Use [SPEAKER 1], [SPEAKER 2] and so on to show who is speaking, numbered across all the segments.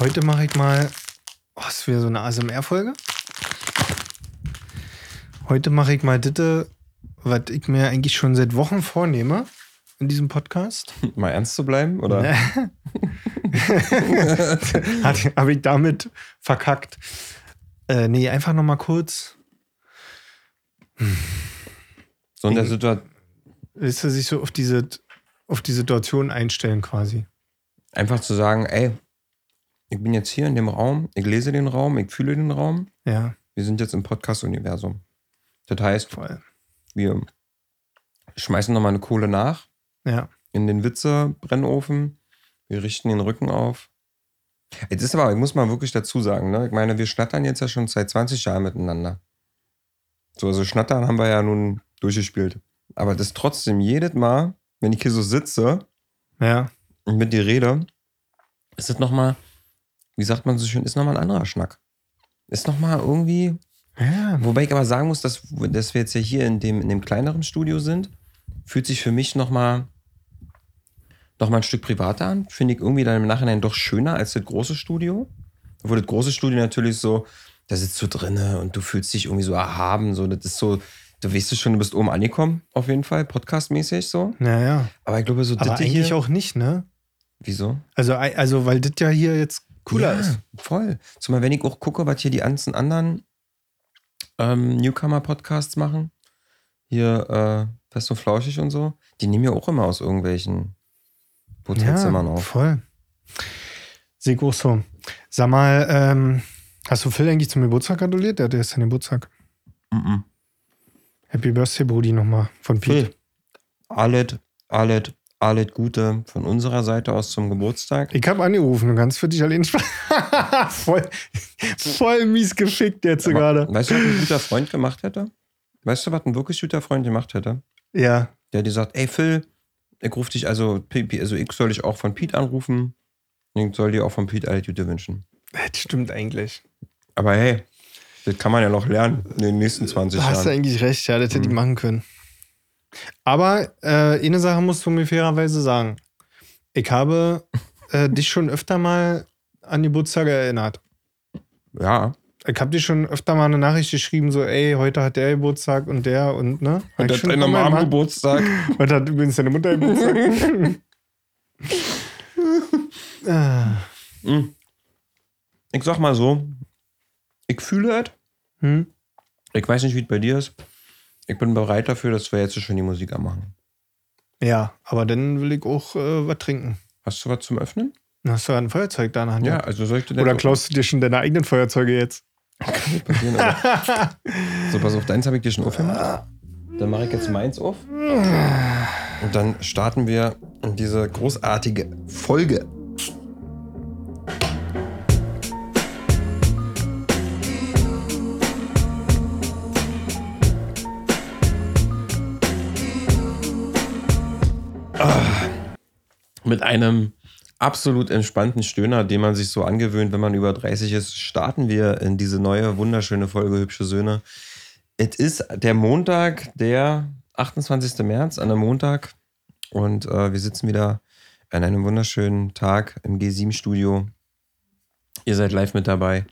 [SPEAKER 1] Heute mache ich mal. Oh, ist wieder so eine ASMR-Folge. Heute mache ich mal das, was ich mir eigentlich schon seit Wochen vornehme in diesem Podcast.
[SPEAKER 2] Mal ernst zu bleiben? Oder?
[SPEAKER 1] Habe ich damit verkackt. Äh, nee, einfach nochmal kurz.
[SPEAKER 2] So in der Situation.
[SPEAKER 1] Willst du sich so auf diese, auf die Situation einstellen quasi?
[SPEAKER 2] Einfach zu sagen, ey, ich bin jetzt hier in dem Raum, ich lese den Raum, ich fühle den Raum.
[SPEAKER 1] Ja,
[SPEAKER 2] Wir sind jetzt im Podcast-Universum. Das heißt,
[SPEAKER 1] voll.
[SPEAKER 2] wir schmeißen nochmal eine Kohle nach
[SPEAKER 1] Ja.
[SPEAKER 2] in den Witze-Brennofen. Wir richten den Rücken auf. Jetzt ist aber, ich muss mal wirklich dazu sagen, ne? ich meine, wir schnattern jetzt ja schon seit 20 Jahren miteinander. So, also schnattern haben wir ja nun durchgespielt. Aber das trotzdem jedes Mal, wenn ich hier so sitze,
[SPEAKER 1] Ja,
[SPEAKER 2] und mit dir rede, ist es nochmal, wie sagt man so schön, ist nochmal ein anderer Schnack. Ist nochmal irgendwie,
[SPEAKER 1] ja.
[SPEAKER 2] wobei ich aber sagen muss, dass, dass wir jetzt ja hier in dem, in dem kleineren Studio sind, fühlt sich für mich nochmal noch mal ein Stück privater an. Finde ich irgendwie dann im Nachhinein doch schöner als das große Studio. Obwohl das große Studio natürlich so, da sitzt du drinne und du fühlst dich irgendwie so erhaben. So, das ist so, du weißt schon, du bist oben angekommen, auf jeden Fall, podcastmäßig so.
[SPEAKER 1] Naja.
[SPEAKER 2] Aber ich glaube, so
[SPEAKER 1] Aber
[SPEAKER 2] das
[SPEAKER 1] eigentlich
[SPEAKER 2] hier,
[SPEAKER 1] auch nicht, ne?
[SPEAKER 2] Wieso?
[SPEAKER 1] Also, ei- also weil das ja hier jetzt cooler
[SPEAKER 2] ja,
[SPEAKER 1] ist.
[SPEAKER 2] Voll. Zumal wenn ich auch gucke, was hier die ganzen anderen ähm, Newcomer-Podcasts machen, hier äh, Fest und Flauschig und so, die nehmen ja auch immer aus irgendwelchen Hotelzimmern auf.
[SPEAKER 1] voll. Sehe ich auch so. Sag mal, ähm, hast du Phil eigentlich zum Geburtstag gratuliert? Der hatte erst seinen Geburtstag.
[SPEAKER 2] Mhm.
[SPEAKER 1] Happy Birthday, Brudi, nochmal von Pete.
[SPEAKER 2] Phil, alles, alles, alles Gute von unserer Seite aus zum Geburtstag.
[SPEAKER 1] Ich habe angerufen, du kannst für dich allein sprechen. voll, voll mies geschickt jetzt
[SPEAKER 2] Aber
[SPEAKER 1] gerade.
[SPEAKER 2] Weißt du, was ein guter Freund gemacht hätte? Weißt du, was ein wirklich guter Freund gemacht hätte?
[SPEAKER 1] Ja,
[SPEAKER 2] der dir sagt, ey Phil, ich rufe dich, also, P- P- also ich soll dich auch von Pete anrufen. Ich soll dir auch von Pete alle Tüte wünschen.
[SPEAKER 1] das stimmt eigentlich.
[SPEAKER 2] Aber hey, das kann man ja noch lernen in den nächsten 20
[SPEAKER 1] Da hast du
[SPEAKER 2] Jahren.
[SPEAKER 1] eigentlich recht, ja, Mhm. das hätte ich machen können. Aber äh, eine Sache musst du mir fairerweise sagen. Ich habe äh, dich schon öfter mal an Geburtstage erinnert.
[SPEAKER 2] Ja.
[SPEAKER 1] Ich habe dir schon öfter mal eine Nachricht geschrieben, so, ey, heute hat der Geburtstag und der und ne? Hab
[SPEAKER 2] Und
[SPEAKER 1] ich
[SPEAKER 2] das
[SPEAKER 1] schon
[SPEAKER 2] deine
[SPEAKER 1] immer
[SPEAKER 2] Mom
[SPEAKER 1] gemacht.
[SPEAKER 2] Geburtstag.
[SPEAKER 1] Heute hat übrigens deine Mutter Geburtstag. ah.
[SPEAKER 2] Hm. Ich sag mal so, ich fühle es.
[SPEAKER 1] hm?
[SPEAKER 2] Ich weiß nicht, wie es bei dir ist. Ich bin bereit dafür, dass wir jetzt schon die Musik anmachen.
[SPEAKER 1] Ja, aber dann will ich auch äh, was trinken.
[SPEAKER 2] Hast du was zum Öffnen?
[SPEAKER 1] Dann hast du ja ein Feuerzeug da in der Hand. ne?
[SPEAKER 2] Ja, also soll ich dir
[SPEAKER 1] Oder klaust du dir schon deine eigenen Feuerzeuge jetzt?
[SPEAKER 2] Kann nicht passieren, aber. so, pass auf, deins habe ich dir schon aufgemacht. Dann mache ich jetzt meins auf. Und dann starten wir in diese großartige Folge. Ah, Mit einem absolut entspannten Stöhner, den man sich so angewöhnt, wenn man über 30 ist, starten wir in diese neue, wunderschöne Folge Hübsche Söhne. Es ist der Montag, der 28. März, an einem Montag. Und äh, wir sitzen wieder an einem wunderschönen Tag im G7-Studio. Ihr seid live mit dabei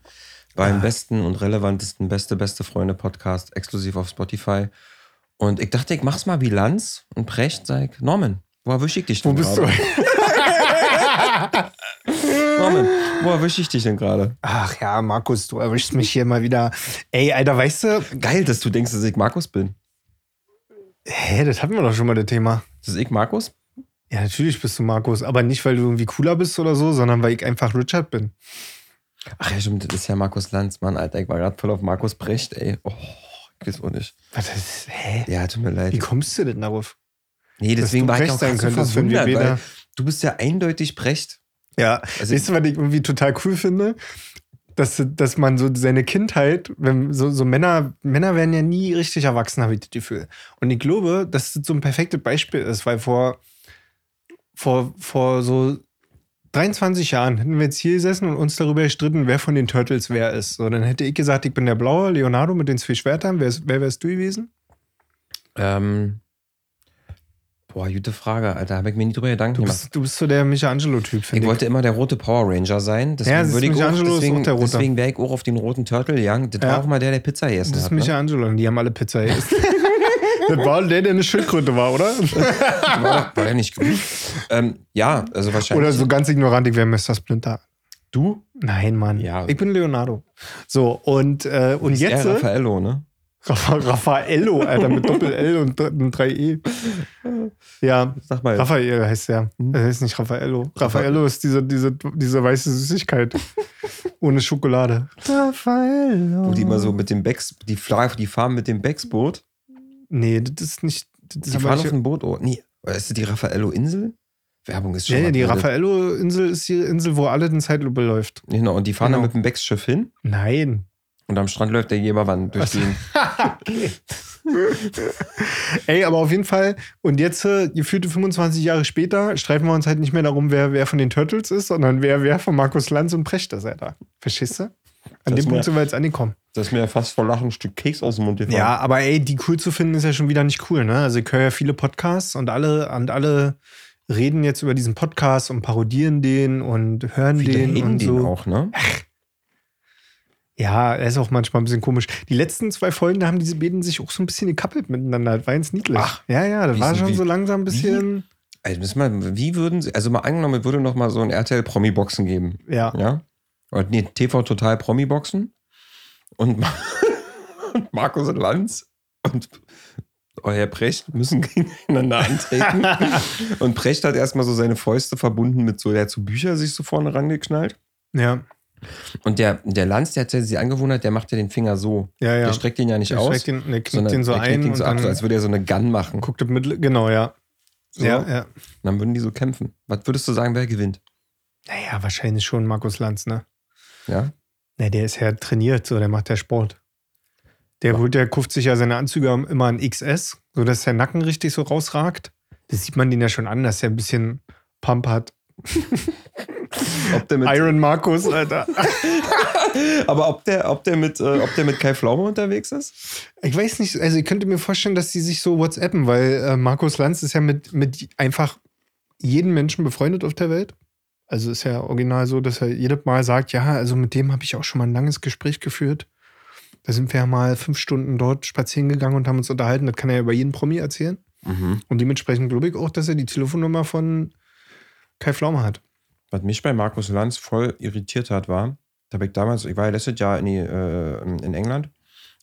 [SPEAKER 2] beim
[SPEAKER 1] Ah.
[SPEAKER 2] besten und relevantesten Beste, Beste Freunde Podcast, exklusiv auf Spotify. Und ich dachte, ich mach's mal Bilanz und Precht, sag ich, Norman, wo erwische ich dich
[SPEAKER 1] Wo
[SPEAKER 2] denn
[SPEAKER 1] bist
[SPEAKER 2] gerade?
[SPEAKER 1] du?
[SPEAKER 2] Norman, wo erwische ich dich denn gerade?
[SPEAKER 1] Ach ja, Markus, du erwischst mich hier mal wieder. Ey, Alter, weißt du,
[SPEAKER 2] Geil, dass du denkst, dass ich Markus bin.
[SPEAKER 1] hä, das hatten wir doch schon mal, das Thema.
[SPEAKER 2] Das ist ich Markus?
[SPEAKER 1] Ja, natürlich bist du Markus, aber nicht, weil du irgendwie cooler bist oder so, sondern weil ich einfach Richard bin.
[SPEAKER 2] Ach ja, stimmt, das ist ja Markus Lanz, Mann, Alter. Ich war gerade voll auf Markus Brecht, ey. Oh, ich weiß auch nicht.
[SPEAKER 1] Was ist, hä?
[SPEAKER 2] Ja, tut mir leid.
[SPEAKER 1] Wie kommst du denn darauf?
[SPEAKER 2] Nee, deswegen
[SPEAKER 1] dass
[SPEAKER 2] war
[SPEAKER 1] du
[SPEAKER 2] ich auch
[SPEAKER 1] Brecht sein
[SPEAKER 2] ganz so
[SPEAKER 1] könntest, wenn wir
[SPEAKER 2] verwundert, weil
[SPEAKER 1] weder-
[SPEAKER 2] du bist ja eindeutig Brecht.
[SPEAKER 1] Ja,
[SPEAKER 2] Also-
[SPEAKER 1] siehst du, was ich irgendwie total cool finde? Dass, dass man so seine Kindheit, wenn so, so Männer, Männer werden ja nie richtig erwachsen, habe ich das Gefühl. Und ich glaube, dass das so ein perfektes Beispiel ist, weil vor, vor, vor so 23 Jahren hätten wir jetzt hier gesessen und uns darüber gestritten, wer von den Turtles wer ist. So, dann hätte ich gesagt, ich bin der blaue Leonardo mit den zwei Schwertern. Wer, ist- wer wärst du gewesen?
[SPEAKER 2] Ähm, Boah, gute Frage, Alter. Habe ich mir nie drüber Gedanken
[SPEAKER 1] Du
[SPEAKER 2] gemacht.
[SPEAKER 1] bist, du bist so der Michelangelo-Typ,
[SPEAKER 2] Ich
[SPEAKER 1] finde ich.
[SPEAKER 2] wollte immer der rote Power Ranger sein. Deswegen
[SPEAKER 1] das ist
[SPEAKER 2] würde ich auch,
[SPEAKER 1] Michelangelo ist
[SPEAKER 2] deswegen,
[SPEAKER 1] auch der Rote.
[SPEAKER 2] deswegen wäre ich auch auf den roten Turtle gegangen. Das
[SPEAKER 1] Ja.
[SPEAKER 2] war auch mal der, der Pizza gegessen
[SPEAKER 1] Das ist
[SPEAKER 2] hat. Ne?
[SPEAKER 1] Michelangelo und die haben alle Pizza gegessen. das war der, der eine Schildkröte war, oder?
[SPEAKER 2] War, doch- war der nicht grün? ähm, ja, also wahrscheinlich.
[SPEAKER 1] Oder so ganz ignorant, ich wäre Mr. Splinter.
[SPEAKER 2] du?
[SPEAKER 1] Nein, Mann.
[SPEAKER 2] Ja.
[SPEAKER 1] Ich bin Leonardo. So, und, äh, und
[SPEAKER 2] Ist
[SPEAKER 1] jetzt.
[SPEAKER 2] Er Raffaello, ne?
[SPEAKER 1] Rafa- Raffaello, Alter, mit Doppel-L und dr- und 3E. Ja,
[SPEAKER 2] Sag mal.
[SPEAKER 1] Raphael heißt der.
[SPEAKER 2] Hm.
[SPEAKER 1] Er heißt nicht Raffaello. Raffaello ist diese, diese, diese weiße Süßigkeit. Ohne Schokolade. Raffaello.
[SPEAKER 2] wo die immer so mit dem Becks, die, Fla- die fahren mit dem Becksboot.
[SPEAKER 1] Nee, das ist nicht. Das
[SPEAKER 2] Die
[SPEAKER 1] ist
[SPEAKER 2] fahren
[SPEAKER 1] aber
[SPEAKER 2] auf
[SPEAKER 1] nicht
[SPEAKER 2] dem Boot. Oh, nee. Oder ist das die Raffaello-Insel? Werbung ist schon.
[SPEAKER 1] nee,
[SPEAKER 2] mal
[SPEAKER 1] nee, die
[SPEAKER 2] blöde.
[SPEAKER 1] Raffaello-Insel ist die Insel, wo alles in Zeitlupe läuft.
[SPEAKER 2] Genau, und die fahren dann
[SPEAKER 1] Genau.
[SPEAKER 2] mit dem Becksschiff hin
[SPEAKER 1] Nein.
[SPEAKER 2] und am Strand läuft der Jeberwand durch den.
[SPEAKER 1] Ey, aber auf jeden Fall, und jetzt, äh, gefühlte 25 Jahre später, streiten wir uns halt nicht mehr darum, wer, wer von den Turtles ist, sondern wer, wer von Markus Lanz und Precht ist, Alter. Verstehst du? An
[SPEAKER 2] Das
[SPEAKER 1] dem Punkt
[SPEAKER 2] wär-
[SPEAKER 1] sind wir jetzt angekommen.
[SPEAKER 2] Das ist mir ja fast vor Lachen ein Stück Keks aus dem Mund gefallen.
[SPEAKER 1] Ja, aber ey, die cool zu finden ist ja schon wieder nicht cool, ne? Also ich höre ja viele Podcasts und alle und alle reden jetzt über diesen Podcast und parodieren den und hören
[SPEAKER 2] Viele
[SPEAKER 1] den
[SPEAKER 2] haten
[SPEAKER 1] und
[SPEAKER 2] den
[SPEAKER 1] so.
[SPEAKER 2] auch, ne?
[SPEAKER 1] Ja, er ist auch manchmal ein bisschen komisch. Die letzten zwei Folgen, da haben diese beiden sich auch so ein bisschen gekappelt miteinander. Das war ganz niedlich.
[SPEAKER 2] Ach.
[SPEAKER 1] ja, ja, das
[SPEAKER 2] Wie
[SPEAKER 1] war
[SPEAKER 2] sind
[SPEAKER 1] schon
[SPEAKER 2] die-
[SPEAKER 1] so langsam ein bisschen.
[SPEAKER 2] Also müssen wir, wie würden sie, also mal angenommen, es würde noch mal so ein RTL-Promi-Boxen geben.
[SPEAKER 1] Ja.
[SPEAKER 2] Ja? Oder nee, TV Total Promi-Boxen. Und, Ma- und Markus und Lanz und euer Precht müssen gegeneinander antreten. und Precht hat erstmal so seine Fäuste verbunden mit so, der hat so Bücher sich so vorne rangeknallt.
[SPEAKER 1] Ja,
[SPEAKER 2] Und der, der Lanz, der hat ja die Angewohnheit, der macht ja den Finger so.
[SPEAKER 1] ja, ja.
[SPEAKER 2] Der streckt ihn ja nicht
[SPEAKER 1] Der
[SPEAKER 2] aus.
[SPEAKER 1] streckt ihn, der knickt
[SPEAKER 2] sondern
[SPEAKER 1] den so
[SPEAKER 2] der knickt
[SPEAKER 1] ein
[SPEAKER 2] ihn
[SPEAKER 1] und
[SPEAKER 2] so ab,
[SPEAKER 1] dann
[SPEAKER 2] so als würde er so eine Gun machen.
[SPEAKER 1] guckt das Mittel. Genau, ja.
[SPEAKER 2] So.
[SPEAKER 1] Ja, ja.
[SPEAKER 2] Und dann würden die so kämpfen. Was würdest du sagen, wer gewinnt?
[SPEAKER 1] Naja, wahrscheinlich schon Markus Lanz, ne?
[SPEAKER 2] Ja?
[SPEAKER 1] Ne, der ist ja trainiert, so, der macht ja Sport. Der, holt, der kauft sich ja seine Anzüge immer in XS, sodass der Nacken richtig so rausragt. Das sieht man den ja schon an, dass er ein bisschen Pump hat.
[SPEAKER 2] Ob der mit,
[SPEAKER 1] Iron Markus, Alter.
[SPEAKER 2] aber ob der, ob, der mit, äh, ob der mit Kai Pflaume unterwegs ist?
[SPEAKER 1] Ich weiß nicht, also ich könnte mir vorstellen, dass die sich so WhatsAppen, weil äh, Markus Lanz ist ja mit, mit einfach jedem Menschen befreundet auf der Welt. Also ist ja original so, dass er jedes Mal sagt, ja, also mit dem habe ich auch schon mal ein langes Gespräch geführt. Da sind wir ja mal fünf Stunden dort spazieren gegangen und haben uns unterhalten. Das kann er ja über jeden Promi erzählen. Und dementsprechend glaube ich auch, dass er die Telefonnummer von Kai Pflaume hat.
[SPEAKER 2] Was mich bei Markus Lanz voll irritiert hat, war, da bin ich damals, ich war ja letztes Jahr in, die, äh, in England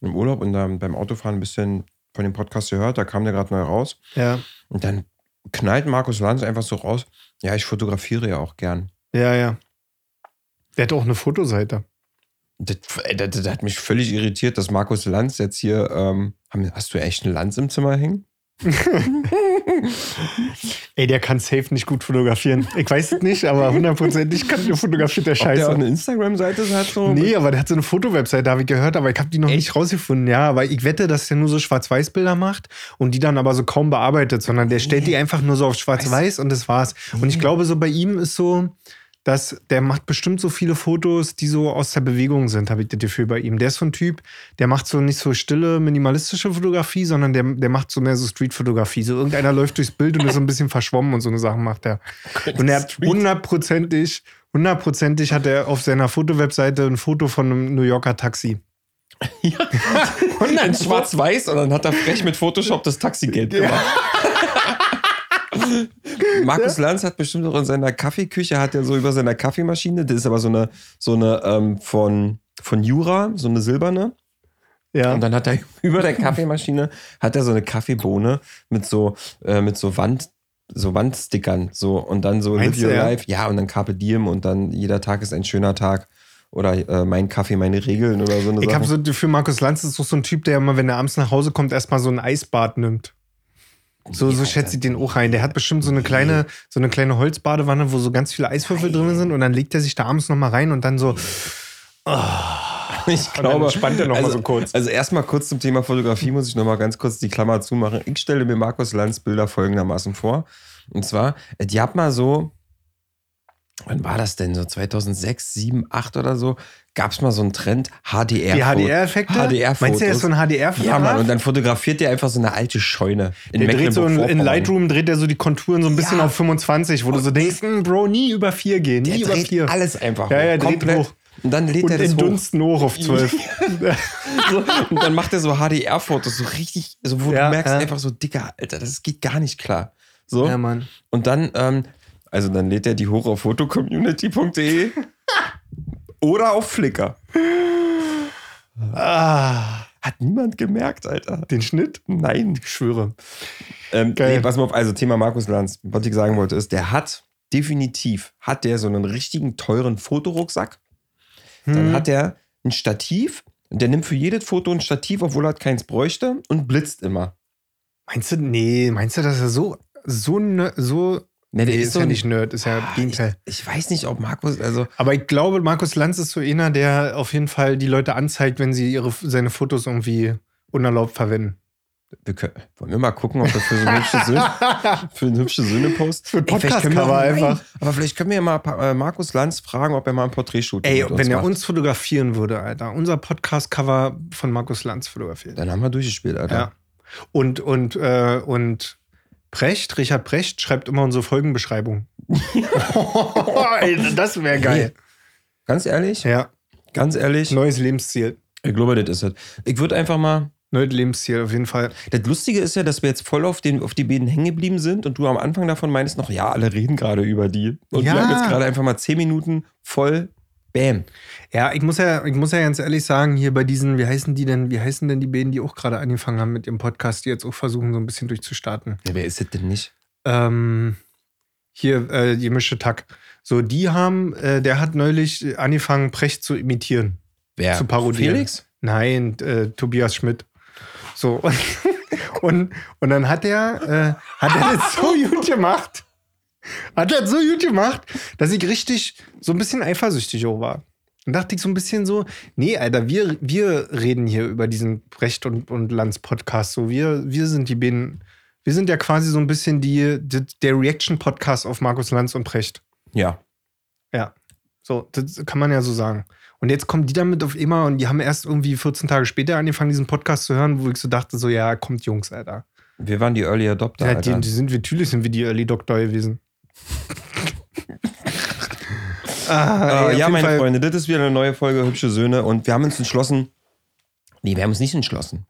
[SPEAKER 2] im Urlaub und dann beim Autofahren ein bisschen von dem Podcast gehört, da kam der gerade neu raus.
[SPEAKER 1] Ja,
[SPEAKER 2] Und dann knallt Markus Lanz einfach so raus, ja, ich fotografiere ja auch gern.
[SPEAKER 1] ja, ja. Der hat auch eine Fotoseite.
[SPEAKER 2] Das, äh, das, das hat mich völlig irritiert, dass Markus Lanz jetzt hier, ähm, haben- hast du echt einen Lanz im Zimmer hängen?
[SPEAKER 1] Ey, der kann safe nicht gut fotografieren. Ich weiß es nicht, aber hundertprozentig kann fotografiert der
[SPEAKER 2] Ob der auch
[SPEAKER 1] Scheiße.
[SPEAKER 2] eine Instagram-Seite hat so?
[SPEAKER 1] Nee, aber der hat so eine Fotowebsite, da habe ich gehört, aber ich habe die noch nicht rausgefunden. Ja, aber ich wette, dass der nur so Schwarz-Weiß-Bilder macht und die dann aber so kaum bearbeitet, sondern der stellt die einfach nur so auf Schwarz-Weiß und das war's. Und ich glaube, so bei ihm ist so, dass der macht bestimmt so viele Fotos, die so aus der Bewegung sind, habe ich das Gefühl bei ihm. Der ist so ein Typ, der macht so nicht so stille, minimalistische Fotografie, sondern der, der macht so mehr so Street-Fotografie. So irgendeiner läuft durchs Bild und ist so ein bisschen verschwommen und so eine Sachen macht er. Und er hat
[SPEAKER 2] Street.
[SPEAKER 1] hundertprozentig, hundertprozentig hat er auf seiner Fotowebseite ein Foto von einem New Yorker Taxi.
[SPEAKER 2] in schwarz-weiß und dann hat er frech mit Photoshop das Taxigeld gemacht. Markus Lanz hat bestimmt auch in seiner Kaffeeküche, hat er so über seiner Kaffeemaschine, das ist aber so eine, so eine ähm, von, von Jura, so eine silberne.
[SPEAKER 1] Ja.
[SPEAKER 2] Und dann hat er über der Kaffeemaschine, hat er so eine Kaffeebohne mit so, äh, mit so Wand, so Wandstickern, so und dann so
[SPEAKER 1] Meinst
[SPEAKER 2] Live Your
[SPEAKER 1] du, ja?
[SPEAKER 2] Life, ja, und dann Carpe Diem und dann jeder Tag ist ein schöner Tag oder äh, mein Kaffee, meine Regeln oder so eine
[SPEAKER 1] Ich
[SPEAKER 2] Sache.
[SPEAKER 1] habe so für Markus Lanz ist doch so ein Typ, der immer, wenn er abends nach Hause kommt, erstmal so ein Eisbad nimmt. So, so
[SPEAKER 2] Ja,
[SPEAKER 1] schätze
[SPEAKER 2] das-
[SPEAKER 1] ich den auch ein. Der hat bestimmt so eine kleine, so eine kleine Holzbadewanne, wo so ganz viele Eiswürfel drin sind und dann legt er sich da abends nochmal rein und dann so.
[SPEAKER 2] Ich
[SPEAKER 1] dann
[SPEAKER 2] glaube,
[SPEAKER 1] entspannt er noch mal
[SPEAKER 2] also,
[SPEAKER 1] so kurz.
[SPEAKER 2] Also erstmal kurz zum Thema Fotografie muss ich nochmal ganz kurz die Klammer zumachen. Ich stelle mir Markus Lanz Bilder folgendermaßen vor. Und zwar, äh, die hat mal so, wann war das denn? So 2006, 7, 8 oder so, gab es mal so einen Trend, HDR.
[SPEAKER 1] Die HDR-Effekte?
[SPEAKER 2] HDR-Fotos.
[SPEAKER 1] Meinst du, er ist so ein HDR-Fotograf?
[SPEAKER 2] Ja, Mann, und dann fotografiert der einfach so eine alte Scheune in
[SPEAKER 1] der dreht so in, in
[SPEAKER 2] Mecklenburg-Vorpommern.
[SPEAKER 1] Lightroom, dreht er so die Konturen so ein bisschen
[SPEAKER 2] Ja.
[SPEAKER 1] auf 25, wo du so denkst, "Hm, Bro, nie über 4 gehen,
[SPEAKER 2] Der
[SPEAKER 1] nie über
[SPEAKER 2] dreht
[SPEAKER 1] 4.
[SPEAKER 2] alles einfach
[SPEAKER 1] Ja,
[SPEAKER 2] hoch,
[SPEAKER 1] ja, dreht hoch.
[SPEAKER 2] Und dann lädt
[SPEAKER 1] Und
[SPEAKER 2] er das
[SPEAKER 1] in
[SPEAKER 2] hoch.
[SPEAKER 1] Dunsten hoch auf 12.
[SPEAKER 2] So, und dann macht er so HDR-Fotos, so richtig, so wo
[SPEAKER 1] Ja,
[SPEAKER 2] du merkst
[SPEAKER 1] ja.
[SPEAKER 2] einfach so, Dicker, Alter, das geht gar nicht klar. So.
[SPEAKER 1] Mann.
[SPEAKER 2] Und dann, ähm, also dann lädt er die hoch auf fotocommunity.de oder auf Flickr.
[SPEAKER 1] Ah,
[SPEAKER 2] Hat niemand gemerkt, Alter.
[SPEAKER 1] den Schnitt?
[SPEAKER 2] Nein.
[SPEAKER 1] Ich schwöre.
[SPEAKER 2] Ähm,
[SPEAKER 1] Geil.
[SPEAKER 2] nee, pass mal auf, also Thema Markus Lanz, was ich sagen wollte, ist, der hat definitiv, hat der so einen richtigen teuren Fotorucksack, dann
[SPEAKER 1] Hm.
[SPEAKER 2] hat er ein Stativ, der nimmt für jedes Foto ein Stativ, obwohl er keins bräuchte und blitzt immer.
[SPEAKER 1] meinst du, nee, meinst du, dass er so, so, ne- so,
[SPEAKER 2] Ne,
[SPEAKER 1] nee, ist,
[SPEAKER 2] so
[SPEAKER 1] ja
[SPEAKER 2] ein-
[SPEAKER 1] nicht Nerd, ist ja
[SPEAKER 2] Ah,
[SPEAKER 1] Gegenteil.
[SPEAKER 2] Ich, ich weiß nicht, ob Markus, also
[SPEAKER 1] Aber ich glaube, Markus Lanz ist so einer, der auf jeden Fall die Leute anzeigt, wenn sie ihre, seine Fotos irgendwie unerlaubt verwenden.
[SPEAKER 2] wir können, wollen wir mal gucken, ob das für so ein hübsches Söhne, für ein hübsches Söhne-Post.
[SPEAKER 1] Für ein
[SPEAKER 2] Ey, vielleicht können wir-
[SPEAKER 1] Podcast-Cover
[SPEAKER 2] Nein,
[SPEAKER 1] einfach.
[SPEAKER 2] Aber vielleicht können wir ja mal pa- äh, Markus Lanz fragen, ob er mal ein Porträt-Shooting
[SPEAKER 1] Ey,
[SPEAKER 2] mit uns
[SPEAKER 1] wenn er
[SPEAKER 2] macht.
[SPEAKER 1] uns fotografieren würde, Alter. Unser Podcast-Cover von Markus Lanz fotografiert.
[SPEAKER 2] Dann haben wir durchgespielt, Alter.
[SPEAKER 1] Ja. Und, und, äh, und Precht, Richard Precht schreibt immer unsere Folgenbeschreibung. Alter, das wäre geil.
[SPEAKER 2] Ganz ehrlich,
[SPEAKER 1] Ja,
[SPEAKER 2] ganz ehrlich,
[SPEAKER 1] neues Lebensziel.
[SPEAKER 2] ich glaube, das ist es. Ich würde einfach mal.
[SPEAKER 1] Neues Lebensziel, auf jeden Fall.
[SPEAKER 2] Das Lustige ist ja, dass wir jetzt voll auf, den, auf die Bäden hängen geblieben sind und du am Anfang davon meinst noch, ja, alle reden gerade über die. Und
[SPEAKER 1] Ja.
[SPEAKER 2] wir haben jetzt gerade einfach mal zehn Minuten voll, bam.
[SPEAKER 1] Ja, ich muss ja, ich muss ja ganz ehrlich sagen, hier bei diesen, wie heißen die denn, wie heißen denn die Bäden, die auch gerade angefangen haben mit ihrem Podcast, die jetzt auch versuchen, so ein bisschen durchzustarten.
[SPEAKER 2] Ja, wer ist das denn nicht?
[SPEAKER 1] Ähm, hier, äh, die Mische Tack. So, die haben, äh, der hat neulich angefangen, Precht zu imitieren.
[SPEAKER 2] Wer?
[SPEAKER 1] Zu parodieren.
[SPEAKER 2] Felix?
[SPEAKER 1] Nein, äh, Tobias Schmidt. So, und, und, und dann hat er, äh, hat er das so gut gemacht. Hat er das so gut gemacht, dass ich richtig so ein bisschen eifersüchtig auch war. Dann dachte ich so ein bisschen so, nee, Alter, wir, wir reden hier über diesen Brecht und, und Lanz Podcast. So, wir, wir sind die beiden, wir sind ja quasi so ein bisschen die, die, der Reaction-Podcast auf Markus Lanz und Brecht.
[SPEAKER 2] Ja.
[SPEAKER 1] So, das kann man ja so sagen. Und jetzt kommen die damit auf immer und die haben erst irgendwie 14 Tage später angefangen, diesen Podcast zu hören, wo ich so dachte, so, ja, kommt Jungs, Alter.
[SPEAKER 2] Wir waren die Early Adopter,
[SPEAKER 1] Ja, die,
[SPEAKER 2] Alter.
[SPEAKER 1] die sind, natürlich sind wir die Early Doctor gewesen. ah, ey,
[SPEAKER 2] Äh, ja,
[SPEAKER 1] auf jeden
[SPEAKER 2] meine
[SPEAKER 1] Fall-
[SPEAKER 2] Freunde, das ist wieder eine neue Folge Hübsche Söhne und wir haben uns entschlossen. Nee, wir haben uns nicht entschlossen.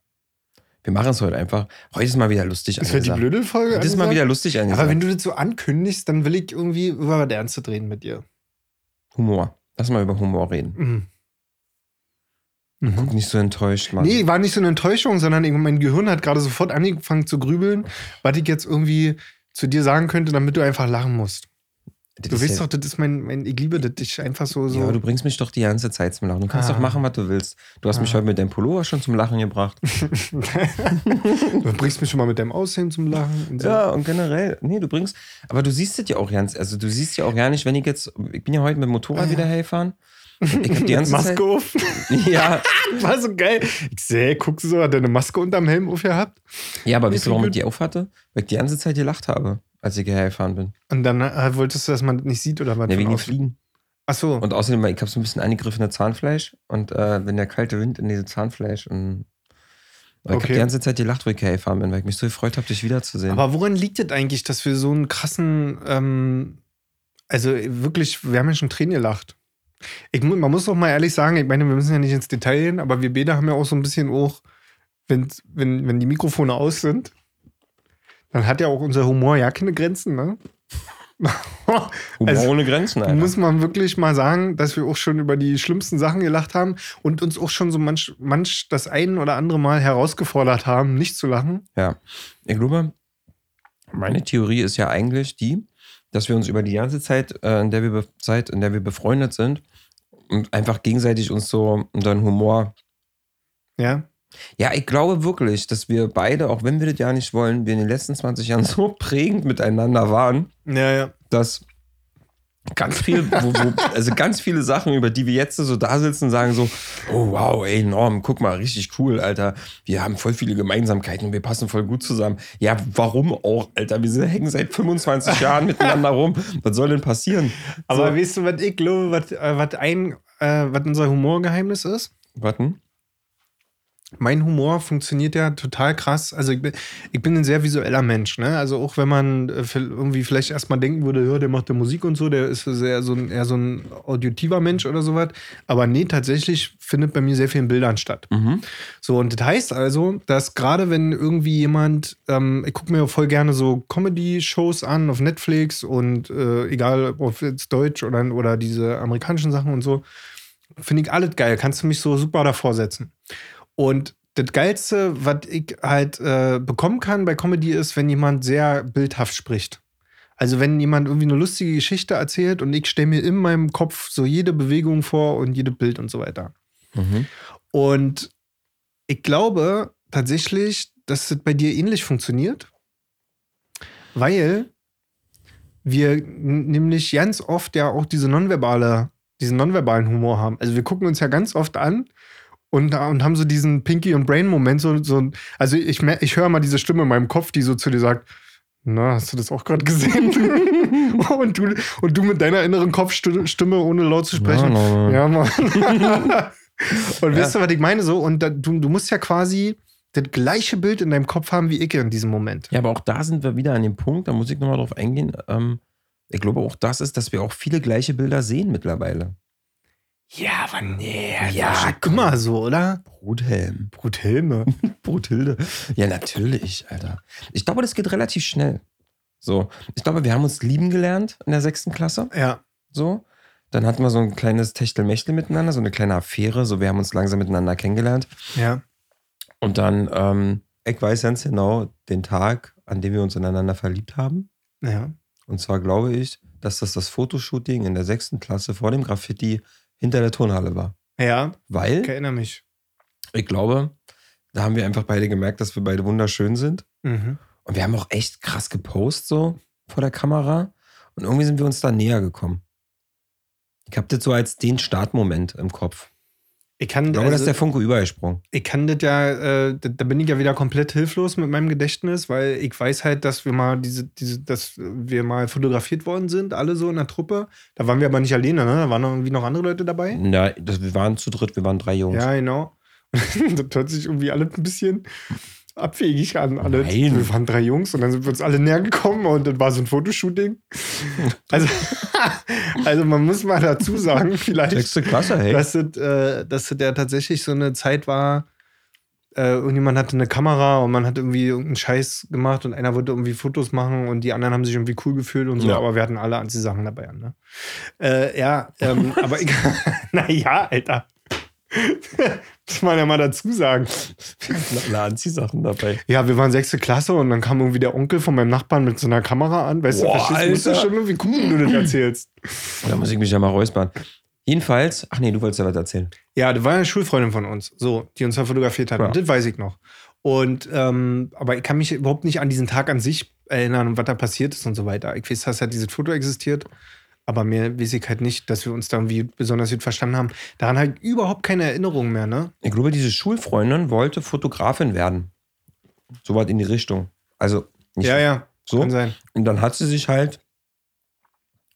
[SPEAKER 2] Wir machen es heute einfach. Heute ist mal wieder lustig
[SPEAKER 1] Ist das die
[SPEAKER 2] angesagt.
[SPEAKER 1] blöde Folge?
[SPEAKER 2] Das ist mal
[SPEAKER 1] angesagt?
[SPEAKER 2] wieder lustig angesagt.
[SPEAKER 1] Aber wenn du das so ankündigst, dann will ich irgendwie über was Ernstes reden mit dir.
[SPEAKER 2] Humor. Lass mal über Humor reden.
[SPEAKER 1] Mhm.
[SPEAKER 2] Guck nicht so enttäuscht, Mann.
[SPEAKER 1] Nee, war nicht so eine Enttäuschung, sondern irgendwie mein Gehirn hat gerade sofort angefangen zu grübeln, was ich jetzt irgendwie zu dir sagen könnte, damit du einfach lachen musst.
[SPEAKER 2] Das
[SPEAKER 1] Du
[SPEAKER 2] ist
[SPEAKER 1] weißt
[SPEAKER 2] ja,
[SPEAKER 1] doch, das ist mein, mein ich liebe das, ich einfach so, so.
[SPEAKER 2] Ja, aber du bringst mich doch die ganze Zeit zum Lachen. Du kannst
[SPEAKER 1] Ah.
[SPEAKER 2] doch machen, was du willst. Du hast mich heute mit deinem Pullover schon zum Lachen gebracht.
[SPEAKER 1] du bringst mich schon mal mit deinem Aussehen zum Lachen. Und so.
[SPEAKER 2] Ja, und generell. Nee, du bringst. Aber du siehst es ja auch ganz. Also, du siehst ja auch gar nicht, wenn ich jetzt. Ich bin ja heute mit dem Motorrad wieder hergefahren. Und Ich hab die ganze
[SPEAKER 1] Ah. Maske um.
[SPEAKER 2] Zeit.
[SPEAKER 1] auf.
[SPEAKER 2] Ja,
[SPEAKER 1] War so geil. Ich sehe, guckst du so, hat deine Maske unterm Helm aufgehabt?
[SPEAKER 2] Ja, aber wisst ihr, warum ich
[SPEAKER 1] Dunkel-
[SPEAKER 2] die auf hatte? Weil ich die ganze Zeit gelacht habe, als ich hierher gefahren bin.
[SPEAKER 1] Und dann äh, wolltest du, dass man das nicht sieht oder was?
[SPEAKER 2] Ja,
[SPEAKER 1] von
[SPEAKER 2] wegen den
[SPEAKER 1] außen?
[SPEAKER 2] Fliegen.
[SPEAKER 1] Ach so.
[SPEAKER 2] Und außerdem, ich habe so ein bisschen angegriffene Zahnfleisch und äh, wenn der kalte Wind in diese Zahnfleisch und. Aber Ich
[SPEAKER 1] Okay.
[SPEAKER 2] habe die ganze Zeit gelacht, wo ich hierher gefahren bin, weil ich mich so gefreut habe, dich wiederzusehen.
[SPEAKER 1] Aber woran liegt das eigentlich, dass wir so einen krassen, ähm, also wirklich, wir haben ja schon Tränen gelacht. Ich, mu- man muss doch mal ehrlich sagen, ich meine, wir müssen ja nicht ins Detail gehen, aber wir beide haben ja auch so ein bisschen auch, wenn, wenn, wenn die Mikrofone aus sind, dann hat ja auch unser Humor ja keine Grenzen, ne?
[SPEAKER 2] Humor
[SPEAKER 1] also-
[SPEAKER 2] ohne Grenzen, Alter.
[SPEAKER 1] Muss man wirklich mal sagen, dass wir auch schon über die schlimmsten Sachen gelacht haben und uns auch schon so manch, manch das ein oder andere Mal herausgefordert haben, nicht zu lachen.
[SPEAKER 2] Ja. Ich glaube, meine Theorie ist ja eigentlich die, dass wir uns über die ganze Zeit, äh, in der wir be- Zeit, in der wir befreundet sind, und einfach gegenseitig uns so unseren Humor
[SPEAKER 1] Ja.
[SPEAKER 2] Ja, ich glaube wirklich, dass wir beide, auch wenn wir das ja nicht wollen, wir in den letzten 20 Jahren so prägend miteinander waren,
[SPEAKER 1] Ja, ja.
[SPEAKER 2] dass Ganz viel, wo, wo, also ganz viele Sachen, über die wir jetzt so da sitzen und sagen so, oh wow, ey Norm, guck mal, richtig cool, Alter. Wir haben voll viele Gemeinsamkeiten und wir passen voll gut zusammen. Ja, warum auch, Alter? Wir sind, hängen seit 25 Jahren miteinander rum. Was soll denn passieren?
[SPEAKER 1] Aber weißt du, was ich glaube, was, äh, was, ein, äh, was unser Humorgeheimnis ist?
[SPEAKER 2] Warten.
[SPEAKER 1] mein Humor funktioniert ja total krass. Also ich bin, ich bin ein sehr visueller Mensch, ne? Also auch wenn man äh, vi- irgendwie vielleicht erstmal denken würde, ja, der macht ja Musik und so, der ist sehr so ein, eher so ein auditiver Mensch oder sowas. Aber nee, tatsächlich findet bei mir sehr viel in Bildern statt. So, und das heißt also, dass gerade wenn irgendwie jemand, ähm, ich gucke mir voll gerne so Comedy-Shows an auf Netflix und äh, egal ob jetzt Deutsch oder, oder diese amerikanischen Sachen und so, finde ich alles geil. Kannst du mich so super davor setzen. Und das Geilste, was ich halt äh, bekommen kann bei Comedy, ist, wenn jemand sehr bildhaft spricht. Also wenn jemand irgendwie eine lustige Geschichte erzählt und ich stelle mir in meinem Kopf so jede Bewegung vor und jedes Bild und so weiter.
[SPEAKER 2] Mhm.
[SPEAKER 1] Und ich glaube tatsächlich, dass das bei dir ähnlich funktioniert, weil wir n- nämlich ganz oft ja auch diese nonverbale, diesen nonverbalen Humor haben. Also wir gucken uns ja ganz oft an und, und haben so diesen Pinky und Brain Moment so, so also ich mer- ich höre mal diese Stimme in meinem Kopf, die so zu dir sagt, na, hast du das auch gerade gesehen? und, du, und du mit deiner inneren Kopfstimme, ohne laut zu sprechen.
[SPEAKER 2] Ja, Norm.
[SPEAKER 1] Ja, Mann. und
[SPEAKER 2] Ja.
[SPEAKER 1] wisst ihr, was ich meine? So, und da, du, du musst ja quasi das gleiche Bild in deinem Kopf haben wie ich in diesem Moment.
[SPEAKER 2] Ja, aber auch da sind wir wieder an dem Punkt, da muss ich nochmal drauf eingehen. Ähm, ich glaube, auch das ist, dass wir auch viele gleiche Bilder sehen mittlerweile.
[SPEAKER 1] Ja, aber nee.
[SPEAKER 2] war
[SPEAKER 1] Ja,
[SPEAKER 2] schon
[SPEAKER 1] immer so, oder?
[SPEAKER 2] Bruthelm.
[SPEAKER 1] Bruthelme.
[SPEAKER 2] Brutilde. Ja, natürlich, Alter. Ich glaube, das geht relativ schnell. So, ich glaube, wir haben uns lieben gelernt in der sechsten Klasse.
[SPEAKER 1] Ja.
[SPEAKER 2] So, dann hatten wir so ein kleines Techtelmechtel miteinander, so eine kleine Affäre. So, wir haben uns langsam miteinander kennengelernt.
[SPEAKER 1] Ja.
[SPEAKER 2] Und dann, ähm, ich weiß ganz genau den Tag, an dem wir uns ineinander verliebt haben.
[SPEAKER 1] Ja.
[SPEAKER 2] Und zwar glaube ich, dass das das Fotoshooting in der sechsten Klasse vor dem Graffiti hinter der Turnhalle war.
[SPEAKER 1] Ja,
[SPEAKER 2] Weil
[SPEAKER 1] ich erinnere mich.
[SPEAKER 2] ich glaube, da haben wir einfach beide gemerkt, dass wir beide wunderschön sind.
[SPEAKER 1] Mhm.
[SPEAKER 2] Und wir haben auch echt krass gepostet so vor der Kamera. Und irgendwie sind wir uns da näher gekommen. Ich habe das so als den Startmoment im Kopf.
[SPEAKER 1] Ich kann,
[SPEAKER 2] Ich glaube, dass
[SPEAKER 1] also,
[SPEAKER 2] der Funke übergesprungen.
[SPEAKER 1] ich kann das ja, äh, da, da bin ich ja wieder komplett hilflos mit meinem Gedächtnis, weil ich weiß halt, dass wir mal diese, diese, dass wir mal fotografiert worden sind, alle so in der Truppe. Da waren wir aber nicht alleine, ne? Da waren noch irgendwie noch andere Leute dabei.
[SPEAKER 2] Na, das, wir waren zu dritt, wir waren drei Jungs.
[SPEAKER 1] Ja, genau. das hört sich irgendwie alles ein bisschen abwegig an. Alles.
[SPEAKER 2] Nein.
[SPEAKER 1] Wir waren drei Jungs und dann sind wir uns alle näher gekommen und dann war so ein Fotoshooting. Also, also man muss mal dazu sagen, vielleicht,
[SPEAKER 2] Sechste Klasse, hey.
[SPEAKER 1] dass das, äh, dass das ja tatsächlich so eine Zeit war, äh, irgendjemand hatte eine Kamera und man hat irgendwie irgendeinen Scheiß gemacht und einer wollte irgendwie Fotos machen und die anderen haben sich irgendwie cool gefühlt und so,
[SPEAKER 2] Ja.
[SPEAKER 1] aber wir hatten alle anti Sachen dabei an. Ne? Äh, ja, ähm, aber ich, naja, Alter. Muss man ja mal dazu sagen.
[SPEAKER 2] Na, Anziehsachen dabei.
[SPEAKER 1] Ja, wir waren sechste Klasse und dann kam irgendwie der Onkel von meinem Nachbarn mit so einer Kamera an. Weißt
[SPEAKER 2] Boah,
[SPEAKER 1] du, verstehst du, musst du
[SPEAKER 2] Alter.
[SPEAKER 1] schon irgendwie gucken, wie du das erzählst.
[SPEAKER 2] Oh, Da muss ich mich ja mal räuspern. Jedenfalls, ach nee, du wolltest ja was erzählen.
[SPEAKER 1] Ja, das war eine Schulfreundin von uns, so, die uns da fotografiert hat.
[SPEAKER 2] Ja.
[SPEAKER 1] Und Das weiß ich noch. Und ähm, aber ich kann mich überhaupt nicht an diesen Tag an sich erinnern und was da passiert ist und so weiter. Ich weiß, dass ja dieses Foto existiert, aber mir weiß ich halt nicht, dass wir uns da irgendwie besonders gut verstanden haben. Daran halt überhaupt keine Erinnerung mehr, ne?
[SPEAKER 2] Ich glaube, diese Schulfreundin wollte Fotografin werden. So weit in die Richtung. Also, nicht
[SPEAKER 1] ja, ja.
[SPEAKER 2] so.
[SPEAKER 1] Kann sein.
[SPEAKER 2] Und dann hat sie sich halt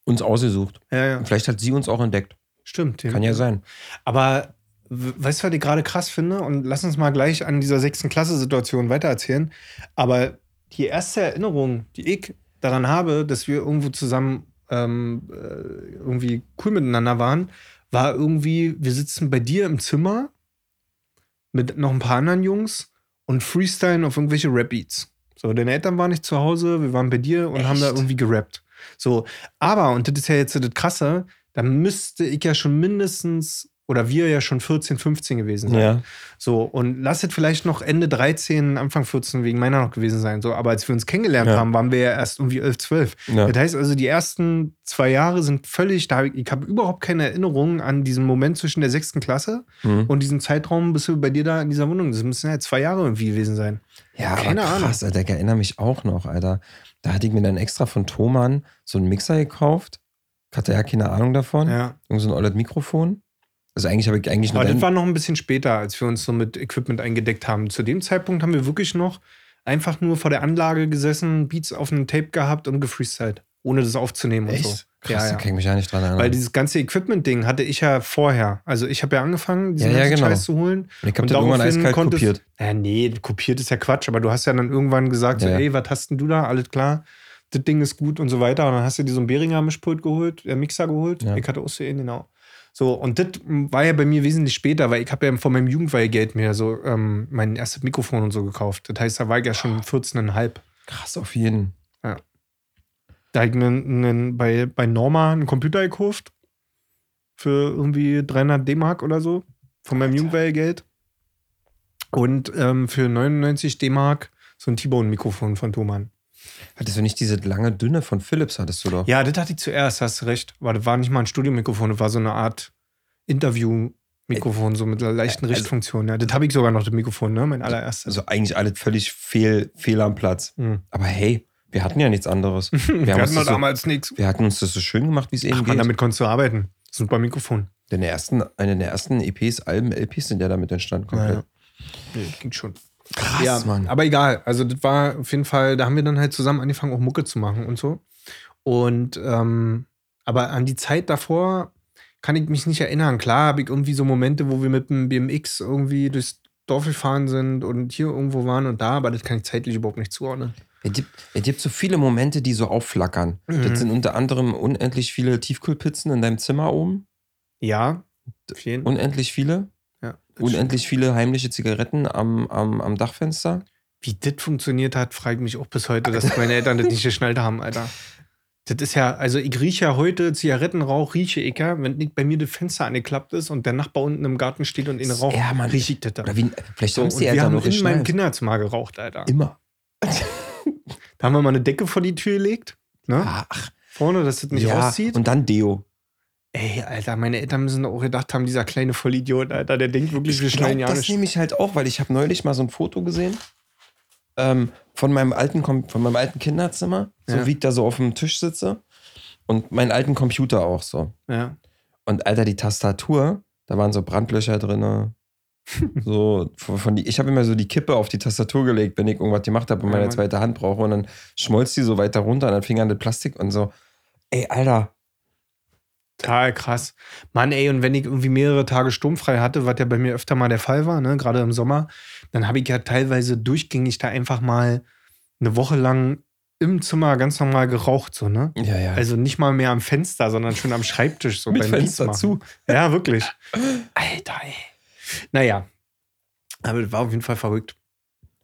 [SPEAKER 2] uns ausgesucht.
[SPEAKER 1] Ja, ja.
[SPEAKER 2] Und vielleicht hat sie uns auch entdeckt.
[SPEAKER 1] Stimmt.
[SPEAKER 2] Kann ja sein.
[SPEAKER 1] Aber w- weißt du, was ich gerade krass finde? Und lass uns mal gleich an dieser sechsten Klasse-Situation weitererzählen. Aber die erste Erinnerung, die ich daran habe, dass wir irgendwo zusammen ähm, äh, irgendwie cool miteinander waren, war irgendwie, wir sitzen bei dir im Zimmer mit noch ein paar anderen Jungs und freestylen auf irgendwelche Rap-Beats. So, deine Eltern waren nicht zu Hause, wir waren bei dir und haben da
[SPEAKER 2] Echt?
[SPEAKER 1] irgendwie gerappt. So, aber, und das ist ja jetzt das Krasse, da müsste ich ja schon mindestens oder wir ja schon 14, 15 gewesen sein. So, und lass es vielleicht noch Ende 13, Anfang 14 wegen meiner noch gewesen sein. So, aber als wir uns kennengelernt
[SPEAKER 2] Ja.
[SPEAKER 1] haben, waren wir ja erst um irgendwie 11, 12.
[SPEAKER 2] ja.
[SPEAKER 1] Das heißt also, die ersten zwei Jahre sind völlig, da hab ich, ich habe überhaupt keine Erinnerungen an diesen Moment zwischen der sechsten Klasse
[SPEAKER 2] Mhm.
[SPEAKER 1] und diesem Zeitraum, bis wir bei dir da in dieser Wohnung sind. Das müssen ja zwei Jahre irgendwie gewesen sein.
[SPEAKER 2] Ja,
[SPEAKER 1] Keine
[SPEAKER 2] aber krass, Alter, ich erinnere mich auch noch, Alter. Da hatte ich mir dann extra von Thomann so einen Mixer gekauft hatte ja keine Ahnung davon.
[SPEAKER 1] Ja.
[SPEAKER 2] Irgend so ein OLED-Mikrofon. Also eigentlich habe ich eigentlich nur
[SPEAKER 1] Aber das
[SPEAKER 2] dein-
[SPEAKER 1] war noch ein bisschen später, als wir uns so mit Equipment eingedeckt haben. Zu dem Zeitpunkt haben wir wirklich noch einfach nur vor der Anlage gesessen, Beats auf einem Tape gehabt und gefreestylt, ohne das aufzunehmen
[SPEAKER 2] Echt?
[SPEAKER 1] und so.
[SPEAKER 2] Krass, da
[SPEAKER 1] ja,
[SPEAKER 2] kann
[SPEAKER 1] ja.
[SPEAKER 2] ich mich ja nicht dran erinnern.
[SPEAKER 1] Weil dieses ganze Equipment-Ding hatte ich ja vorher. Also ich habe ja angefangen, diesen
[SPEAKER 2] Ja, ja,
[SPEAKER 1] ganzen
[SPEAKER 2] genau.
[SPEAKER 1] Scheiß zu holen.
[SPEAKER 2] Und ich habe das irgendwann
[SPEAKER 1] daraufhin
[SPEAKER 2] eiskalt
[SPEAKER 1] konntest-
[SPEAKER 2] kopiert.
[SPEAKER 1] Ja, nee, kopiert ist ja Quatsch, aber du hast ja dann irgendwann gesagt, so,
[SPEAKER 2] Ja.
[SPEAKER 1] ey, was hast denn du da? Alles klar, das Ding ist gut und so weiter. Und dann hast du dir so einen Behringer Mischpult geholt, äh, Mixer geholt.
[SPEAKER 2] Ja.
[SPEAKER 1] Ich hatte auch so einen, genau. So, und das m, war ja bei mir wesentlich später, weil ich habe ja von meinem Jugendweihgeld mir so ähm, mein erstes Mikrofon und so gekauft. Das heißt, da war ich ja
[SPEAKER 2] Ah.
[SPEAKER 1] schon 14,5.
[SPEAKER 2] Krass, auf jeden.
[SPEAKER 1] Da habe ich einen, einen, bei, bei Norma einen Computer gekauft. Für irgendwie 300 D-Mark oder so. Von meinem Jugendweihgeld. Und ähm, für 99 D-Mark so ein T-Bone-Mikrofon von Thomann.
[SPEAKER 2] Hattest du nicht diese lange, dünne von Philips, hattest du doch.
[SPEAKER 1] Ja, das hatte ich zuerst, hast du recht. Aber das war nicht mal ein Studiomikrofon, das war so eine Art Interview-Mikrofon, so mit einer leichten
[SPEAKER 2] Also-
[SPEAKER 1] Richtfunktion. Ja, das habe ich sogar noch, das Mikrofon, ne? mein allererstes.
[SPEAKER 2] Also eigentlich alles völlig fehl, fehl am Platz.
[SPEAKER 1] Mhm.
[SPEAKER 2] Aber hey, wir hatten ja nichts anderes.
[SPEAKER 1] Wir
[SPEAKER 2] haben uns
[SPEAKER 1] hatten
[SPEAKER 2] das
[SPEAKER 1] doch
[SPEAKER 2] so-
[SPEAKER 1] damals nichts.
[SPEAKER 2] Wir hatten uns das so schön gemacht, wie es eben
[SPEAKER 1] Ach,
[SPEAKER 2] geht.
[SPEAKER 1] man, damit konntest du arbeiten. Super Mikrofon.
[SPEAKER 2] Denn der ersten, eine der ersten EPs, Alben, LPs sind ja damit entstanden. Komplett.
[SPEAKER 1] Ja, Nee, das ging schon.
[SPEAKER 2] Krass,
[SPEAKER 1] ja,
[SPEAKER 2] Mann.
[SPEAKER 1] aber egal. Also das war auf jeden Fall, da haben wir dann halt zusammen angefangen, auch Mucke zu machen und so. Und ähm, aber an die Zeit davor kann ich mich nicht erinnern. Klar habe ich irgendwie so Momente, wo wir mit dem BMX irgendwie durchs Dorf gefahren sind und hier irgendwo waren und da, aber das kann ich zeitlich überhaupt nicht zuordnen.
[SPEAKER 2] Es gibt, es gibt so viele Momente, die so aufflackern.
[SPEAKER 1] Mhm.
[SPEAKER 2] Das sind unter anderem unendlich viele Tiefkühlpizzen in deinem Zimmer oben.
[SPEAKER 1] Ja, auf jeden
[SPEAKER 2] Unendlich viele.
[SPEAKER 1] Ja, das
[SPEAKER 2] Unendlich viele heimliche Zigaretten am, am, am Dachfenster.
[SPEAKER 1] Wie das funktioniert hat, frage ich mich auch bis heute, dass meine Eltern das nicht geschnallt haben, Alter. Das ist ja, also ich rieche ja heute Zigarettenrauch, rieche ich ja, wenn nicht bei mir das Fenster angeklappt ist und der Nachbar unten im Garten steht und ihn raucht,
[SPEAKER 2] Ja, Mann.
[SPEAKER 1] rieche ich das da.
[SPEAKER 2] Oder wie, vielleicht
[SPEAKER 1] So,
[SPEAKER 2] haben
[SPEAKER 1] und
[SPEAKER 2] es die
[SPEAKER 1] wir
[SPEAKER 2] Eltern
[SPEAKER 1] haben
[SPEAKER 2] noch
[SPEAKER 1] in meinem
[SPEAKER 2] geschnallt.
[SPEAKER 1] Kinderzimmer geraucht, Alter.
[SPEAKER 2] Immer.
[SPEAKER 1] Da haben wir mal eine Decke vor die Tür gelegt, ne?
[SPEAKER 2] Ach,
[SPEAKER 1] Vorne, dass das nicht
[SPEAKER 2] Ah. ja.
[SPEAKER 1] rauszieht.
[SPEAKER 2] Und dann Deo.
[SPEAKER 1] Ey, Alter, meine Eltern müssen doch auch gedacht haben, dieser kleine Vollidiot, Alter, der denkt wirklich, wir
[SPEAKER 2] Ich glaub,
[SPEAKER 1] schneiden ja
[SPEAKER 2] das
[SPEAKER 1] nicht.
[SPEAKER 2] nehme ich halt auch, weil ich habe neulich mal so ein Foto gesehen ähm, von, meinem alten Kom von meinem alten Kinderzimmer, so
[SPEAKER 1] Ja.
[SPEAKER 2] wie ich da so auf dem Tisch sitze und meinen alten Computer auch so.
[SPEAKER 1] Ja.
[SPEAKER 2] Und Alter, die Tastatur, da waren so Brandlöcher drin. So, von von die, ich habe immer so die Kippe auf die Tastatur gelegt, wenn ich irgendwas gemacht habe und
[SPEAKER 1] Ja,
[SPEAKER 2] meine
[SPEAKER 1] Mann.
[SPEAKER 2] zweite Hand brauche. Und dann schmolz die so weiter runter und dann fing an das Plastik und so. Ey, Alter.
[SPEAKER 1] Total krass. Mann, ey, und wenn ich irgendwie mehrere Tage sturmfrei hatte, was ja bei mir öfter mal der Fall war, ne, gerade im Sommer, dann habe ich ja teilweise durchgängig da einfach mal eine Woche lang im Zimmer ganz normal geraucht, so, ne?
[SPEAKER 2] Ja, ja.
[SPEAKER 1] Also nicht mal mehr am Fenster, sondern schon am Schreibtisch, so
[SPEAKER 2] Mit
[SPEAKER 1] beim
[SPEAKER 2] Fenster
[SPEAKER 1] Dienst
[SPEAKER 2] zu.
[SPEAKER 1] machen. Ja, wirklich. Alter, ey. Naja. Aber das war auf jeden Fall verrückt.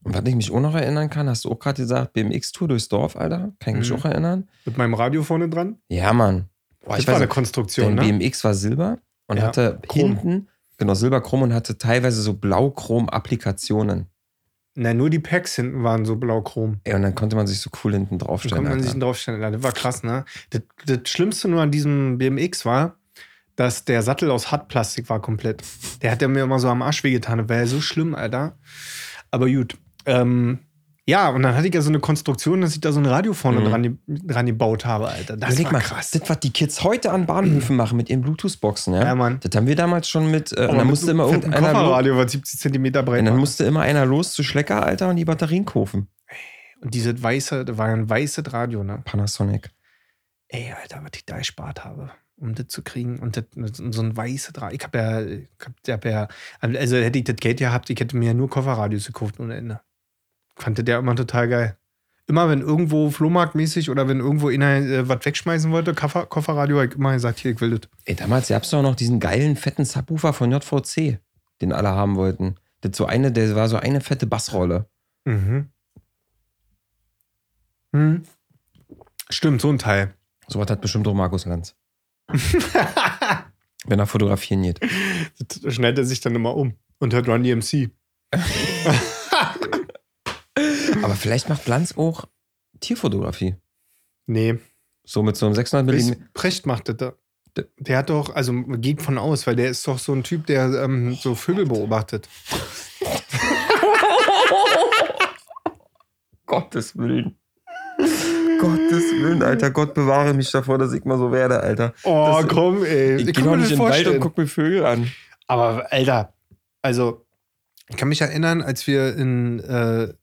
[SPEAKER 2] und was ich mich auch noch erinnern kann, hast du auch gerade gesagt, BMX-Tour durchs Dorf, Alter. Kann ich mich
[SPEAKER 1] Mhm.
[SPEAKER 2] auch erinnern.
[SPEAKER 1] Mit meinem Radio vorne dran.
[SPEAKER 2] Ja, Mann.
[SPEAKER 1] Boah,
[SPEAKER 2] ich
[SPEAKER 1] das war
[SPEAKER 2] weiß
[SPEAKER 1] eine
[SPEAKER 2] noch,
[SPEAKER 1] Konstruktion,
[SPEAKER 2] Dein
[SPEAKER 1] ne?
[SPEAKER 2] BMX war silber und
[SPEAKER 1] Ja,
[SPEAKER 2] hatte
[SPEAKER 1] chrom.
[SPEAKER 2] hinten, genau, silberchrom und hatte teilweise so blauchrom-Applikationen.
[SPEAKER 1] Na, nur die Packs hinten waren so blauchrom.
[SPEAKER 2] Ey, und dann konnte man sich so cool hinten
[SPEAKER 1] Da
[SPEAKER 2] draufstellen.
[SPEAKER 1] konnte man sich
[SPEAKER 2] Alter.
[SPEAKER 1] draufstellen. Alter. Das war krass, ne? Das, das Schlimmste nur an diesem BMX war, dass der Sattel aus Hartplastik war komplett. Der hat ja mir immer so am Arsch wehgetan. Das war ja so schlimm, Alter. Aber gut. Ähm, ja, und dann hatte ich ja so eine Konstruktion, dass ich da so ein Radio vorne
[SPEAKER 2] Mhm.
[SPEAKER 1] dran, dran gebaut habe, Alter. Das
[SPEAKER 2] Überleg
[SPEAKER 1] war
[SPEAKER 2] mal,
[SPEAKER 1] krass.
[SPEAKER 2] das, was die Kids heute an Bahnhöfen machen mit ihren Bluetooth-Boxen, ja?
[SPEAKER 1] Ja, Mann.
[SPEAKER 2] Das haben wir damals schon mit. Äh, ne? und
[SPEAKER 1] Aber
[SPEAKER 2] dann
[SPEAKER 1] mit
[SPEAKER 2] musste
[SPEAKER 1] so einem
[SPEAKER 2] immer
[SPEAKER 1] fetten
[SPEAKER 2] irgendeiner. Lo-
[SPEAKER 1] Kofferradio, was 70 Zentimeter breit
[SPEAKER 2] Und dann
[SPEAKER 1] war.
[SPEAKER 2] musste immer einer los zu Schlecker, Alter, und die Batterien kaufen.
[SPEAKER 1] Und dieses weiße, das war ja ein weißes Radio, ne?
[SPEAKER 2] Panasonic.
[SPEAKER 1] ey, Alter, was ich da gespart habe, um das zu kriegen. Und, das, und so ein weißes Draht. Ich habe ja, ich hab, ich hab ja, also hätte ich das Geld gehabt, ich hätte mir ja nur Kofferradios gekauft ohne Ende. Fand das ja immer total geil. Immer wenn irgendwo flohmarktmäßig oder wenn irgendwo einer äh, was wegschmeißen wollte, Koffer, Kofferradio, hab ich immer gesagt, hier, ich will das.
[SPEAKER 2] Ey, damals gab es doch noch diesen geilen, fetten Subwoofer von JVC, den alle haben wollten. Das so eine, der war so eine fette Bassrolle.
[SPEAKER 1] Mhm. Hm. Stimmt, so ein Teil.
[SPEAKER 2] Sowas hat bestimmt auch Markus Lanz. Wenn er fotografieren geht.
[SPEAKER 1] Das schneidet er sich dann immer um und hört Run DMC.
[SPEAKER 2] Aber vielleicht macht Lanz auch Tierfotografie.
[SPEAKER 1] Nee.
[SPEAKER 2] So mit so einem 600 Millimeter.
[SPEAKER 1] Weiß, Precht macht das da.
[SPEAKER 2] D-
[SPEAKER 1] Der hat doch, also geht von aus, weil der ist doch so ein Typ, der ähm, so Vögel beobachtet.
[SPEAKER 2] Gottes Willen. Gottes Willen, Alter. Gott bewahre mich davor, dass ich mal so werde, Alter.
[SPEAKER 1] Oh,
[SPEAKER 2] Das-
[SPEAKER 1] komm, ey.
[SPEAKER 2] Ich,
[SPEAKER 1] Ich
[SPEAKER 2] geh
[SPEAKER 1] kann
[SPEAKER 2] doch
[SPEAKER 1] mir
[SPEAKER 2] nicht
[SPEAKER 1] das
[SPEAKER 2] in den Wald
[SPEAKER 1] vorstellen.
[SPEAKER 2] und guck mir Vögel an.
[SPEAKER 1] Aber, Alter, also, ich kann mich erinnern, als wir in, äh,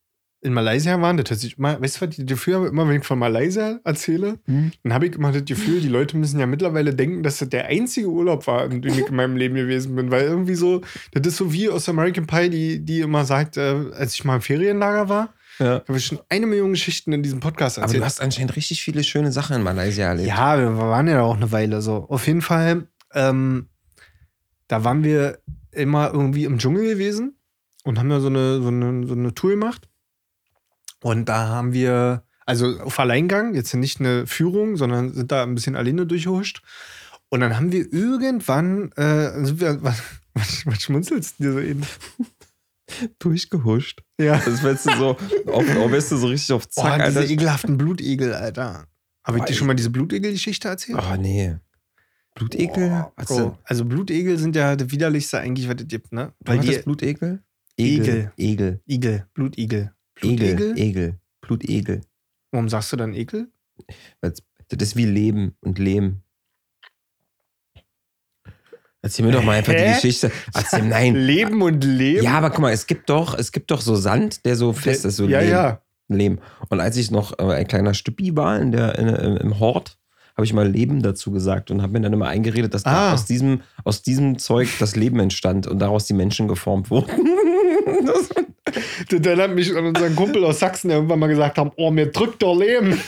[SPEAKER 1] in Malaysia waren, das hört sich immer, weißt du, was ich das Gefühl habe, immer wenn ich von Malaysia erzähle,
[SPEAKER 2] Hm.
[SPEAKER 1] dann habe ich immer das Gefühl, die Leute müssen ja mittlerweile denken, dass das der einzige Urlaub war, in dem ich in meinem Leben gewesen bin, weil irgendwie so, das ist so wie aus American Pie, die, die immer sagt, äh, als ich mal im Ferienlager war,
[SPEAKER 2] Ja.
[SPEAKER 1] habe ich schon eine Million Geschichten in diesem Podcast
[SPEAKER 2] Aber
[SPEAKER 1] erzählt.
[SPEAKER 2] du hast anscheinend richtig viele schöne Sachen in Malaysia erlebt.
[SPEAKER 1] Ja, wir waren ja da auch eine Weile so. Auf jeden Fall, ähm, da waren wir immer irgendwie im Dschungel gewesen und haben ja so eine, so eine, so eine Tour gemacht. Und da haben wir, also auf Alleingang, jetzt nicht eine Führung, sondern sind da ein bisschen alleine durchgehuscht. Und dann haben wir irgendwann, äh, sind wir, was, was, was schmunzelst du dir so eben?
[SPEAKER 2] Durchgehuscht.
[SPEAKER 1] Ja.
[SPEAKER 2] Das wärst du so, auf, auf, wärst du so richtig auf
[SPEAKER 1] Oh,
[SPEAKER 2] Zack,
[SPEAKER 1] diese
[SPEAKER 2] Alter.
[SPEAKER 1] ekelhaften Blutegel, Alter. Habe ich
[SPEAKER 2] Oh,
[SPEAKER 1] dir
[SPEAKER 2] ich-
[SPEAKER 1] schon mal diese Blutegel-Geschichte erzählt?
[SPEAKER 2] Oh, nee. Blutekel?
[SPEAKER 1] Boah,
[SPEAKER 2] Was
[SPEAKER 1] Bro.
[SPEAKER 2] denn?
[SPEAKER 1] Also Blutegel sind ja das widerlichste eigentlich, was es gibt, ne?
[SPEAKER 2] Weil
[SPEAKER 1] Weil
[SPEAKER 2] war
[SPEAKER 1] die
[SPEAKER 2] das Blutegel?
[SPEAKER 1] Egel.
[SPEAKER 2] Egel.
[SPEAKER 1] Igel, Blutigel.
[SPEAKER 2] Egel.
[SPEAKER 1] Blutegel? E-
[SPEAKER 2] Egel. Egel. Blutegel.
[SPEAKER 1] Warum sagst du dann Ekel?
[SPEAKER 2] Das ist wie Leben und Lehm. Erzähl mir doch mal einfach die
[SPEAKER 1] Hä?
[SPEAKER 2] Geschichte. Erzähl, nein.
[SPEAKER 1] Leben und Leben.
[SPEAKER 2] Ja, aber guck mal, es gibt doch, es gibt doch so Sand, der so fest ist, so
[SPEAKER 1] ja,
[SPEAKER 2] Lehm.
[SPEAKER 1] ja.
[SPEAKER 2] Lehm. Und als ich noch äh, ein kleiner Stüppi war in der, in, im- im Hort, habe ich mal Leben dazu gesagt und habe mir dann immer eingeredet, dass da
[SPEAKER 1] Ah.
[SPEAKER 2] aus, diesem, aus diesem Zeug das Leben entstand und daraus die Menschen geformt wurden. Das,
[SPEAKER 1] Das erinnert mich an unseren Kumpel aus Sachsen, der irgendwann mal gesagt hat, oh, mir drückt der Leben.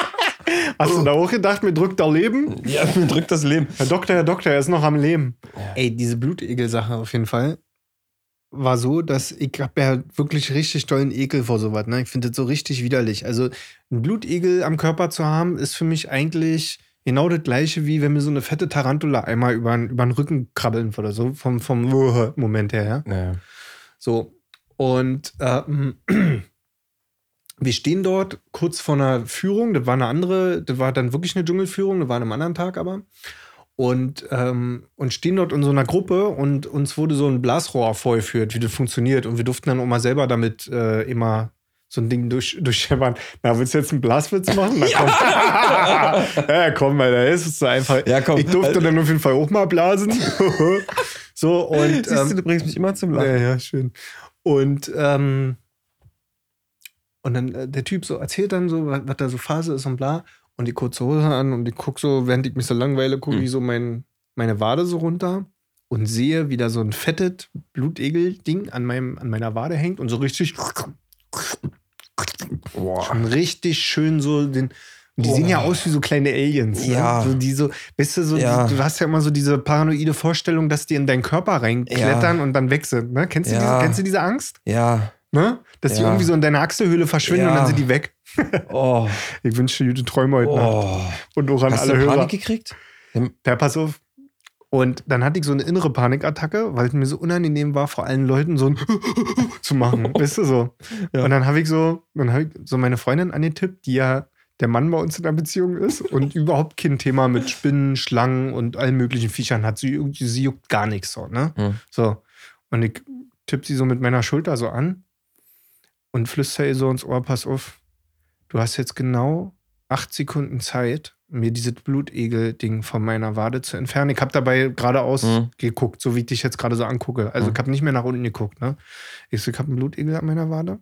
[SPEAKER 1] Hast du da auch gedacht, mir drückt der Leben?
[SPEAKER 2] ja, mir drückt das Leben.
[SPEAKER 1] Herr Doktor, Herr Doktor, er ist noch am Leben. Ey, diese Blutegel-Sache auf jeden Fall war so, dass ich habe ja wirklich richtig tollen Ekel vor sowas. Ne? Ich finde das so richtig widerlich. Also einen Blutegel am Körper zu haben, ist für mich eigentlich genau das gleiche, wie wenn mir so eine fette Tarantula einmal über, über den Rücken krabbeln würde. So vom, vom Moment her. Ja?
[SPEAKER 2] Naja.
[SPEAKER 1] So, und ähm, wir stehen dort kurz vor einer Führung. Das war eine andere, das war dann wirklich eine Dschungelführung, das war an einem anderen Tag aber. Und, ähm, und stehen dort in so einer Gruppe und uns wurde so ein Blasrohr vorgeführt, wie das funktioniert. Und wir durften dann auch mal selber damit äh, immer so ein Ding durch, durchscheppern. Na, willst du jetzt einen Blaswitz machen? Na komm. ja, komm, Alter, das ist so einfach.
[SPEAKER 2] Ja, komm. also,
[SPEAKER 1] Ich durfte dann auf jeden Fall auch mal blasen. so, und. ähm,
[SPEAKER 2] Siehst du, du bringst mich immer zum Lachen.
[SPEAKER 1] Ja, ja, schön. Und, ähm, und dann äh, der Typ so erzählt dann so, was, was da so Phase ist und bla. Und die kurze Hose an und ich guck so, während ich mich so langweile, gucke
[SPEAKER 2] Hm.
[SPEAKER 1] ich so mein, meine Wade so runter und sehe, wie da so ein fettes Blutegel-Ding an, meinem, an meiner Wade hängt und so richtig,
[SPEAKER 2] Boah.
[SPEAKER 1] schon richtig schön so den. Und die
[SPEAKER 2] Boah.
[SPEAKER 1] sehen ja aus wie so kleine Aliens.
[SPEAKER 2] Ja.
[SPEAKER 1] Ne? So, die so, weißt du, so,
[SPEAKER 2] Ja.
[SPEAKER 1] die, du hast ja immer so diese paranoide Vorstellung, dass die in deinen Körper reinklettern und dann weg sind. Ne? Kennst, du
[SPEAKER 2] Ja.
[SPEAKER 1] diese, kennst du diese Angst?
[SPEAKER 2] Ja.
[SPEAKER 1] Ne? Dass die
[SPEAKER 2] Ja.
[SPEAKER 1] irgendwie so in deiner Achselhöhle verschwinden und
[SPEAKER 2] Ja.
[SPEAKER 1] dann sind die weg.
[SPEAKER 2] Oh.
[SPEAKER 1] Ich wünsche dir gute Träume heute Nacht.
[SPEAKER 2] oh.
[SPEAKER 1] Und auch an
[SPEAKER 2] Hast
[SPEAKER 1] alle
[SPEAKER 2] du
[SPEAKER 1] Hörer.
[SPEAKER 2] Panik gekriegt?
[SPEAKER 1] Ja, pass auf. Und dann hatte ich so eine innere Panikattacke, weil es mir so unangenehm war, vor allen Leuten so ein zu machen. Weißt du so?
[SPEAKER 2] Ja.
[SPEAKER 1] Und dann habe ich so, dann habe ich so meine Freundin angetippt, die ja der Mann bei uns in der Beziehung ist und überhaupt kein Thema mit Spinnen, Schlangen und allen möglichen Viechern hat. Sie, irgendwie- sie juckt gar nichts so, ne?
[SPEAKER 2] Hm.
[SPEAKER 1] So. Und ich tippe sie so mit meiner Schulter so an und flüstere ihr so ins Ohr, pass auf, du hast jetzt genau acht Sekunden Zeit, mir dieses Blutegel-Ding von meiner Wade zu entfernen. Ich habe dabei geradeaus
[SPEAKER 2] Mhm.
[SPEAKER 1] geguckt, so wie ich dich jetzt gerade so angucke. Also
[SPEAKER 2] Mhm.
[SPEAKER 1] ich habe nicht mehr nach unten geguckt. Ne? Ich, so, ich habe einen Blutegel an meiner Wade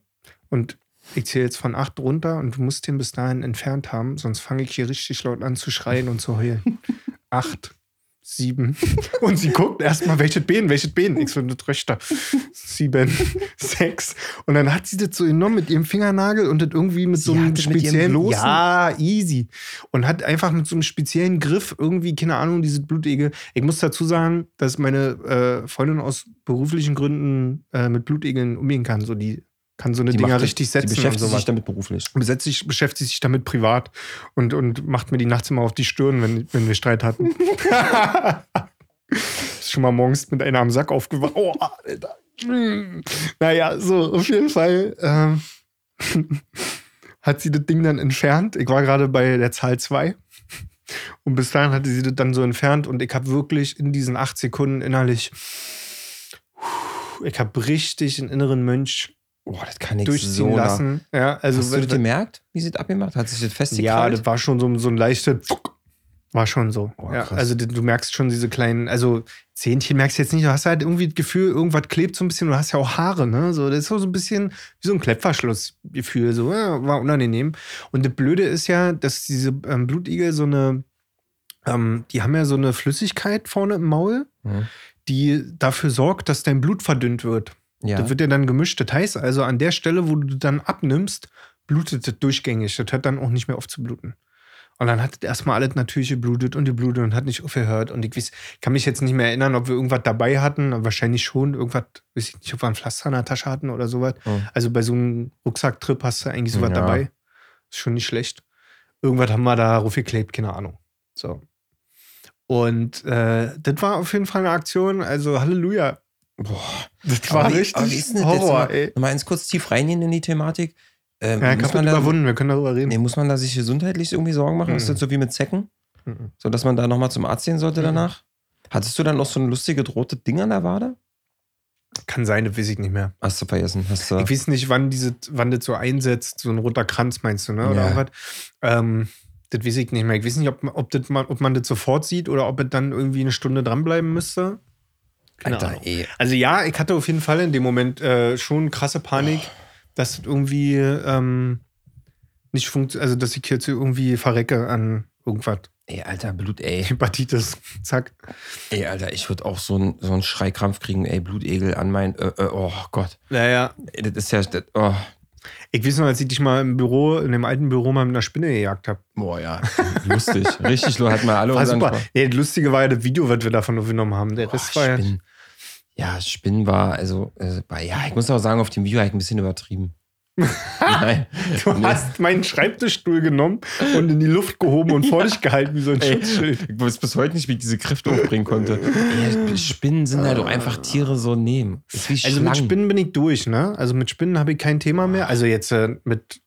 [SPEAKER 1] und ich zähle jetzt von acht runter und du musst den bis dahin entfernt haben, sonst fange ich hier richtig laut an zu schreien und zu heulen. acht, sieben. Und sie guckt erstmal, welches Bein, welches Bein. Ich so, eine Töchter. Sieben, sechs. Und dann hat sie das so genommen mit ihrem Fingernagel und das irgendwie mit so
[SPEAKER 2] Sie
[SPEAKER 1] einem
[SPEAKER 2] hat das mit ihrem
[SPEAKER 1] speziellen.
[SPEAKER 2] bloßen-
[SPEAKER 1] ja, easy. Und hat einfach mit so einem speziellen Griff irgendwie, keine Ahnung, dieses Blutegel. Ich muss dazu sagen, dass meine äh, Freundin aus beruflichen Gründen äh, mit Blutegeln umgehen kann. So, die kann so eine
[SPEAKER 2] Die
[SPEAKER 1] Dinger
[SPEAKER 2] macht das-
[SPEAKER 1] richtig setzen.
[SPEAKER 2] Die
[SPEAKER 1] und
[SPEAKER 2] beschäftigt
[SPEAKER 1] sowas
[SPEAKER 2] sich damit beruflich.
[SPEAKER 1] besetzt sich, beschäftigt sich damit privat und, und macht mir die nachts immer auf die Stirn, wenn, wenn wir Streit hatten. Ist schon mal morgens mit einer am Sack aufgewacht. Oh, Alter. Mm. Naja, so, auf jeden Fall ähm, hat sie das Ding dann entfernt. Ich war gerade bei der Zahl 2. Und bis dahin hatte sie das dann so entfernt und ich habe wirklich in diesen acht Sekunden innerlich, ich habe richtig einen inneren Mönch
[SPEAKER 2] Boah, das kann nichts
[SPEAKER 1] durchziehen
[SPEAKER 2] so nah-
[SPEAKER 1] lassen. Ja, also
[SPEAKER 2] Hast du das gemerkt, wie sie das abgemacht hat? Hat sich das
[SPEAKER 1] ja,
[SPEAKER 2] festgekrallt?
[SPEAKER 1] das war schon so, so ein leichter war schon so.
[SPEAKER 2] Oh,
[SPEAKER 1] ja,
[SPEAKER 2] krass.
[SPEAKER 1] also du- du merkst schon diese kleinen, also Zähnchen merkst du jetzt nicht, du hast halt irgendwie das Gefühl, irgendwas klebt so ein bisschen, du hast ja auch Haare, ne? So, das ist so so ein bisschen wie so ein Klettverschlussgefühl, so, ja, war unangenehm. Und das Blöde ist ja, dass diese ähm, Blutigel so eine, ähm, die haben ja so eine Flüssigkeit vorne im Maul,
[SPEAKER 2] Mhm.
[SPEAKER 1] die dafür sorgt, dass dein Blut verdünnt wird.
[SPEAKER 2] ja.
[SPEAKER 1] Das wird ja dann gemischt. Das heißt also, an der Stelle, wo du dann abnimmst, blutet das durchgängig. Das hört dann auch nicht mehr auf zu bluten. Und dann hat das erstmal alles natürlich geblutet und geblutet und hat nicht aufgehört. Und ich weiß, kann mich jetzt nicht mehr erinnern, ob wir irgendwas dabei hatten. Aber Wahrscheinlich schon. Irgendwas, weiß ich nicht, ob wir ein Pflaster in der Tasche hatten oder sowas.
[SPEAKER 2] Mhm.
[SPEAKER 1] Also bei so einem Rucksacktrip hast du eigentlich sowas
[SPEAKER 2] Ja.
[SPEAKER 1] dabei. Ist schon nicht schlecht. Irgendwas haben wir da raufgeklebt, keine Ahnung. So. Und äh, das war auf jeden Fall eine Aktion. Also Halleluja.
[SPEAKER 2] Boah.
[SPEAKER 1] Das
[SPEAKER 2] Aber
[SPEAKER 1] war
[SPEAKER 2] wie-
[SPEAKER 1] richtig
[SPEAKER 2] aber wie ist denn das
[SPEAKER 1] Horror,
[SPEAKER 2] jetzt
[SPEAKER 1] ey.
[SPEAKER 2] Noch Mal ins kurz tief reingehen in die Thematik. Ähm,
[SPEAKER 1] Ja,
[SPEAKER 2] muss,
[SPEAKER 1] kaputt
[SPEAKER 2] man da,
[SPEAKER 1] überwunden, wir können darüber reden.
[SPEAKER 2] nee, muss man da sich gesundheitlich irgendwie Sorgen machen? Ist
[SPEAKER 1] Mhm.
[SPEAKER 2] das so wie mit Zecken?
[SPEAKER 1] Mhm.
[SPEAKER 2] So dass man da nochmal zum Arzt gehen sollte
[SPEAKER 1] Mhm.
[SPEAKER 2] danach? Hattest du dann noch so ein lustiges rotes Ding an der Wade?
[SPEAKER 1] Kann sein, das weiß ich nicht mehr.
[SPEAKER 2] Hast du vergessen. Hast du,
[SPEAKER 1] Ich weiß nicht, wann, diese, wann das so einsetzt, so ein roter Kranz meinst du, ne? Oder
[SPEAKER 2] Ja.
[SPEAKER 1] irgendwas. Ähm, das weiß ich nicht mehr. Ich weiß nicht, ob, man- ob, das man, ob man das sofort sieht oder ob es dann irgendwie eine Stunde dranbleiben müsste. Keine
[SPEAKER 2] Alter,
[SPEAKER 1] Ahnung.
[SPEAKER 2] ey.
[SPEAKER 1] Also ja, ich hatte auf jeden Fall in dem Moment äh, schon krasse Panik,
[SPEAKER 2] Oh.
[SPEAKER 1] dass das irgendwie ähm, nicht funktioniert, also dass ich jetzt irgendwie verrecke an irgendwas.
[SPEAKER 2] ey, Alter, Blut, ey.
[SPEAKER 1] Hepatitis, zack.
[SPEAKER 2] Ey, Alter, ich würde auch so einen so einen Schreikrampf kriegen, ey, Blutegel an mein. Äh, äh, oh Gott.
[SPEAKER 1] Naja,
[SPEAKER 2] Ey, das ist ja. Das, oh.
[SPEAKER 1] Ich weiß noch, als ich dich mal im Büro, in dem alten Büro mal mit einer Spinne gejagt habe.
[SPEAKER 2] Boah, ja. Lustig. Richtig, lo- hat mal alle
[SPEAKER 1] War
[SPEAKER 2] unseren
[SPEAKER 1] super. Nee, das Lustige war ja das Video, was wir davon aufgenommen haben. Der Rest
[SPEAKER 2] Boah,
[SPEAKER 1] war ja.
[SPEAKER 2] Spinnen. Ja, Spinnen war, also, äh, war, ja, ich muss auch sagen, auf dem Video habe ich ein bisschen übertrieben. Nein.
[SPEAKER 1] Du hast meinen Schreibtischstuhl genommen und in die Luft gehoben und vor dich gehalten wie so ein Schutzschild.
[SPEAKER 2] Ich weiß bis heute nicht, wie ich diese Kräfte aufbringen konnte. Ey, Spinnen sind halt auch einfach Tiere so nehmen. Ist wie
[SPEAKER 1] Ah. Also
[SPEAKER 2] Schlangen.
[SPEAKER 1] mit Spinnen bin ich durch, ne? Also mit Spinnen habe ich kein Thema mehr. Also jetzt äh, mit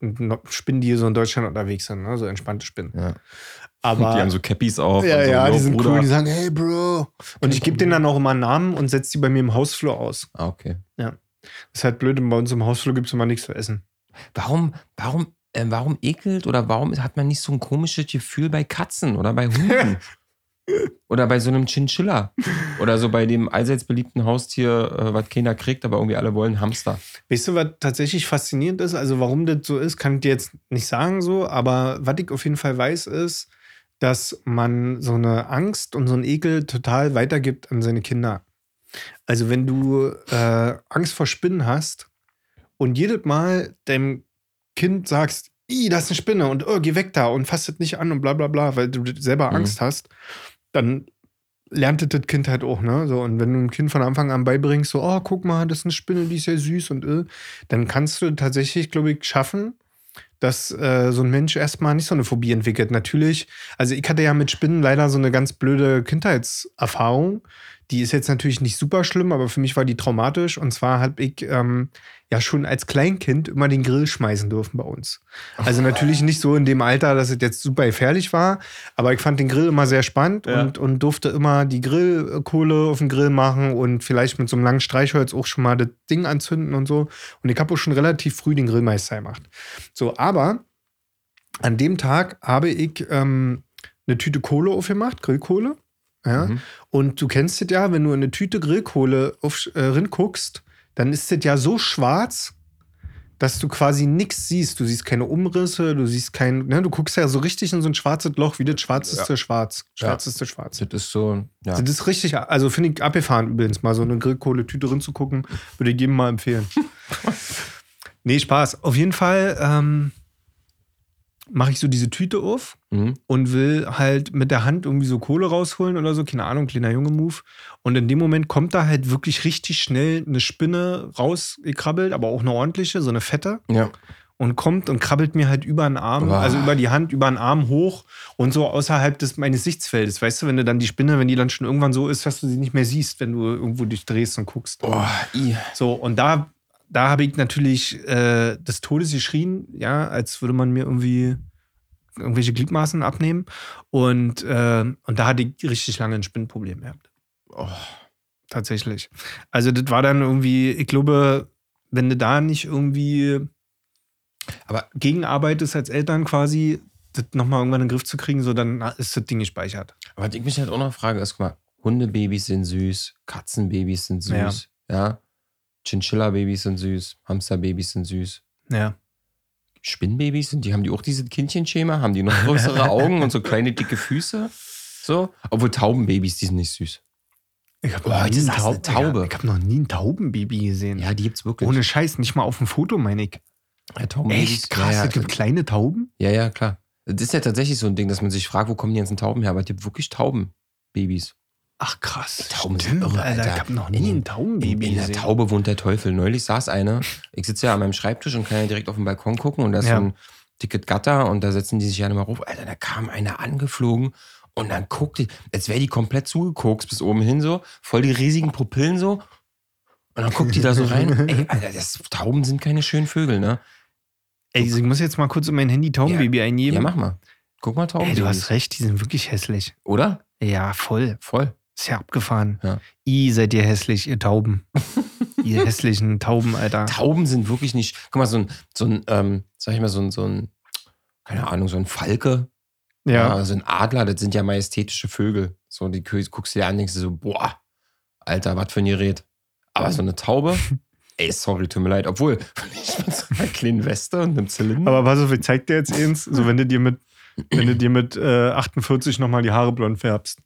[SPEAKER 1] Spinnen, die hier so in Deutschland unterwegs sind, ne? So entspannte Spinnen.
[SPEAKER 2] Ja.
[SPEAKER 1] Aber
[SPEAKER 2] Und die haben so Cappies auf.
[SPEAKER 1] ja,
[SPEAKER 2] und so,
[SPEAKER 1] ja,
[SPEAKER 2] yo,
[SPEAKER 1] die sind
[SPEAKER 2] Bruder.
[SPEAKER 1] cool, die sagen, hey Bro. Und ich gebe denen dann auch immer einen Namen und setze die bei mir im Hausflur aus.
[SPEAKER 2] Ah, okay.
[SPEAKER 1] Ist halt blöd, bei uns im Hausflur gibt es immer nichts zu essen.
[SPEAKER 2] Warum, warum, äh, warum ekelt oder warum hat man nicht so ein komisches Gefühl bei Katzen oder bei Hunden? oder bei so einem Chinchilla? Oder so bei dem allseits beliebten Haustier, äh, was keiner kriegt, aber irgendwie alle wollen Hamster.
[SPEAKER 1] Weißt du, was tatsächlich faszinierend ist? Also, warum das so ist, kann ich dir jetzt nicht sagen, so, aber was ich auf jeden Fall weiß, ist, dass man so eine Angst und so einen Ekel total weitergibt an seine Kinder. Also, wenn du äh, Angst vor Spinnen hast und jedes Mal deinem Kind sagst, Ih, das ist eine Spinne und oh, geh weg da und fass das nicht an und bla bla bla, weil du selber
[SPEAKER 2] Mhm.
[SPEAKER 1] Angst hast, dann lernt das das Kind halt auch, ne? So, und wenn du einem Kind von Anfang an beibringst, so, oh, guck mal, das ist eine Spinne, die ist ja süß und äh, dann kannst du tatsächlich, glaube ich, schaffen, dass äh, so ein Mensch erstmal nicht so eine Phobie entwickelt. Natürlich, also ich hatte ja mit Spinnen leider so eine ganz blöde Kindheitserfahrung. Die ist jetzt natürlich nicht super schlimm, aber für mich war die traumatisch. Und zwar habe ich ähm, ja schon als Kleinkind immer den Grill schmeißen dürfen bei uns. Also natürlich nicht so in dem Alter, dass es jetzt super gefährlich war, aber ich fand den Grill immer sehr spannend
[SPEAKER 2] Ja.
[SPEAKER 1] und, und durfte immer die Grillkohle auf den Grill machen und vielleicht mit so einem langen Streichholz auch schon mal das Ding anzünden und so. Und ich habe auch schon relativ früh den Grillmeister gemacht. So, aber an dem Tag habe ich ähm, eine Tüte Kohle aufgemacht, Grillkohle. Ja.
[SPEAKER 2] Mhm.
[SPEAKER 1] Und du kennst es ja, wenn du in eine Tüte Grillkohle auf, äh, rin guckst, dann ist das ja so schwarz, dass du quasi nichts siehst. Du siehst keine Umrisse, du siehst kein, ne, du guckst ja so richtig in so ein schwarzes Loch, wie das schwarzeste Schwarz.
[SPEAKER 2] Ja.
[SPEAKER 1] Schwarzeste Schwarz.
[SPEAKER 2] Das ist so, ja.
[SPEAKER 1] Das ist richtig, also finde ich abgefahren übrigens, mal so eine Grillkohletüte drin zu gucken, würde ich jedem mal empfehlen. nee, Spaß. Auf jeden Fall ähm, mache ich so diese Tüte auf
[SPEAKER 2] Mhm.
[SPEAKER 1] und will halt mit der Hand irgendwie so Kohle rausholen oder so, keine Ahnung, kleiner Junge Move. Und in dem Moment kommt da halt wirklich richtig schnell eine Spinne rausgekrabbelt, aber auch eine ordentliche, so eine fette
[SPEAKER 2] Ja.
[SPEAKER 1] und kommt und krabbelt mir halt über den Arm,
[SPEAKER 2] Boah.
[SPEAKER 1] also über die Hand, über den Arm hoch und so außerhalb des, meines Sichtfeldes. Weißt du, wenn du dann die Spinne, wenn die dann schon irgendwann so ist, dass du sie nicht mehr siehst, wenn du irgendwo dich drehst und guckst.
[SPEAKER 2] Oh, i.
[SPEAKER 1] So, und da, da habe ich natürlich äh, des Todes geschrien, ja, als würde man mir irgendwie irgendwelche Gliedmaßen abnehmen. Und, äh, und da hatte ich richtig lange ein Spinnenproblem gehabt.
[SPEAKER 2] Oh.
[SPEAKER 1] Tatsächlich. Also, das war dann irgendwie, ich glaube, wenn du da nicht irgendwie
[SPEAKER 2] Aber-
[SPEAKER 1] gegenarbeitest als Eltern quasi, das nochmal irgendwann in den Griff zu kriegen, so dann ist das Ding gespeichert.
[SPEAKER 2] Aber was ich mich halt auch noch frage, ist, guck mal, Hundebabys sind süß, Katzenbabys sind süß, ja. Chinchilla-Babys sind süß, Hamsterbabys sind süß.
[SPEAKER 1] Ja.
[SPEAKER 2] Spinnbabys sind, die haben die auch dieses Kindchenschema, haben die noch größere Augen und so kleine dicke Füße. So, obwohl Taubenbabys, die sind nicht süß.
[SPEAKER 1] Ich habe
[SPEAKER 2] Oh, das ist eine Taub- Taube.
[SPEAKER 1] Ich habe noch nie ein Taubenbaby gesehen.
[SPEAKER 2] Ja, die gibt's wirklich.
[SPEAKER 1] Ohne Scheiß, nicht mal auf dem Foto, meine ich.
[SPEAKER 2] ja, Taubenbabys,
[SPEAKER 1] Echt krass,
[SPEAKER 2] Oh, Ja,
[SPEAKER 1] es gibt
[SPEAKER 2] ja,
[SPEAKER 1] kleine Tauben?
[SPEAKER 2] ja, ja, klar. Das ist ja tatsächlich so ein Ding, dass man sich fragt, wo kommen die ganzen Tauben her? Aber es gibt wirklich Taubenbabys.
[SPEAKER 1] Ach krass.
[SPEAKER 2] Tauben sind
[SPEAKER 1] Stimmt,
[SPEAKER 2] irre,
[SPEAKER 1] Alter.
[SPEAKER 2] Alter.
[SPEAKER 1] Ich habe noch
[SPEAKER 2] In-
[SPEAKER 1] nie ein
[SPEAKER 2] In,
[SPEAKER 1] Taubenbaby
[SPEAKER 2] in der
[SPEAKER 1] gesehen.
[SPEAKER 2] Taube wohnt der Teufel. Neulich saß eine, ich sitze ja an meinem Schreibtisch und kann ja direkt auf den Balkon gucken und da ist
[SPEAKER 1] Ja.
[SPEAKER 2] so ein Ticket Gatter und da setzen die sich ja nochmal ruf. Alter, da kam eine angeflogen und dann guckt die, als wäre die komplett zugekokst bis oben hin so, voll die riesigen Pupillen so. Und dann guckt die da so rein. Ey, Alter, das, Tauben sind keine schönen Vögel, ne?
[SPEAKER 1] Ey, ich muss jetzt mal kurz in mein Handy Taubenbaby eingeben.
[SPEAKER 2] Ja, mach mal. Guck mal, Tauben.
[SPEAKER 1] Ey, du hast recht, die sind wirklich hässlich.
[SPEAKER 2] Oder?
[SPEAKER 1] Ja, voll.
[SPEAKER 2] Voll.
[SPEAKER 1] Ist ja abgefahren.
[SPEAKER 2] Ja.
[SPEAKER 1] I, seid ihr hässlich, ihr Tauben. ihr hässlichen Tauben, Alter.
[SPEAKER 2] Tauben sind wirklich nicht. Guck mal, so ein, so ein ähm, sag ich mal, so ein, so ein, keine Ahnung, so ein Falke Ja.
[SPEAKER 1] Ja.
[SPEAKER 2] so ein Adler, das sind ja majestätische Vögel. So, die kü- guckst du dir an, denkst du so, boah, Alter, was für ein Gerät. Aber so eine Taube, ey, sorry, tut mir leid. Obwohl, ich mit so einer kleinen Weste und einem Zylinder.
[SPEAKER 1] Aber was ich zeig dir jetzt eins, so wenn du dir mit, wenn du dir mit äh, 48 nochmal die Haare blond färbst.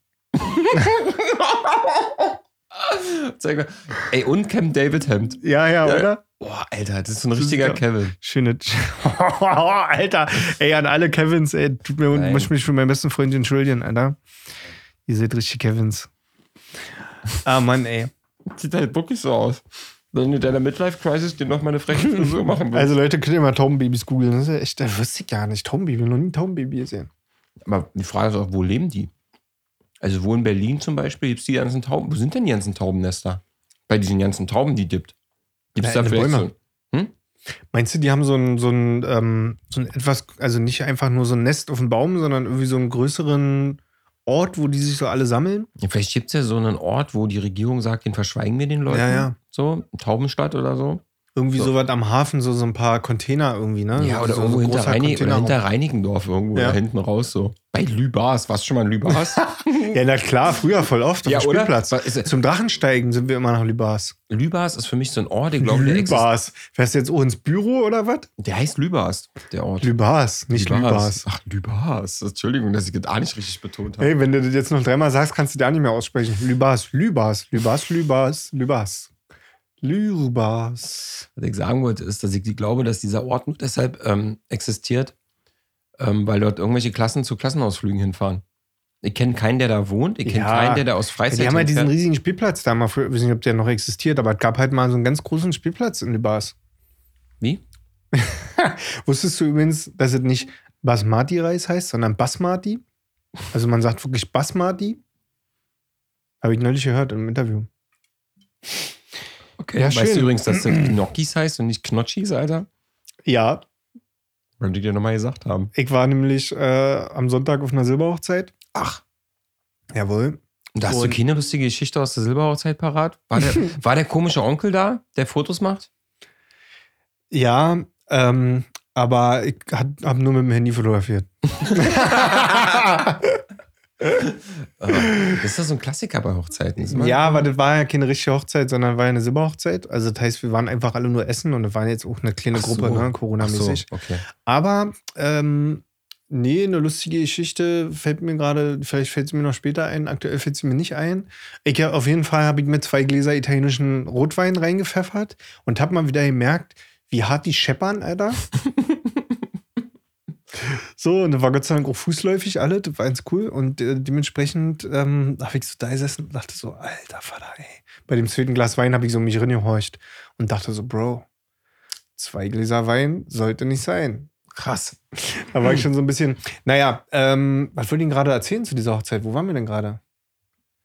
[SPEAKER 2] Zeig mal. Ey, und Cam David Hemd.
[SPEAKER 1] Ja, ja,
[SPEAKER 2] Ja.
[SPEAKER 1] oder?
[SPEAKER 2] Boah, Alter, das ist so ein
[SPEAKER 1] Das ist
[SPEAKER 2] richtiger
[SPEAKER 1] ja-
[SPEAKER 2] Kevin.
[SPEAKER 1] Schöne. Alter, ey, an alle Kevins, ey, tut mir
[SPEAKER 2] Nein.
[SPEAKER 1] muss mich für meinen besten Freund entschuldigen, Alter. Ihr seht richtig Kevins. Ah, Mann, ey.
[SPEAKER 2] Sieht halt wirklich so aus. Wenn du deiner Midlife-Crisis dir noch mal eine freche Frisur machen willst.
[SPEAKER 1] Also, Leute, könnt ihr mal Taubenbabys googeln. Das ist ja echt, das wusste ich gar nicht. Taubenbaby, noch nie ein Taubenbaby gesehen.
[SPEAKER 2] Aber die Frage ist auch, wo leben die? Also wo in Berlin zum Beispiel gibt es die ganzen Tauben. Wo sind denn die ganzen Taubennester? Bei diesen ganzen Tauben, die gibt. Gibt es
[SPEAKER 1] Na,
[SPEAKER 2] da
[SPEAKER 1] in den
[SPEAKER 2] vielleicht
[SPEAKER 1] Bäumen.
[SPEAKER 2] so?
[SPEAKER 1] Meinst du, die haben so ein, so ein, ähm, so ein etwas, also nicht einfach nur so ein Nest auf dem Baum, sondern irgendwie so einen größeren Ort, wo die sich so alle sammeln?
[SPEAKER 2] Ja, Vielleicht gibt es ja so einen Ort, wo die Regierung sagt, den verschweigen wir den Leuten.
[SPEAKER 1] Ja, ja.
[SPEAKER 2] So, Taubenstadt oder so.
[SPEAKER 1] Irgendwie
[SPEAKER 2] So.
[SPEAKER 1] so, was am Hafen, so, so ein paar Container irgendwie, ne?
[SPEAKER 2] ja,
[SPEAKER 1] so,
[SPEAKER 2] oder
[SPEAKER 1] so,
[SPEAKER 2] irgendwo
[SPEAKER 1] so
[SPEAKER 2] hinter,
[SPEAKER 1] großer
[SPEAKER 2] Reinig oder
[SPEAKER 1] Containerraum.
[SPEAKER 2] hinter Reinickendorf irgendwo
[SPEAKER 1] Ja.
[SPEAKER 2] da hinten raus so. Bei Lübars, warst du schon mal in Lübars?
[SPEAKER 1] Ja, na klar, früher voll oft auf
[SPEAKER 2] ja,
[SPEAKER 1] dem
[SPEAKER 2] oder?
[SPEAKER 1] Spielplatz.
[SPEAKER 2] Was Ist,
[SPEAKER 1] Zum Drachensteigen sind wir immer nach Lübars.
[SPEAKER 2] Lübars ist für mich so ein Ort, ich glaube, der, exist-
[SPEAKER 1] Lübars. Fährst du jetzt auch ins Büro oder was?
[SPEAKER 2] der heißt Lübars, der Ort.
[SPEAKER 1] Lübars, nicht Lübars.
[SPEAKER 2] Ach, Lübars. Entschuldigung, dass ich das A nicht richtig betont habe.
[SPEAKER 1] Hey, wenn du das jetzt noch dreimal sagst, kannst du dir auch nicht mehr aussprechen. Lübars, Lübars, Lübars, Lübars, Lübars. Lübars.
[SPEAKER 2] Was ich sagen wollte, ist, dass ich die glaube, dass dieser Ort nur deshalb ähm, existiert, ähm, weil dort irgendwelche Klassen zu Klassenausflügen hinfahren. Ich kenne keinen, der da wohnt. Ich kenne
[SPEAKER 1] Ja.
[SPEAKER 2] keinen, der da aus Freizeit
[SPEAKER 1] Ja, die haben halt diesen
[SPEAKER 2] hinfährt.
[SPEAKER 1] riesigen Spielplatz da mal früher. Ich weiß nicht, ob der noch existiert, aber es gab halt mal so einen ganz großen Spielplatz in Lübars.
[SPEAKER 2] Wie?
[SPEAKER 1] Wusstest du übrigens, dass es nicht Basmati-Reis heißt, sondern Basmati? Also man sagt wirklich Basmati. Habe ich neulich gehört im Interview.
[SPEAKER 2] Okay.
[SPEAKER 1] Ja,
[SPEAKER 2] weißt
[SPEAKER 1] schön.
[SPEAKER 2] du übrigens, dass das Gnocchis heißt und nicht Knotschis, Alter?
[SPEAKER 1] Ja,
[SPEAKER 2] Wollte ich dir nochmal gesagt haben.
[SPEAKER 1] ich war nämlich äh, am Sonntag auf einer Silberhochzeit.
[SPEAKER 2] Ach.
[SPEAKER 1] Jawohl.
[SPEAKER 2] Und da hast du
[SPEAKER 1] Und-
[SPEAKER 2] keine lustige Geschichte aus der Silberhochzeit parat? War der, war der komische Onkel da, der Fotos macht?
[SPEAKER 1] Ja, ähm, aber ich habe nur mit dem Handy fotografiert.
[SPEAKER 2] Äh, Ah, ist das so ein Klassiker bei Hochzeiten? Ist immer-
[SPEAKER 1] Ja, aber das war ja keine richtige Hochzeit, sondern war ja eine Silberhochzeit. Also das heißt, wir waren einfach alle nur essen und das waren jetzt auch eine kleine
[SPEAKER 2] Ach so.
[SPEAKER 1] Gruppe, ne,
[SPEAKER 2] Ach so,
[SPEAKER 1] Corona-mäßig.
[SPEAKER 2] okay.
[SPEAKER 1] Aber, ähm, nee, eine lustige Geschichte fällt mir gerade, vielleicht fällt sie mir noch später ein, aktuell fällt sie mir nicht ein. Ich hab, auf jeden Fall habe ich mir zwei Gläser italienischen Rotwein reingepfeffert und habe mal wieder gemerkt, wie hart die scheppern, Alter. so, und das war Gott sei Dank auch fußläufig alle, das war ganz cool. Und äh, dementsprechend ähm, habe ich so da gesessen und dachte so, alter Vater, ey. Bei dem zweiten Glas Wein habe ich so mich reingehorcht und dachte so, Bro, zwei Gläser Wein sollte nicht sein.
[SPEAKER 2] Krass.
[SPEAKER 1] Da war ich schon so ein bisschen. Naja, ähm, was wollte ich Ihnen gerade erzählen zu dieser Hochzeit? Wo waren wir denn gerade?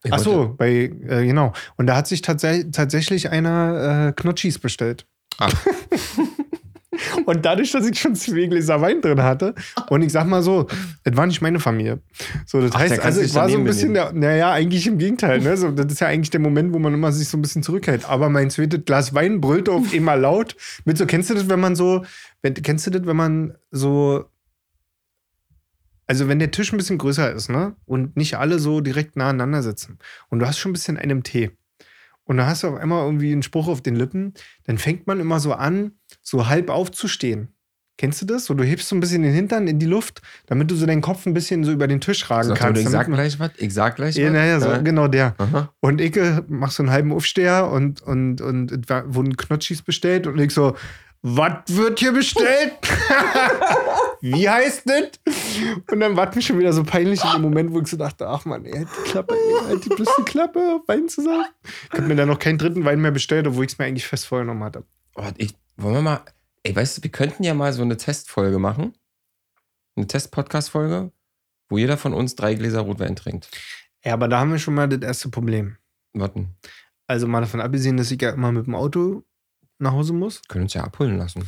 [SPEAKER 2] Ich
[SPEAKER 1] Ach
[SPEAKER 2] wollte-
[SPEAKER 1] so, bei, äh, genau. Und
[SPEAKER 2] Ah.
[SPEAKER 1] da hat sich tatsä tatsächlich einer äh, Knotschis bestellt.
[SPEAKER 2] Ach.
[SPEAKER 1] Und dadurch, dass ich schon zwei Gläser Wein drin hatte, und ich sag mal so, das war nicht meine Familie. So, das
[SPEAKER 2] Ach, da
[SPEAKER 1] heißt,
[SPEAKER 2] kannst
[SPEAKER 1] also
[SPEAKER 2] du
[SPEAKER 1] ich
[SPEAKER 2] dich
[SPEAKER 1] war so ein
[SPEAKER 2] daneben
[SPEAKER 1] bisschen, der, naja, eigentlich im Gegenteil. Ne? So, das ist ja eigentlich der Moment, wo man immer sich so ein bisschen zurückhält. Aber mein zweites Glas Wein brüllte auf immer laut. Mit so, kennst du das, wenn man so, wenn, kennst du das, wenn man so also wenn der Tisch ein bisschen größer ist, ne? Und nicht alle so direkt nahe aneinander sitzen. Und du hast schon ein bisschen einen Tee. Und da hast du auf einmal irgendwie einen Spruch auf den Lippen, dann fängt man immer so an, so halb aufzustehen. Kennst du das? So, du hebst so ein bisschen den Hintern in die Luft, damit du so deinen Kopf ein bisschen so über den Tisch ragen
[SPEAKER 2] Sagt er,
[SPEAKER 1] kannst.
[SPEAKER 2] ich sag
[SPEAKER 1] damit,
[SPEAKER 2] gleich was, ich sag gleich
[SPEAKER 1] ja,
[SPEAKER 2] was. Äh,
[SPEAKER 1] naja, so, genau der.
[SPEAKER 2] Aha.
[SPEAKER 1] Und ich äh, mach so einen halben Aufsteher und, und, und es war- wurden Knotschis bestellt und ich so, was wird hier bestellt? Wie heißt das? Und dann war es mir schon wieder so peinlich in dem Moment, wo ich so dachte, ach man, ey, halt die Klappe, ey, halt die bloß die Klappe, Wein zusammen. Ich habe mir dann noch keinen dritten Wein mehr bestellt, obwohl ich es mir eigentlich fest vorgenommen hatte.
[SPEAKER 2] Oh, ich, wollen wir mal, ey, weißt du, wir könnten ja mal so eine Testfolge machen. Eine Test-Podcast-Folge, wo jeder von uns drei Gläser Rotwein trinkt.
[SPEAKER 1] Ja, aber da haben wir schon mal das erste Problem.
[SPEAKER 2] Warten,
[SPEAKER 1] Also mal davon abgesehen, dass ich ja immer mit dem Auto nach Hause muss.
[SPEAKER 2] können uns ja abholen lassen.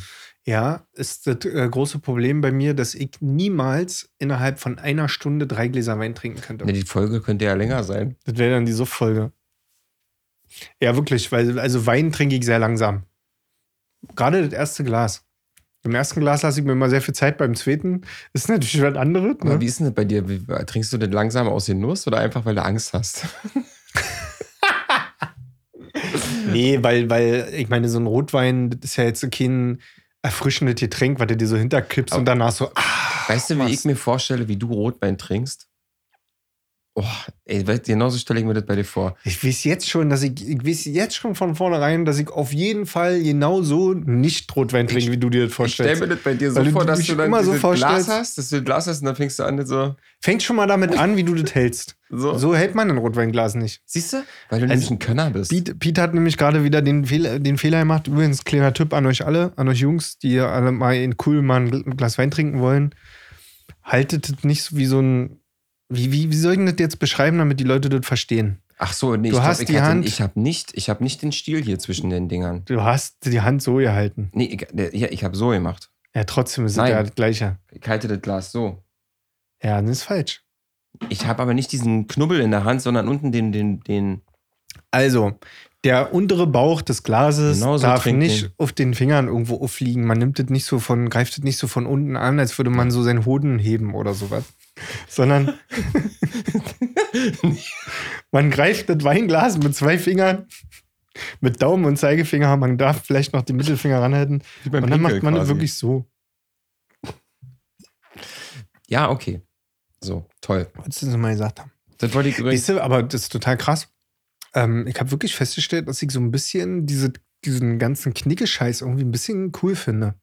[SPEAKER 1] Ja, ist das äh, große Problem bei mir, dass ich niemals innerhalb von einer Stunde drei Gläser Wein trinken könnte.
[SPEAKER 2] Ne, die Folge könnte ja länger sein.
[SPEAKER 1] Das wäre dann die Suchtfolge. Ja, wirklich, weil also Wein trinke ich sehr langsam. Gerade das erste Glas. Im ersten Glas lasse ich mir immer sehr viel Zeit, beim zweiten ist natürlich was anderes.
[SPEAKER 2] Aber
[SPEAKER 1] Ne?
[SPEAKER 2] wie ist denn das bei dir? Wie, trinkst du denn langsam aus den Nuss oder einfach, weil du Angst hast?
[SPEAKER 1] Nee, weil, weil ich meine, so ein Rotwein, das ist ja jetzt so kein erfrischendes Getränk, was du dir so hinterkippst und danach so, ah,
[SPEAKER 2] Weißt du, wie
[SPEAKER 1] was?
[SPEAKER 2] ich mir vorstelle, wie du Rotwein trinkst? Oh, ey, weißt, genauso stelle ich mir das bei dir vor.
[SPEAKER 1] ich weiß jetzt schon, dass ich, ich weiß jetzt schon von vornherein, dass ich auf jeden Fall genau so nicht Rotwein trinke, wie du dir das
[SPEAKER 2] Stell
[SPEAKER 1] vorstellst.
[SPEAKER 2] mir das bei dir so
[SPEAKER 1] Weil du
[SPEAKER 2] vor, dass
[SPEAKER 1] dich
[SPEAKER 2] du dann
[SPEAKER 1] immer so
[SPEAKER 2] dieses Glas
[SPEAKER 1] vorstellst.
[SPEAKER 2] hast, dass du ein Glas hast und dann fängst du an, das so.
[SPEAKER 1] Fängt schon mal damit an, wie du das hältst.
[SPEAKER 2] so.
[SPEAKER 1] So Also, hält man ein Rotweinglas nicht.
[SPEAKER 2] Siehst du? Weil du nämlich ein Könner bist.
[SPEAKER 1] Piet, Piet hat nämlich gerade wieder den Fehler, den Fehler gemacht. Übrigens, kleiner Tipp an euch alle, an euch Jungs, die ihr alle mal in cool mal ein Glas Wein trinken wollen. Haltet das nicht so wie so ein. Wie, wie, wie soll ich das jetzt beschreiben, damit die Leute das verstehen?
[SPEAKER 2] Ach so, nee,
[SPEAKER 1] Du
[SPEAKER 2] ich glaub,
[SPEAKER 1] hast
[SPEAKER 2] ich
[SPEAKER 1] die
[SPEAKER 2] hatte-
[SPEAKER 1] Hand-
[SPEAKER 2] Ich habe nicht, ich hab nicht den Stiel hier zwischen den Dingern.
[SPEAKER 1] Du hast die Hand so gehalten.
[SPEAKER 2] Nee, ich, der- ja, ich habe so gemacht.
[SPEAKER 1] Ja, trotzdem ist es
[SPEAKER 2] Nein.
[SPEAKER 1] ja das Gleiche.
[SPEAKER 2] Ich halte das Glas so.
[SPEAKER 1] Ja, das ist falsch.
[SPEAKER 2] Ich habe aber nicht diesen Knubbel in der Hand, sondern unten den, den, den.
[SPEAKER 1] Also, der untere Bauch des Glases
[SPEAKER 2] Genau so
[SPEAKER 1] darf
[SPEAKER 2] trinkt
[SPEAKER 1] nicht
[SPEAKER 2] den.
[SPEAKER 1] auf den Fingern irgendwo aufliegen. Man nimmt das nicht so von, greift das nicht so von unten an, als würde man so seinen Hoden heben oder sowas. Sondern man greift das Weinglas mit zwei Fingern, mit Daumen und Zeigefinger, man darf vielleicht noch den Mittelfinger ranhalten.
[SPEAKER 2] Wie
[SPEAKER 1] Und
[SPEAKER 2] beim
[SPEAKER 1] dann
[SPEAKER 2] Pinkel
[SPEAKER 1] macht man das
[SPEAKER 2] quasi.
[SPEAKER 1] wirklich so.
[SPEAKER 2] Ja, okay. So, toll.
[SPEAKER 1] Wolltest du das mal gesagt haben?
[SPEAKER 2] Das wollte ich übrigens.
[SPEAKER 1] Weißt du, aber das ist total krass. Ähm, ich habe wirklich festgestellt, dass ich so ein bisschen diese, diesen ganzen Knicke-Scheiß irgendwie ein bisschen cool finde.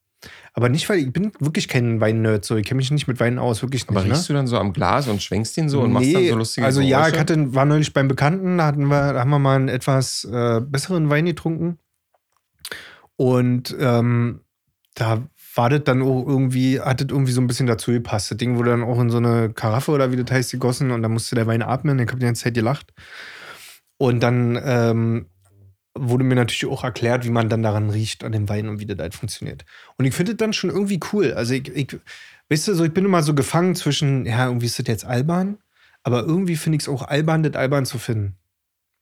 [SPEAKER 1] Aber nicht, weil ich bin wirklich kein Wein-Nerd, so ich kenne mich nicht mit Wein aus, wirklich nicht.
[SPEAKER 2] Aber riechst
[SPEAKER 1] ne?
[SPEAKER 2] du dann so am Glas und schwenkst den so und machst dann so lustige
[SPEAKER 1] Also ja,
[SPEAKER 2] Geräusche?
[SPEAKER 1] ich hatte, war neulich beim Bekannten, da, hatten wir, da haben wir mal einen etwas äh, besseren Wein getrunken. Und ähm, da war das dann auch irgendwie, hat das irgendwie so ein bisschen dazu gepasst. Das Ding wurde dann auch in so eine Karaffe oder wie das heißt gegossen und da musste der Wein atmen. Ich habe die ganze Zeit gelacht. Und dann ähm, wurde mir natürlich auch erklärt, wie man dann daran riecht, an dem Wein und wie das halt funktioniert. Und ich finde das dann schon irgendwie cool. Also ich, ich weißt du, so, ich bin immer so gefangen zwischen, ja, irgendwie ist das jetzt albern, aber irgendwie finde ich es auch albern, das albern zu finden.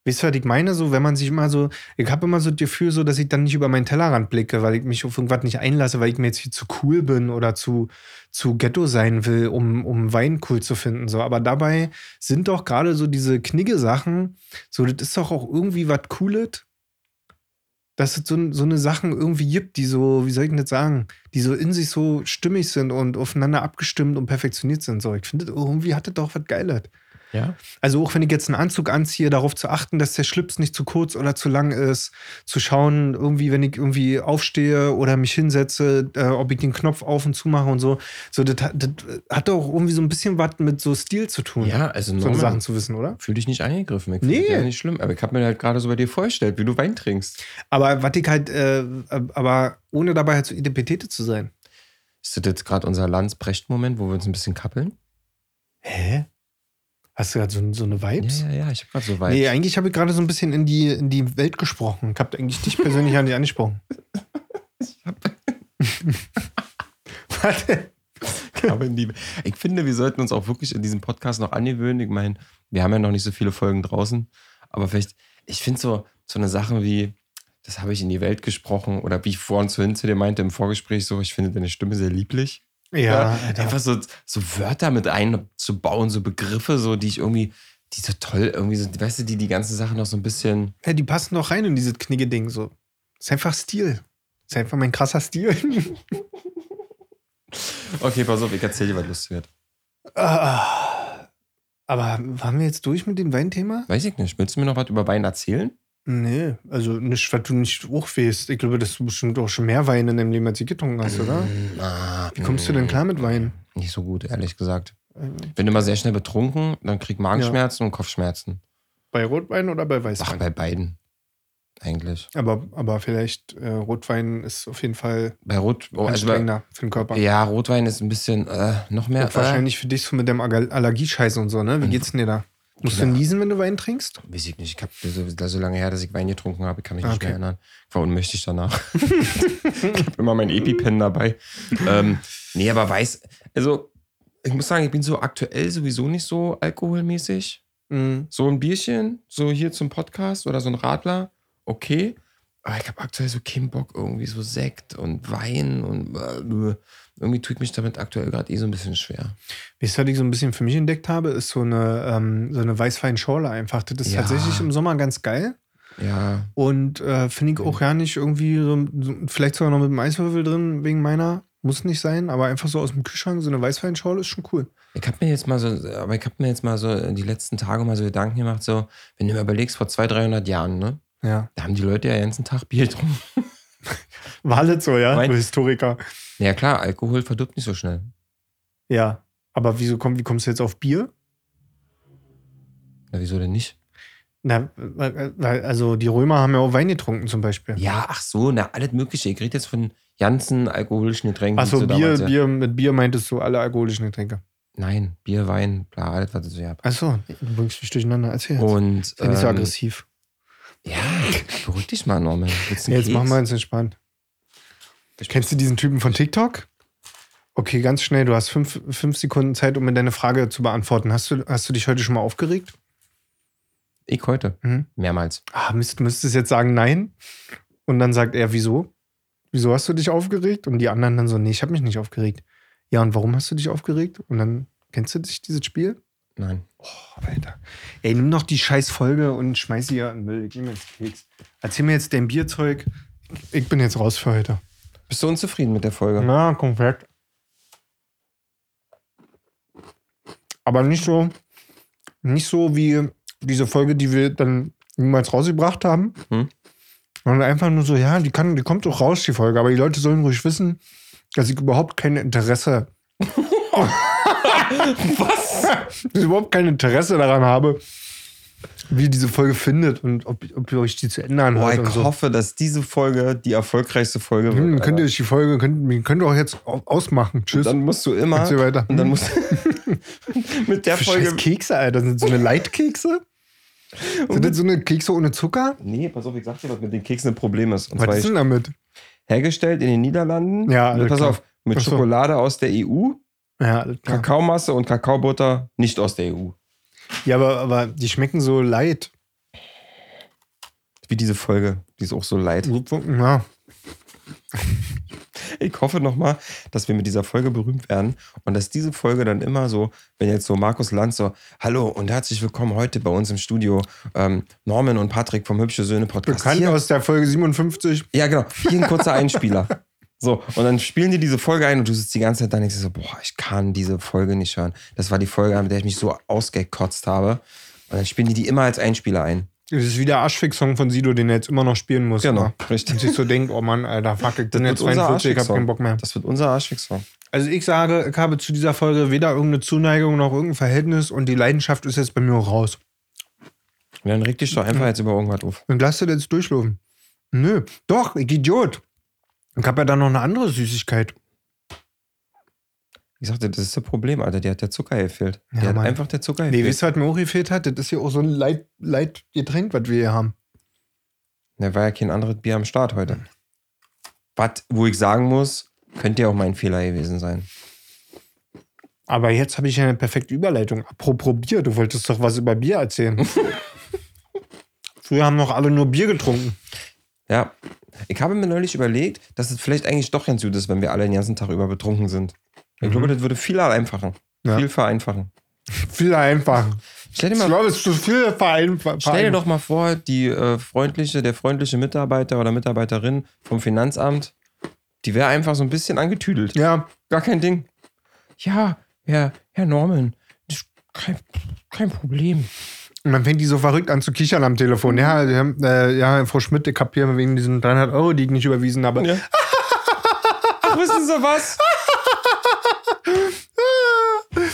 [SPEAKER 1] Weißt du, was ich meine? So, wenn man sich immer so, ich habe immer so das Gefühl, so, dass ich dann nicht über meinen Tellerrand blicke, weil ich mich auf irgendwas nicht einlasse, weil ich mir jetzt hier zu cool bin oder zu, zu Ghetto sein will, um, um Wein cool zu finden. So. Aber dabei sind doch gerade so diese Knigge-Sachen, so, das ist doch auch irgendwie was Cooles, dass es so, so eine Sachen irgendwie gibt, die so, wie soll ich denn das sagen, die so in sich so stimmig sind und aufeinander abgestimmt und perfektioniert sind. So, ich finde, irgendwie hat das doch was Geiles.
[SPEAKER 2] Ja.
[SPEAKER 1] Also auch wenn ich jetzt einen Anzug anziehe, darauf zu achten, dass der Schlips nicht zu kurz oder zu lang ist, zu schauen, irgendwie, wenn ich irgendwie aufstehe oder mich hinsetze, äh, ob ich den Knopf auf und zu mache und so. So, das, hat- das hat doch irgendwie so ein bisschen was mit so Stil zu tun.
[SPEAKER 2] Ja, also
[SPEAKER 1] so eine
[SPEAKER 2] Norman,
[SPEAKER 1] Sachen zu wissen, oder?
[SPEAKER 2] fühl dich nicht angegriffen. Ich find
[SPEAKER 1] Nee.
[SPEAKER 2] das Ja nicht schlimm. Aber ich habe mir halt gerade so bei dir vorgestellt, wie du Wein trinkst.
[SPEAKER 1] Aber was ich halt, äh, aber ohne dabei halt so Interpretete zu sein.
[SPEAKER 2] Ist das jetzt gerade unser Lanz-Brecht-Moment, wo wir uns ein bisschen kappeln?
[SPEAKER 1] Hä? Hast du gerade so, so eine Vibes?
[SPEAKER 2] Ja, ja, ja, ich habe gerade so Vibes.
[SPEAKER 1] Nee, eigentlich habe ich gerade so ein bisschen in die, in die Welt gesprochen. Ich habe eigentlich dich persönlich an dich angesprochen. Warte.
[SPEAKER 2] Aber in die, ich finde, wir sollten uns auch wirklich in diesem Podcast noch angewöhnen. Ich meine, wir haben ja noch nicht so viele Folgen draußen, aber vielleicht, ich finde so, so eine Sache wie, das habe ich in die Welt gesprochen oder wie ich vorhin zu, hin zu dir meinte im Vorgespräch, so, ich finde deine Stimme sehr lieblich.
[SPEAKER 1] Ja, Alter.
[SPEAKER 2] Einfach so, so Wörter mit einzubauen, so Begriffe, so, die ich irgendwie, die so toll irgendwie sind, weißt du, die die ganze Sache noch so ein bisschen.
[SPEAKER 1] ja, die passen doch rein in dieses Kniggeding so. Ist einfach Stil. Ist einfach mein krasser Stil.
[SPEAKER 2] Okay, pass auf, ich erzähle dir, was lustig wird.
[SPEAKER 1] Ah. Aber waren wir jetzt durch mit dem Weinthema?
[SPEAKER 2] Weiß ich nicht, willst du mir noch was über Wein erzählen?
[SPEAKER 1] Nee, also nicht, was du nicht hochwehst. Ich glaube, dass du bestimmt auch schon mehr Wein in deinem Leben als du getrunken hast, oder?
[SPEAKER 2] Hm,
[SPEAKER 1] Wie kommst du denn klar mit Wein? Äh,
[SPEAKER 2] Nicht so gut, ehrlich gesagt. Bin immer sehr schnell betrunken, dann krieg Magenschmerzen und Kopfschmerzen.
[SPEAKER 1] Bei Rotwein oder bei
[SPEAKER 2] Ach,
[SPEAKER 1] Weißwein?
[SPEAKER 2] bei beiden. Eigentlich.
[SPEAKER 1] Aber, aber vielleicht äh, Rotwein ist auf jeden Fall
[SPEAKER 2] Bei Rot. Oh, also bei,
[SPEAKER 1] anstrengender für den Körper.
[SPEAKER 2] ja, Rotwein ist ein bisschen äh, noch mehr.
[SPEAKER 1] Und wahrscheinlich für dich so mit dem Ag- Allergiescheiß und so, ne? Wie geht's denn dir da? Musst du
[SPEAKER 2] Ja.
[SPEAKER 1] niesen, wenn du Wein trinkst?
[SPEAKER 2] Äh, weiß ich nicht. Ich hab so, so lange her, dass ich Wein getrunken habe. Ich kann mich nicht
[SPEAKER 1] Okay.
[SPEAKER 2] mehr erinnern. Ich war unmächtig danach. ich habe immer mein EpiPen dabei. ähm, nee, aber weiß. Also, ich muss sagen, ich bin so aktuell sowieso nicht so alkoholmäßig.
[SPEAKER 1] Mhm.
[SPEAKER 2] So ein Bierchen, so hier zum Podcast oder so ein Radler, okay. Aber ich habe aktuell so keinen Bock, irgendwie so Sekt und Wein und äh, irgendwie tue ich mich damit aktuell gerade eh so ein bisschen schwer.
[SPEAKER 1] Weißt du, was ich so ein bisschen für mich entdeckt habe, ist so eine, ähm, so eine Weißweinschorle einfach. Das ist
[SPEAKER 2] Ja.
[SPEAKER 1] tatsächlich im Sommer ganz geil.
[SPEAKER 2] Ja,
[SPEAKER 1] Und äh, finde
[SPEAKER 2] Mhm.
[SPEAKER 1] ich auch ja nicht irgendwie so, so, vielleicht sogar noch mit einem Eiswürfel drin, wegen meiner. Muss nicht sein, aber einfach so aus dem Kühlschrank, so eine Weißweinschorle ist schon cool.
[SPEAKER 2] ich habe mir jetzt mal so, aber ich habe mir jetzt mal so die letzten Tage mal so Gedanken gemacht, so, wenn du mir überlegst, vor 200, 300 Jahren, ne,
[SPEAKER 1] Ja.
[SPEAKER 2] da haben die Leute ja den ganzen Tag Bier getrunken.
[SPEAKER 1] War das so, ja?
[SPEAKER 2] Wein-
[SPEAKER 1] Du Historiker.
[SPEAKER 2] Ja klar, Alkohol verdirbt nicht so schnell.
[SPEAKER 1] Ja. Aber wieso komm, wie kommst du jetzt auf Bier?
[SPEAKER 2] Na, wieso denn nicht?
[SPEAKER 1] Na, weil- weil- also die Römer haben ja auch Wein getrunken zum Beispiel.
[SPEAKER 2] Ja, ach so, na, alles mögliche. Ich rede jetzt von ganzen alkoholischen Getränken. die es
[SPEAKER 1] Achso,
[SPEAKER 2] so
[SPEAKER 1] Bier,
[SPEAKER 2] damals-
[SPEAKER 1] Bier, mit Bier meintest du alle alkoholischen Getränke.
[SPEAKER 2] Nein, Bier, Wein, bla, alles, was es so gab.
[SPEAKER 1] Achso, du bringst mich durcheinander. Erzähl jetzt.
[SPEAKER 2] Und
[SPEAKER 1] Sei nicht so
[SPEAKER 2] ähm,
[SPEAKER 1] aggressiv.
[SPEAKER 2] Ja, beruhig dich mal, Norman. Willst du einen
[SPEAKER 1] Jetzt
[SPEAKER 2] Keks?
[SPEAKER 1] machen wir uns entspannt. Kennst du diesen Typen von TikTok? Okay, ganz schnell, du hast fünf, fünf Sekunden Zeit, um mir deine Frage zu beantworten. Hast du, hast du dich heute schon mal aufgeregt?
[SPEAKER 2] Ich heute.
[SPEAKER 1] Mhm.
[SPEAKER 2] Mehrmals.
[SPEAKER 1] Ah, müsst, müsstest jetzt sagen nein. Und dann sagt er, wieso? Wieso hast du dich aufgeregt? Und die anderen dann so, nee, ich habe mich nicht aufgeregt. Ja, und warum hast du dich aufgeregt? Und dann kennst du dich dieses Spiel?
[SPEAKER 2] Nein.
[SPEAKER 1] Oh, Alter. Ey, nimm doch die scheiß Folge und schmeiß sie ja in den Müll. Ich nehm jetzt Keks. Erzähl mir jetzt dein Bierzeug. Ich bin jetzt raus für heute.
[SPEAKER 2] Bist du unzufrieden mit der Folge?
[SPEAKER 1] Na, komplett. Aber nicht so, nicht so wie diese Folge, die wir dann niemals rausgebracht haben.
[SPEAKER 2] Hm.
[SPEAKER 1] Sondern einfach nur so, ja, die, kann, die kommt doch raus, die Folge. Aber die Leute sollen ruhig wissen, dass ich überhaupt kein Interesse. Was? Dass ich überhaupt kein Interesse daran habe, wie ihr diese Folge findet und ob, ob ihr euch die zu ändern
[SPEAKER 2] Boah,
[SPEAKER 1] habt.
[SPEAKER 2] Oh, ich
[SPEAKER 1] und also so.
[SPEAKER 2] hoffe, dass diese Folge die erfolgreichste Folge wird.
[SPEAKER 1] Hm,
[SPEAKER 2] Alter.
[SPEAKER 1] könnt ihr euch die Folge, könnt, könnt ihr auch jetzt au- ausmachen. Tschüss.
[SPEAKER 2] dann musst du immer.
[SPEAKER 1] Erzähl weiter.
[SPEAKER 2] Und dann musst mit der
[SPEAKER 1] Für
[SPEAKER 2] Folge.
[SPEAKER 1] scheiß Kekse, Alter. Sind so eine Leitkekse? Sind das so eine Kekse ohne Zucker?
[SPEAKER 2] Nee, pass auf, ich sag dir, was mit den Keksen ein Problem ist. Und
[SPEAKER 1] Was
[SPEAKER 2] zwar
[SPEAKER 1] ist denn damit?
[SPEAKER 2] hergestellt in den Niederlanden.
[SPEAKER 1] Ja,
[SPEAKER 2] mit,
[SPEAKER 1] alles
[SPEAKER 2] pass
[SPEAKER 1] klar.
[SPEAKER 2] auf, mit
[SPEAKER 1] Ach so.
[SPEAKER 2] Schokolade aus der EU,
[SPEAKER 1] Ja, alles klar.
[SPEAKER 2] Kakaomasse und Kakaobutter nicht aus der E EU.
[SPEAKER 1] ja aber, aber die schmecken so light.
[SPEAKER 2] Wie diese Folge. Die ist auch so leid.
[SPEAKER 1] So, Ja.
[SPEAKER 2] Ich hoffe nochmal, dass wir mit dieser Folge berühmt werden und dass diese Folge dann immer so, wenn jetzt so Markus Lanz so, hallo und herzlich willkommen heute bei uns im Studio, ähm, Norman und Patrick vom Hübsche Söhne Podcast.
[SPEAKER 1] Bekannt
[SPEAKER 2] Hier,
[SPEAKER 1] aus der Folge 57.
[SPEAKER 2] ja, genau. Hier ein kurzer Einspieler. So, und dann spielen die diese Folge ein und du sitzt die ganze Zeit da und denkst dir so, boah, ich kann diese Folge nicht hören. Das war die Folge, an der ich mich so ausgekotzt habe. Und dann spielen die die immer als Einspieler ein.
[SPEAKER 1] Das ist wie der Arschfix-Song von Sido, den er jetzt immer noch spielen muss.
[SPEAKER 2] Genau,
[SPEAKER 1] ne? Und
[SPEAKER 2] richtig.
[SPEAKER 1] sich so denkt, oh Mann, Alter, fuck, ich bin
[SPEAKER 2] wird
[SPEAKER 1] jetzt
[SPEAKER 2] unser
[SPEAKER 1] 42, ich hab
[SPEAKER 2] Arschfick-Song.
[SPEAKER 1] keinen Bock mehr.
[SPEAKER 2] Das wird unser Arschfick-Song.
[SPEAKER 1] Also ich sage, ich habe zu dieser Folge weder irgendeine Zuneigung noch irgendein Verhältnis und die Leidenschaft ist jetzt bei mir auch raus.
[SPEAKER 2] Und dann reg
[SPEAKER 1] Mhm.
[SPEAKER 2] dich doch einfach jetzt über irgendwas auf.
[SPEAKER 1] Und lass das jetzt durchlaufen. Nö, doch, ich Idiot. Ich habe ja dann noch eine andere Süßigkeit.
[SPEAKER 2] Ich sagte, das ist das Problem, Alter. Dir hat der Zucker gefehlt.
[SPEAKER 1] Ja,
[SPEAKER 2] dir hat
[SPEAKER 1] Mann.
[SPEAKER 2] einfach der Zucker
[SPEAKER 1] Nee,
[SPEAKER 2] gefehlt.
[SPEAKER 1] wisst ihr, was mir auch gefehlt hat? Das ist hier auch so ein Leit, Leitgetränk, was wir hier haben. Hm.
[SPEAKER 2] da war ja kein anderes Bier am Start heute. Was, wo ich sagen muss, Könnte ja auch mein Fehler gewesen sein.
[SPEAKER 1] Aber jetzt habe ich ja eine perfekte Überleitung. Apropos Bier, du wolltest doch was über Bier erzählen. Früher haben noch alle nur Bier getrunken.
[SPEAKER 2] Ja. Ich habe mir neulich überlegt, dass es vielleicht eigentlich doch ganz gut ist, wenn wir alle den ganzen Tag über betrunken sind. Ich glaube, das würde viel vereinfachen.
[SPEAKER 1] Mhm. Ja.
[SPEAKER 2] Viel vereinfachen.
[SPEAKER 1] Viel einfach.
[SPEAKER 2] Stell dir,
[SPEAKER 1] Ich
[SPEAKER 2] mal,
[SPEAKER 1] glaube, es ist zu viel vereinfacht.
[SPEAKER 2] Genau. stell dir doch mal vor, die, äh, freundliche, der freundliche Mitarbeiter oder Mitarbeiterin vom Finanzamt, die wäre einfach so ein bisschen angetüdelt.
[SPEAKER 1] Ja,
[SPEAKER 2] Gar kein Ding. Ja, Herr, Herr Norman, das ist kein, kein Problem.
[SPEAKER 1] Und dann fängt die so verrückt an zu kichern am Telefon. Ja, wir haben, äh, ja Frau Schmidt, ich hab hier wegen diesen 300 Euro, die ich nicht überwiesen habe.
[SPEAKER 2] Ja. Ach, wissen Sie was?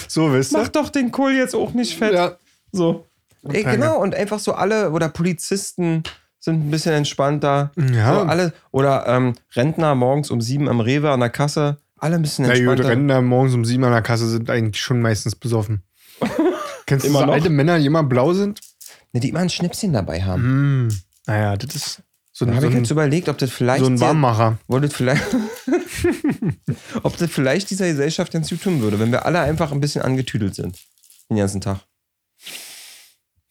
[SPEAKER 1] So, wisst
[SPEAKER 2] Mach
[SPEAKER 1] ihr?
[SPEAKER 2] doch den Kohl jetzt auch nicht fett.
[SPEAKER 1] Ja.
[SPEAKER 2] So. Ey,
[SPEAKER 1] Keine.
[SPEAKER 2] genau, und einfach so alle, oder Polizisten sind ein bisschen entspannter.
[SPEAKER 1] Ja.
[SPEAKER 2] So alle, oder ähm, Rentner morgens um sieben am Rewe an der Kasse, alle ein bisschen
[SPEAKER 1] Na gut,
[SPEAKER 2] entspannter.
[SPEAKER 1] Rentner morgens um sieben an der Kasse sind eigentlich schon meistens besoffen. Kennst du
[SPEAKER 2] Immer
[SPEAKER 1] so
[SPEAKER 2] noch?
[SPEAKER 1] alte Männer, die immer blau sind?
[SPEAKER 2] ne, die immer ein Schnipschen dabei haben.
[SPEAKER 1] Hm. Naja, das ist so,
[SPEAKER 2] Da
[SPEAKER 1] ein-
[SPEAKER 2] habe
[SPEAKER 1] so,
[SPEAKER 2] ich
[SPEAKER 1] ein,
[SPEAKER 2] jetzt überlegt, ob das vielleicht.
[SPEAKER 1] so ein Warmmacher.
[SPEAKER 2] Wolltet vielleicht. ob das vielleicht dieser Gesellschaft ganz gut tun würde, wenn wir alle einfach ein bisschen angetüdelt sind. Den ganzen Tag.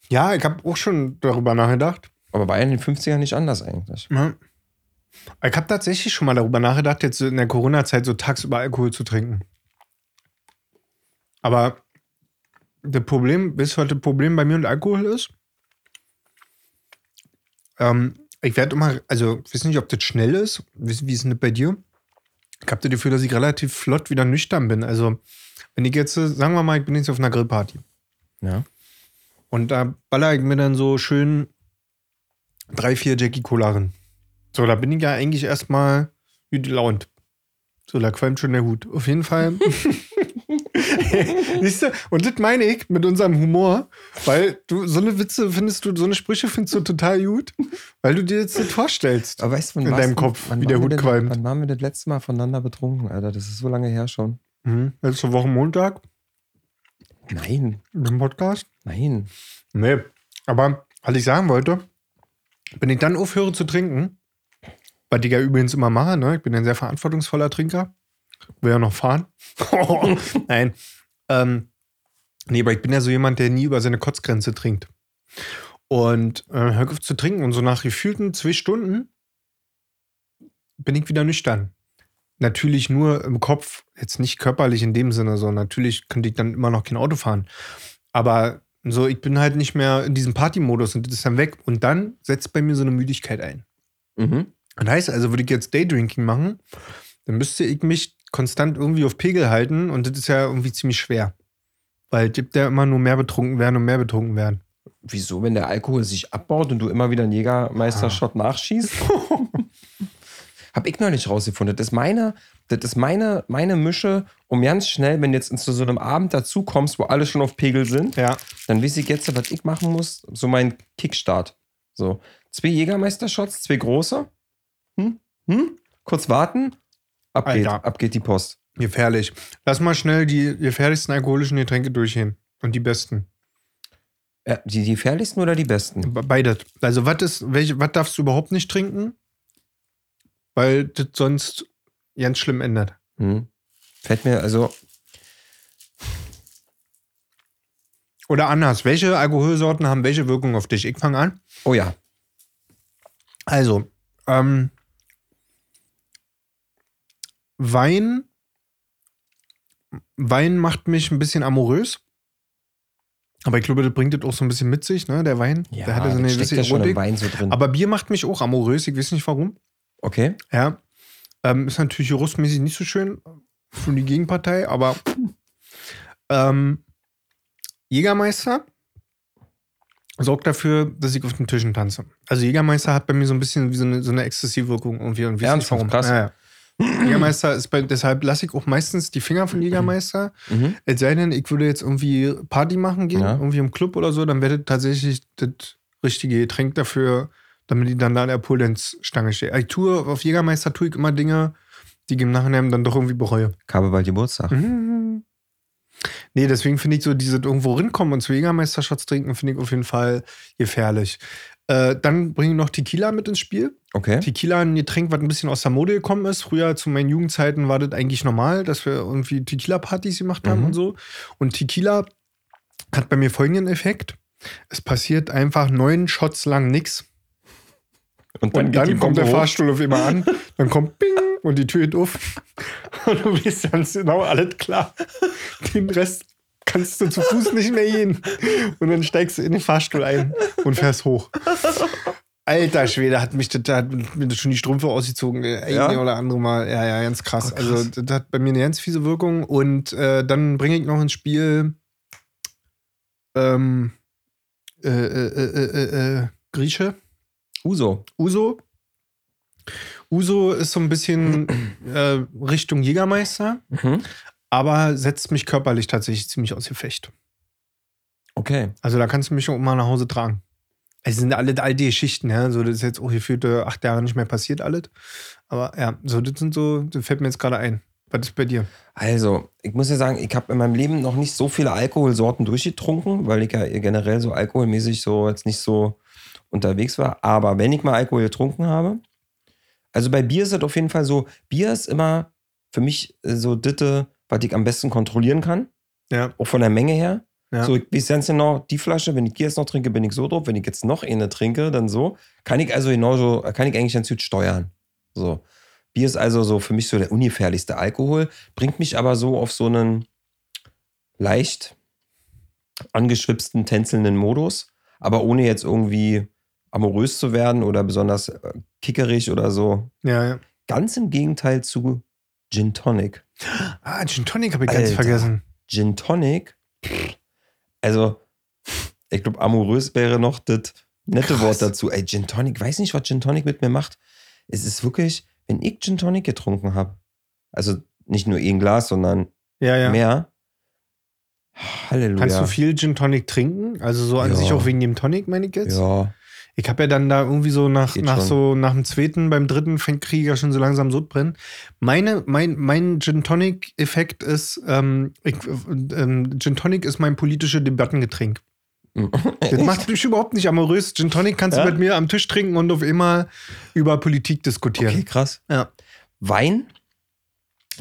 [SPEAKER 1] Ja, ich habe auch schon darüber nachgedacht.
[SPEAKER 2] Aber war ja in den 50ern nicht anders eigentlich.
[SPEAKER 1] Ja. Ich habe tatsächlich schon mal darüber nachgedacht, jetzt in der Corona-Zeit so tagsüber Alkohol zu trinken. Aber das Problem, bis heute Problem bei mir und Alkohol ist, ähm, ich werde immer, also ich weiß nicht, ob das schnell ist, wie, wie ist denn das bei dir? Ich habe das Gefühl, dass ich relativ flott wieder nüchtern bin. Also, wenn ich jetzt, äh, sagen wir mal, ich bin jetzt auf einer Grillparty.
[SPEAKER 2] Ja.
[SPEAKER 1] Und da baller ich mir dann so schön drei, vier Jackie Cola rein. So, da bin ich ja eigentlich erstmal gut gelaunt. So, da qualmt schon der Hut. Auf jeden Fall. Siehst du, und das meine ich mit unserem Humor, weil du so eine Witze findest du, so eine Sprüche findest du total gut, weil du dir jetzt das vorstellst.
[SPEAKER 2] Aber weißt du, wann
[SPEAKER 1] In
[SPEAKER 2] war's
[SPEAKER 1] deinem
[SPEAKER 2] denn-
[SPEAKER 1] Kopf,
[SPEAKER 2] wann
[SPEAKER 1] wie der
[SPEAKER 2] waren wir
[SPEAKER 1] Hut
[SPEAKER 2] denn-
[SPEAKER 1] qualmt.
[SPEAKER 2] Wann waren wir das letzte Mal voneinander betrunken, Alter? Das ist so lange her schon.
[SPEAKER 1] Mhm. Letzte Woche Montag
[SPEAKER 2] Nein,
[SPEAKER 1] im Podcast.
[SPEAKER 2] nein.
[SPEAKER 1] Nee, aber was ich sagen wollte, wenn ich dann aufhöre zu trinken, was ich ja übrigens immer mache, ne? ich bin ein sehr verantwortungsvoller Trinker, will ja noch fahren. Oh, Nein. Ähm, nee, aber ich bin ja so jemand, der nie über seine Kotzgrenze trinkt. Und äh, hör auf zu trinken und so nach gefühlten zwei Stunden bin ich wieder nüchtern. Natürlich nur im Kopf, jetzt nicht körperlich in dem Sinne, so natürlich könnte ich dann immer noch kein Auto fahren. Aber so, ich bin halt nicht mehr in diesem Party-Modus und das ist dann weg. Und dann setzt bei mir so eine Müdigkeit ein.
[SPEAKER 2] Mhm.
[SPEAKER 1] Das heißt also, würde ich jetzt Daydrinking machen, dann müsste ich mich konstant irgendwie auf Pegel halten und das ist ja irgendwie ziemlich schwer. Weil es gibt ja immer nur mehr betrunken werden und mehr betrunken werden.
[SPEAKER 2] Wieso, wenn der Alkohol sich abbaut und du immer wieder einen Jägermeister-Shot
[SPEAKER 1] Ah.
[SPEAKER 2] nachschießt? Hab ich noch nicht rausgefunden. Das ist meine, das ist meine, meine Mische, um ganz schnell, wenn du jetzt zu so einem Abend dazu kommst, wo alle schon auf Pegel sind,
[SPEAKER 1] Ja.
[SPEAKER 2] dann weiß ich jetzt, was ich machen muss, so mein Kickstart. So, zwei Jägermeister-Shots, zwei große. Hm? Hm? Kurz warten. Ab geht,
[SPEAKER 1] Alter.
[SPEAKER 2] ab geht die Post.
[SPEAKER 1] Gefährlich. Lass mal schnell die gefährlichsten alkoholischen Getränke durchgehen. Und die besten.
[SPEAKER 2] Ja, Äh, die, die gefährlichsten oder die besten?
[SPEAKER 1] Be- Beides. Also, was ist, welche, was darfst du überhaupt nicht trinken? Weil das sonst ganz schlimm ändert.
[SPEAKER 2] Hm. Fällt mir also
[SPEAKER 1] Oder anders, welche Alkoholsorten haben welche Wirkung auf dich? Ich fange an.
[SPEAKER 2] Oh ja.
[SPEAKER 1] Also, ähm, Wein, Wein macht mich ein bisschen amorös. Aber ich glaube, das bringt das auch so ein bisschen mit sich, ne? Der Wein, der hat ja so eine
[SPEAKER 2] das steckt
[SPEAKER 1] gewisse
[SPEAKER 2] ja schon
[SPEAKER 1] Erotik.
[SPEAKER 2] im Wein so drin.
[SPEAKER 1] Aber Bier macht mich auch amorös, ich weiß nicht warum.
[SPEAKER 2] okay.
[SPEAKER 1] Ja. Ähm, ist natürlich juristmäßig nicht so schön für die Gegenpartei, aber ähm, Jägermeister sorgt dafür, dass ich auf den Tischen tanze. Also Jägermeister hat bei mir so ein bisschen wie so eine, so eine Exzessivwirkung irgendwie. Und weiß nicht
[SPEAKER 2] Ernsthaft?
[SPEAKER 1] warum.
[SPEAKER 2] Krass.
[SPEAKER 1] Ja, ja. Jägermeister ist bei, deshalb lasse ich auch meistens die Finger von Jägermeister.
[SPEAKER 2] Mhm.
[SPEAKER 1] Es sei denn, ich würde jetzt irgendwie Party machen gehen,
[SPEAKER 2] Ja.
[SPEAKER 1] irgendwie im Club oder so, dann wäre das tatsächlich das richtige Getränk dafür, damit die dann da an der Polenzstange steht. Also Ich tue auf Jägermeister tue ich immer Dinge, die ich im Nachhinein dann doch irgendwie bereue.
[SPEAKER 2] Ich habe bald Geburtstag.
[SPEAKER 1] Mhm. Nee, deswegen finde ich so, diese irgendwo rinkommen und zu Jägermeistershots trinken, finde ich auf jeden Fall gefährlich. Äh, dann bringe ich noch Tequila mit ins Spiel.
[SPEAKER 2] Okay.
[SPEAKER 1] Tequila ein Getränk, was ein bisschen aus der Mode gekommen ist. Früher zu meinen Jugendzeiten war das eigentlich normal, dass wir irgendwie Tequila-Partys gemacht haben
[SPEAKER 2] Mhm.
[SPEAKER 1] und so. Und Tequila hat bei mir folgenden Effekt. Es passiert einfach neun Shots lang nichts.
[SPEAKER 2] Und
[SPEAKER 1] Und
[SPEAKER 2] dann,
[SPEAKER 1] dann,
[SPEAKER 2] geht die
[SPEAKER 1] kommt
[SPEAKER 2] Bombe
[SPEAKER 1] der
[SPEAKER 2] hoch.
[SPEAKER 1] Fahrstuhl auf immer an, dann kommt Bing und die Tür geht auf. Und du bist ganz genau alles klar. Den Rest kannst du zu Fuß nicht mehr gehen. Und dann steigst du in den Fahrstuhl ein und fährst hoch. Alter Schwede, hat mich das, da hat mir das schon die Strümpfe ausgezogen, äh, ein
[SPEAKER 2] Ja?
[SPEAKER 1] oder andere Mal. Ja, ja, ganz krass.
[SPEAKER 2] Oh, krass.
[SPEAKER 1] Also, das hat bei mir eine ganz fiese Wirkung. Und äh, dann bringe ich noch ins Spiel ähm, äh, äh, äh, äh, äh, Grieche.
[SPEAKER 2] Uso.
[SPEAKER 1] Uso. Uso ist so ein bisschen äh, Richtung Jägermeister,
[SPEAKER 2] Mhm.
[SPEAKER 1] aber setzt mich körperlich tatsächlich ziemlich aus Gefecht.
[SPEAKER 2] Okay.
[SPEAKER 1] Also da kannst du mich auch mal nach Hause tragen. Es sind alle all die Geschichten, ja. So, das ist jetzt auch gefühlte acht Jahre nicht mehr passiert, alles. Aber ja, so, das sind so, das fällt mir jetzt gerade ein. Was ist bei dir?
[SPEAKER 2] Also, ich muss ja sagen, ich habe in meinem Leben noch nicht so viele Alkoholsorten durchgetrunken, weil ich ja generell so alkoholmäßig so jetzt nicht so unterwegs war. Aber wenn ich mal Alkohol getrunken habe, also bei Bier ist es auf jeden Fall so, Bier ist immer für mich äh, so Ditte, was ich am besten kontrollieren kann,
[SPEAKER 1] Ja.
[SPEAKER 2] auch von der Menge her.
[SPEAKER 1] Ja.
[SPEAKER 2] So, ich weiß ganz genau, die Flasche, wenn ich die jetzt noch trinke, bin ich so drauf, wenn ich jetzt noch eine trinke, dann so. Kann ich also genauso, kann ich eigentlich ganz gut steuern. So. Bier ist also so für mich so der ungefährlichste Alkohol, bringt mich aber so auf so einen leicht angeschwipsten, tänzelnden Modus, aber ohne jetzt irgendwie amorös zu werden oder besonders äh, kickerig oder so.
[SPEAKER 1] Ja, ja.
[SPEAKER 2] Ganz im Gegenteil zu Gin Tonic.
[SPEAKER 1] Ah, Gin Tonic habe ich ganz
[SPEAKER 2] Alter.
[SPEAKER 1] vergessen.
[SPEAKER 2] Gin Tonic, also ich glaube, amorös wäre noch das nette
[SPEAKER 1] Krass.
[SPEAKER 2] Wort dazu. Ey, Gin Tonic, weiß nicht, was Gin Tonic mit mir macht. Es ist wirklich, wenn ich Gin Tonic getrunken habe, also nicht nur ein Glas, sondern
[SPEAKER 1] Ja, ja.
[SPEAKER 2] mehr. Halleluja.
[SPEAKER 1] Kannst du viel Gin Tonic trinken? Also so an
[SPEAKER 2] Ja.
[SPEAKER 1] sich auch wegen dem Tonic, meine ich jetzt?
[SPEAKER 2] Ja,
[SPEAKER 1] Ich habe ja dann da irgendwie so nach,
[SPEAKER 2] Geht
[SPEAKER 1] nach
[SPEAKER 2] schon.
[SPEAKER 1] so nach dem zweiten, beim dritten fängt Krieger schon so langsam Sodbrennen. Meine, mein, mein Gin Tonic Effekt ist, ähm, ich, ähm, Gin Tonic ist mein politische Debattengetränk. Das macht mich überhaupt nicht amorös. Gin Tonic kannst
[SPEAKER 2] Ja?
[SPEAKER 1] du mit mir am Tisch trinken und auf immer über Politik diskutieren.
[SPEAKER 2] okay, krass.
[SPEAKER 1] Ja.
[SPEAKER 2] Wein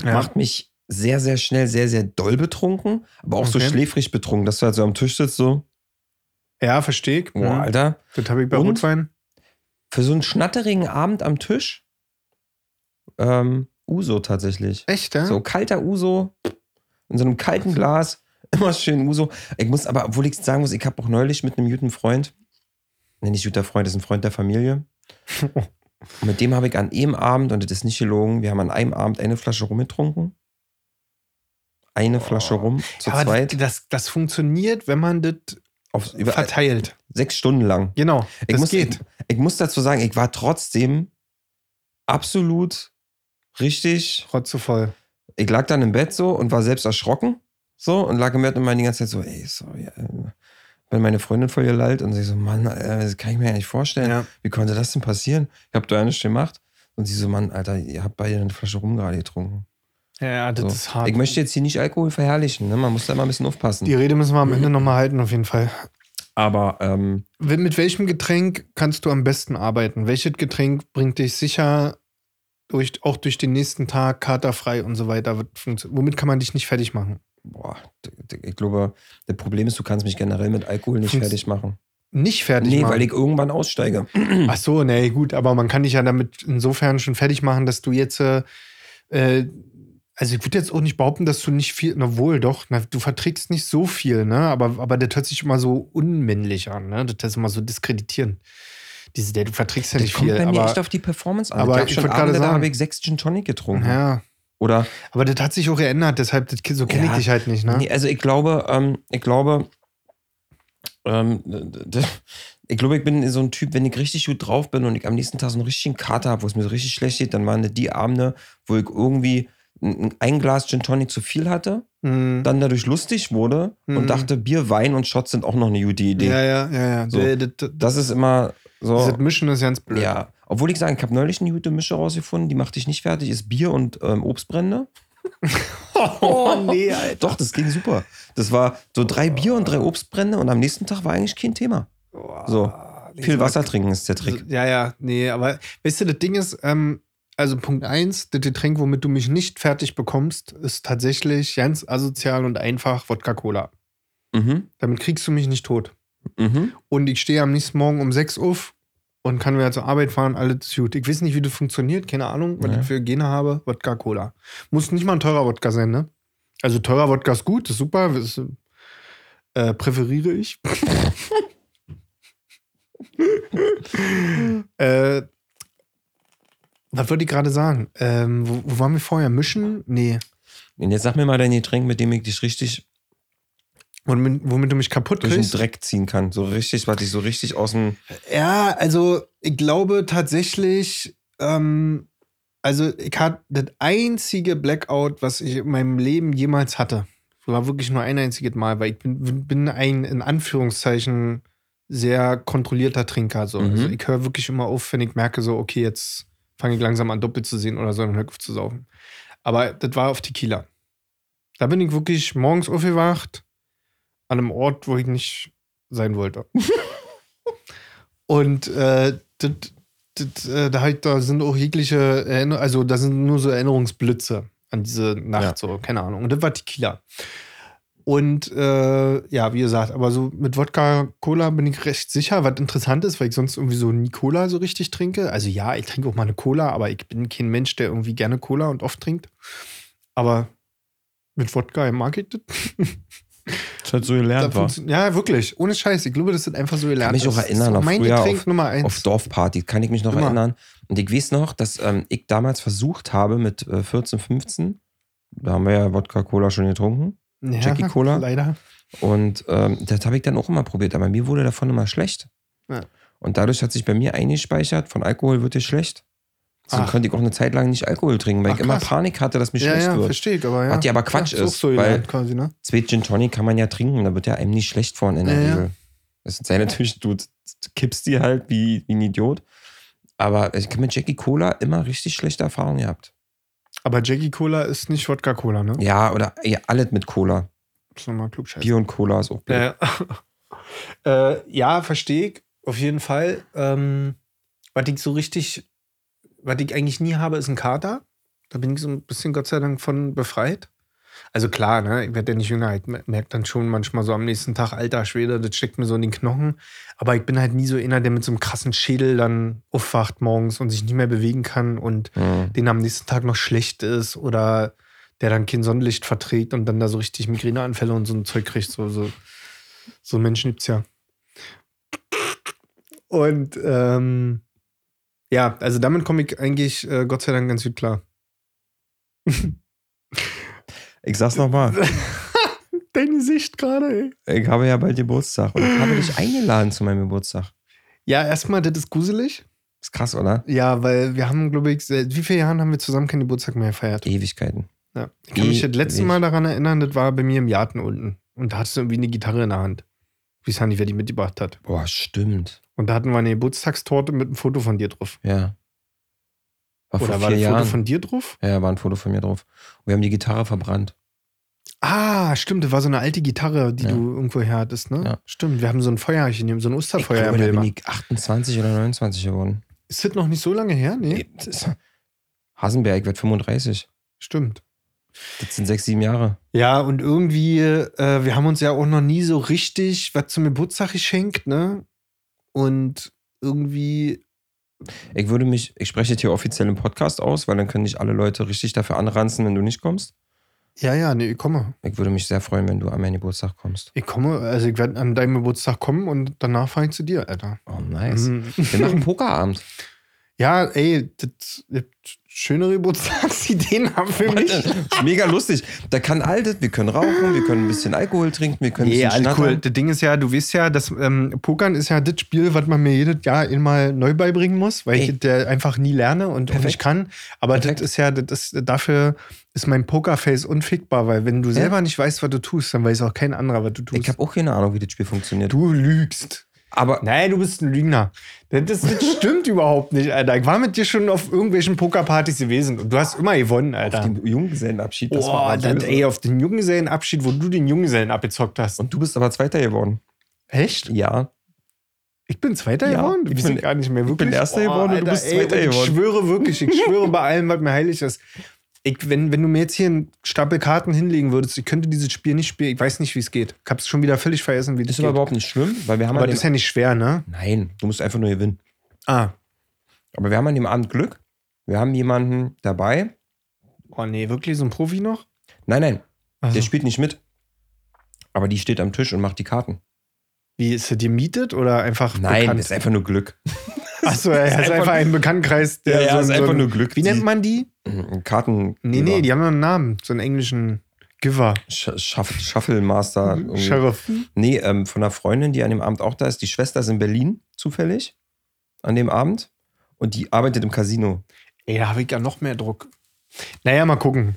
[SPEAKER 1] Ja.
[SPEAKER 2] macht mich sehr, sehr schnell, sehr, sehr doll betrunken, aber auch so
[SPEAKER 1] Okay.
[SPEAKER 2] schläfrig betrunken, dass du halt so am Tisch sitzt, so,
[SPEAKER 1] ja, verstehe ich.
[SPEAKER 2] boah,
[SPEAKER 1] Mhm.
[SPEAKER 2] Alter.
[SPEAKER 1] Das habe ich bei
[SPEAKER 2] Und?
[SPEAKER 1] Rotwein.
[SPEAKER 2] für so einen schnatterigen Abend am Tisch ähm, Uso tatsächlich.
[SPEAKER 1] Echt, ja?
[SPEAKER 2] So kalter Uso in so einem kalten Glas, immer schön Uso. Ich muss aber, obwohl ich sagen muss, ich habe auch neulich mit einem guten Freund, nenne nicht guter Freund, das ist ein Freund der Familie. Und mit dem habe ich an einem Abend, und das ist nicht gelogen, wir haben an einem Abend eine Flasche rumgetrunken. Eine Flasche rum zu
[SPEAKER 1] Oh. Aber
[SPEAKER 2] zweit.
[SPEAKER 1] das, das funktioniert, wenn man das
[SPEAKER 2] Auf, über
[SPEAKER 1] verteilt.
[SPEAKER 2] sechs Stunden lang.
[SPEAKER 1] Genau.
[SPEAKER 2] Ich
[SPEAKER 1] das
[SPEAKER 2] muss,
[SPEAKER 1] geht.
[SPEAKER 2] Ich, ich muss dazu sagen, ich war trotzdem absolut richtig.
[SPEAKER 1] Rotzevoll.
[SPEAKER 2] Ich lag dann im Bett so und war selbst erschrocken. So und lag im Bett und meine die ganze Zeit so, ey, sorry. äh, Bin meine Freundin voll gelallt und sie so, Mann, äh, das kann ich mir ja nicht vorstellen.
[SPEAKER 1] Ja.
[SPEAKER 2] Wie konnte das denn passieren? Ich hab da ja nichts gemacht. Und sie so, Mann, Alter, ihr habt beide eine Flasche rum gerade getrunken.
[SPEAKER 1] Ja, das
[SPEAKER 2] So.
[SPEAKER 1] ist hart.
[SPEAKER 2] Ich möchte jetzt hier nicht Alkohol verherrlichen. Ne? Man muss da immer ein bisschen aufpassen.
[SPEAKER 1] Die Rede müssen wir am Ende nochmal halten, auf jeden Fall.
[SPEAKER 2] Aber ähm,
[SPEAKER 1] Wenn- Mit welchem Getränk kannst du am besten arbeiten? Welches Getränk bringt dich sicher durch, auch durch den nächsten Tag, katerfrei und so weiter? Was funktio- Womit kann man dich nicht fertig machen?
[SPEAKER 2] boah, d- d- ich glaube, das Problem ist, du kannst mich generell mit Alkohol nicht
[SPEAKER 1] Funkt-
[SPEAKER 2] fertig machen.
[SPEAKER 1] Nicht fertig
[SPEAKER 2] nee,
[SPEAKER 1] machen.
[SPEAKER 2] weil ich irgendwann aussteige.
[SPEAKER 1] Ach so, nee, gut, aber man kann dich ja damit insofern schon fertig machen, dass du jetzt, äh, äh, also ich würde jetzt auch nicht behaupten, dass du nicht viel, na wohl doch, na, du verträgst nicht so viel, ne, aber, aber das hört sich immer so unmännlich an, ne, das ist immer so diskreditierend. Diese, der, du verträgst ja
[SPEAKER 2] Das
[SPEAKER 1] nicht
[SPEAKER 2] kommt
[SPEAKER 1] viel,
[SPEAKER 2] bei mir
[SPEAKER 1] aber,
[SPEAKER 2] echt auf die Performance an.
[SPEAKER 1] aber
[SPEAKER 2] ich hab
[SPEAKER 1] ich
[SPEAKER 2] schon
[SPEAKER 1] wollt gerade
[SPEAKER 2] Abende, da
[SPEAKER 1] sagen-
[SPEAKER 2] habe ich sechs Gin Tonic getrunken.
[SPEAKER 1] ja,
[SPEAKER 2] Oder,
[SPEAKER 1] aber das hat sich auch geändert, deshalb, das, so kenne
[SPEAKER 2] Ja.
[SPEAKER 1] ich dich halt nicht, ne.
[SPEAKER 2] nee, also ich glaube, ähm, ich glaube, ähm, d- d- ich glaube, ich bin so ein Typ, wenn ich richtig gut drauf bin und ich am nächsten Tag so einen richtigen Kater habe, wo es mir so richtig schlecht geht, dann waren das die Abende, wo ich irgendwie ein, ein Glas Gin Tonic zu viel hatte,
[SPEAKER 1] Mhm.
[SPEAKER 2] dann dadurch lustig wurde
[SPEAKER 1] Mhm.
[SPEAKER 2] und dachte, Bier, Wein und Shots sind auch noch eine gute Idee.
[SPEAKER 1] Ja, ja, ja, ja.
[SPEAKER 2] So.
[SPEAKER 1] Nee, Das, das,
[SPEAKER 2] Das ist immer so.
[SPEAKER 1] Dieses Mischen ist ganz blöd.
[SPEAKER 2] Ja, obwohl ich sagen, ich habe neulich eine gute Mische rausgefunden, die macht dich nicht fertig, ist Bier und ähm, Obstbrände.
[SPEAKER 1] Oh, nee, Alter.
[SPEAKER 2] Doch, das ging super. Das war so drei Bier und drei Obstbrände und am nächsten Tag war eigentlich kein Thema. So.
[SPEAKER 1] links
[SPEAKER 2] Viel
[SPEAKER 1] mal-
[SPEAKER 2] Wasser trinken ist der Trick.
[SPEAKER 1] Also, ja, ja, nee, aber weißt du, das Ding ist, ähm, also Punkt eins, das Getränk, womit du mich nicht fertig bekommst, ist tatsächlich ganz asozial und einfach Wodka-Cola.
[SPEAKER 2] Mhm.
[SPEAKER 1] Damit kriegst du mich nicht tot.
[SPEAKER 2] Mhm.
[SPEAKER 1] Und ich stehe am nächsten Morgen um 6 Uhr auf und kann wieder zur Arbeit fahren, alles ist gut. Ich weiß nicht, wie das funktioniert, keine Ahnung, was
[SPEAKER 2] Ja.
[SPEAKER 1] ich für Gene habe. Wodka Cola. Muss nicht mal ein teurer Wodka sein, ne? Also teurer Wodka ist gut, ist super, ist, äh, präferiere ich. äh, was wollte ich gerade sagen? Ähm, wo, wo waren wir vorher? Mischen? Nee.
[SPEAKER 2] Und jetzt sag mir mal dein Getränk, mit dem ich dich richtig
[SPEAKER 1] Womit, womit du mich kaputt
[SPEAKER 2] durch den
[SPEAKER 1] kriegst?
[SPEAKER 2] Dreck ziehen kann. So richtig, was ich so richtig aus dem.
[SPEAKER 1] Ja, also ich glaube tatsächlich, ähm, also ich hatte das einzige Blackout, was ich in meinem Leben jemals hatte. War wirklich nur ein einziges Mal, weil ich bin, bin ein in Anführungszeichen sehr kontrollierter Trinker. So.
[SPEAKER 2] Mhm.
[SPEAKER 1] Also ich höre wirklich immer auf, wenn ich merke, so, okay, jetzt fange ich langsam an, doppelt zu sehen oder so, dann höre ich auf zu saufen. Aber das war auf Tequila. Da bin ich wirklich morgens aufgewacht, an einem Ort, wo ich nicht sein wollte. Und äh, das, das, äh, da, halt, da sind auch jegliche, Erinner also da sind nur so Erinnerungsblitze an diese Nacht,
[SPEAKER 2] Ja.
[SPEAKER 1] so, keine Ahnung. Und das war Tequila. Und äh, ja, wie gesagt, aber so mit Wodka, Cola bin ich recht sicher, was interessant ist, weil ich sonst irgendwie so nie Cola so richtig trinke. Also ja, ich trinke auch mal eine Cola, aber ich bin kein Mensch, der irgendwie gerne Cola und oft trinkt. Aber mit Wodka mag ich das.
[SPEAKER 2] Das halt so gelernt
[SPEAKER 1] Da funktio- Ja, wirklich. Ohne Scheiß. Ich glaube, das sind einfach so gelernt.
[SPEAKER 2] mich auch
[SPEAKER 1] Das ist
[SPEAKER 2] erinnern,
[SPEAKER 1] so
[SPEAKER 2] auf
[SPEAKER 1] mein
[SPEAKER 2] früher,
[SPEAKER 1] Getränk
[SPEAKER 2] auf-
[SPEAKER 1] Nummer
[SPEAKER 2] Auf
[SPEAKER 1] eins.
[SPEAKER 2] Dorfparty, kann ich mich noch
[SPEAKER 1] Immer.
[SPEAKER 2] erinnern. Und ich weiß noch, dass ähm, ich damals versucht habe mit äh, 14, 15, da haben wir ja Wodka-Cola schon getrunken.
[SPEAKER 1] Ja,
[SPEAKER 2] Jackie Cola.
[SPEAKER 1] Leider.
[SPEAKER 2] Und ähm, das habe ich dann auch immer probiert, aber mir wurde davon immer schlecht.
[SPEAKER 1] Ja.
[SPEAKER 2] Und dadurch hat sich bei mir eingespeichert, von Alkohol wird dir schlecht. So
[SPEAKER 1] Ach.
[SPEAKER 2] konnte ich auch eine Zeit lang nicht Alkohol trinken, weil
[SPEAKER 1] Ach,
[SPEAKER 2] ich immer
[SPEAKER 1] krass.
[SPEAKER 2] Panik hatte, dass mir
[SPEAKER 1] Ja,
[SPEAKER 2] schlecht
[SPEAKER 1] ja,
[SPEAKER 2] wird.
[SPEAKER 1] verstehe ich, aber ja.
[SPEAKER 2] Was ja aber Quatsch
[SPEAKER 1] das auch
[SPEAKER 2] ist,
[SPEAKER 1] so gelernt
[SPEAKER 2] weil-
[SPEAKER 1] quasi, ne?
[SPEAKER 2] Zwei Gin Tonic kann man ja trinken, da wird ja einem nicht schlecht von in der
[SPEAKER 1] Ja, ja.
[SPEAKER 2] Regel. Das ist ja natürlich, du kippst die halt wie, wie ein Idiot. Aber ich habe mit Jackie Cola immer richtig schlechte Erfahrungen gehabt.
[SPEAKER 1] Aber Jackie Cola ist nicht Wodka Cola, ne?
[SPEAKER 2] Ja, oder ja, alles mit Cola.
[SPEAKER 1] Das ist nochmal klugscheiß.
[SPEAKER 2] Bier und Cola ist auch blöd.
[SPEAKER 1] Ja, ja. äh, ja verstehe ich. Auf jeden Fall. Ähm, was ich so richtig, was ich eigentlich nie habe, ist ein Kater. Da bin ich so ein bisschen Gott sei Dank von befreit. Also klar, ne, ich werde ja nicht jünger, ich merke dann schon manchmal so am nächsten Tag, alter Schwede, das steckt mir so in den Knochen. Aber ich bin halt nie so einer, der mit so einem krassen Schädel dann aufwacht morgens und sich nicht mehr bewegen kann und
[SPEAKER 2] Mhm.
[SPEAKER 1] den am nächsten Tag noch schlecht ist oder der dann kein Sonnenlicht verträgt und dann da so richtig Migräneanfälle und so ein Zeug kriegt. So, so, so Menschen gibt's ja. Und ähm, ja, also damit komme ich eigentlich äh, Gott sei Dank ganz gut klar.
[SPEAKER 2] Ich sag's nochmal.
[SPEAKER 1] Deine Sicht gerade, ey.
[SPEAKER 2] Ich habe ja bald Geburtstag und ich habe dich eingeladen zu meinem Geburtstag.
[SPEAKER 1] Ja, erstmal, das ist gruselig.
[SPEAKER 2] Ist krass, oder?
[SPEAKER 1] Ja, weil wir haben, glaube ich, seit wie vielen Jahren haben wir zusammen keinen Geburtstag mehr gefeiert?
[SPEAKER 2] Ewigkeiten.
[SPEAKER 1] Ja. Ich kann mich das letzte
[SPEAKER 2] Ewig.
[SPEAKER 1] Mal daran erinnern, das war bei mir im Garten unten. Und da hattest du irgendwie eine Gitarre in der Hand. Ich weiß ja nicht, wer die mitgebracht hat.
[SPEAKER 2] Boah, stimmt.
[SPEAKER 1] Und da hatten wir eine Geburtstagstorte mit einem Foto von dir drauf.
[SPEAKER 2] Ja. War vor
[SPEAKER 1] Oder war
[SPEAKER 2] vier
[SPEAKER 1] ein
[SPEAKER 2] Jahren.
[SPEAKER 1] Foto von dir drauf?
[SPEAKER 2] ja, war ein Foto von mir drauf. Und wir haben die Gitarre verbrannt.
[SPEAKER 1] Ah, stimmt, das war so eine alte Gitarre, die
[SPEAKER 2] Ja.
[SPEAKER 1] du irgendwo her hattest, ne?
[SPEAKER 2] Ja.
[SPEAKER 1] Stimmt, wir haben so ein Feuerchen, nehmen so ein
[SPEAKER 2] Ich
[SPEAKER 1] Osterfeuer
[SPEAKER 2] glaube,
[SPEAKER 1] im
[SPEAKER 2] da bin
[SPEAKER 1] Wilma.
[SPEAKER 2] ich 28 oder 29 geworden.
[SPEAKER 1] Ist das noch nicht so lange her? Nee.
[SPEAKER 2] Nee, das ist- Hasenberg wird 35.
[SPEAKER 1] Stimmt.
[SPEAKER 2] Das sind sechs, sieben Jahre.
[SPEAKER 1] Ja, und irgendwie, äh, wir haben uns ja auch noch nie so richtig was zum Geburtstag geschenkt, ne? Und irgendwie,
[SPEAKER 2] Ich würde mich, ich spreche jetzt hier offiziell im Podcast aus, weil dann können dich alle Leute richtig dafür anranzen, wenn du nicht kommst.
[SPEAKER 1] ja, ja, nee, ich komme.
[SPEAKER 2] Ich würde mich sehr freuen, wenn du an meinen Geburtstag kommst.
[SPEAKER 1] Ich komme, also ich werde an deinem Geburtstag kommen und danach fahre ich zu dir, Alter.
[SPEAKER 2] Oh, nice.
[SPEAKER 1] Mhm.
[SPEAKER 2] Wir machen Pokerabend.
[SPEAKER 1] Ja, ey, das, das schönere Geburtstagsideen haben für mich.
[SPEAKER 2] Mega lustig. Da kann all das, wir können rauchen, wir können ein bisschen Alkohol trinken, wir können ein
[SPEAKER 1] Nee,
[SPEAKER 2] bisschen
[SPEAKER 1] alles cool.
[SPEAKER 2] schnattern.
[SPEAKER 1] Das Ding ist ja, du weißt ja, dass ähm, Pokern ist ja das Spiel, was man mir jedes Jahr immer neu beibringen muss, weil
[SPEAKER 2] Ey.
[SPEAKER 1] ich der einfach nie lerne und auch
[SPEAKER 2] Perfekt.
[SPEAKER 1] nicht kann. Aber
[SPEAKER 2] Perfekt.
[SPEAKER 1] das ist ja, das ist, dafür ist mein Pokerface unfickbar, weil wenn du selber nicht weißt, was du tust, dann weiß auch kein anderer, was du tust.
[SPEAKER 2] Ich habe auch keine Ahnung, wie das Spiel funktioniert.
[SPEAKER 1] du lügst.
[SPEAKER 2] Aber
[SPEAKER 1] Nein, du bist ein Lügner. Das, das, das stimmt überhaupt nicht, Alter. Ich war mit dir schon auf irgendwelchen Pokerpartys gewesen und du hast immer gewonnen, Alter.
[SPEAKER 2] auf dem Junggesellenabschied, das war
[SPEAKER 1] Boah, dann,
[SPEAKER 2] Wahnsinn.
[SPEAKER 1] ey, auf den Junggesellenabschied, wo du den Junggesellen abgezockt hast.
[SPEAKER 2] Und du bist aber Zweiter geworden.
[SPEAKER 1] Echt?
[SPEAKER 2] Ja.
[SPEAKER 1] Ich bin Zweiter
[SPEAKER 2] Ja,
[SPEAKER 1] geworden? Du
[SPEAKER 2] ich
[SPEAKER 1] bist
[SPEAKER 2] bin-
[SPEAKER 1] ja gar nicht mehr wirklich.
[SPEAKER 2] bin Erster geworden und du bist Zweiter
[SPEAKER 1] und
[SPEAKER 2] geworden.
[SPEAKER 1] Ich schwöre wirklich, ich schwöre bei allem, was mir heilig ist. Ich, wenn, wenn du mir jetzt hier einen Stapel Karten hinlegen würdest, ich könnte dieses Spiel nicht spielen. Ich weiß nicht, wie es geht. Ich hab's schon wieder völlig vergessen, wie das
[SPEAKER 2] Ist
[SPEAKER 1] geht.
[SPEAKER 2] aber
[SPEAKER 1] Aber,
[SPEAKER 2] überhaupt nicht schlimm, weil wir haben an
[SPEAKER 1] das
[SPEAKER 2] dem
[SPEAKER 1] ist ja nicht schwer, ne?
[SPEAKER 2] Nein, du musst einfach nur gewinnen.
[SPEAKER 1] Ah.
[SPEAKER 2] Aber wir haben an dem Abend Glück. Wir haben jemanden dabei.
[SPEAKER 1] Oh nee, wirklich so ein Profi noch?
[SPEAKER 2] Nein, nein,
[SPEAKER 1] Also,
[SPEAKER 2] der spielt nicht mit. Aber die steht am Tisch und macht die Karten.
[SPEAKER 1] wie ist er dir mietet oder einfach
[SPEAKER 2] Nein,
[SPEAKER 1] bekannt?
[SPEAKER 2] das ist einfach nur Glück.
[SPEAKER 1] Achso, er ist einfach ein Bekanntenkreis, der so,
[SPEAKER 2] das
[SPEAKER 1] so
[SPEAKER 2] ist einfach
[SPEAKER 1] ein,
[SPEAKER 2] nur Glück.
[SPEAKER 1] Wie nennt man die?
[SPEAKER 2] man Karten?
[SPEAKER 1] Nee, nee, die haben noch einen Namen. So einen englischen Giver. Hm,
[SPEAKER 2] Sch- Shuff Shuffle Master. Ah, irgendwie.
[SPEAKER 1] Sheriff.
[SPEAKER 2] Nee, ähm, von einer Freundin, die an dem Abend auch da ist. Die Schwester ist in Berlin zufällig an dem Abend und die arbeitet im Casino.
[SPEAKER 1] Ey, da habe ich ja noch mehr Druck. Naja, mal gucken,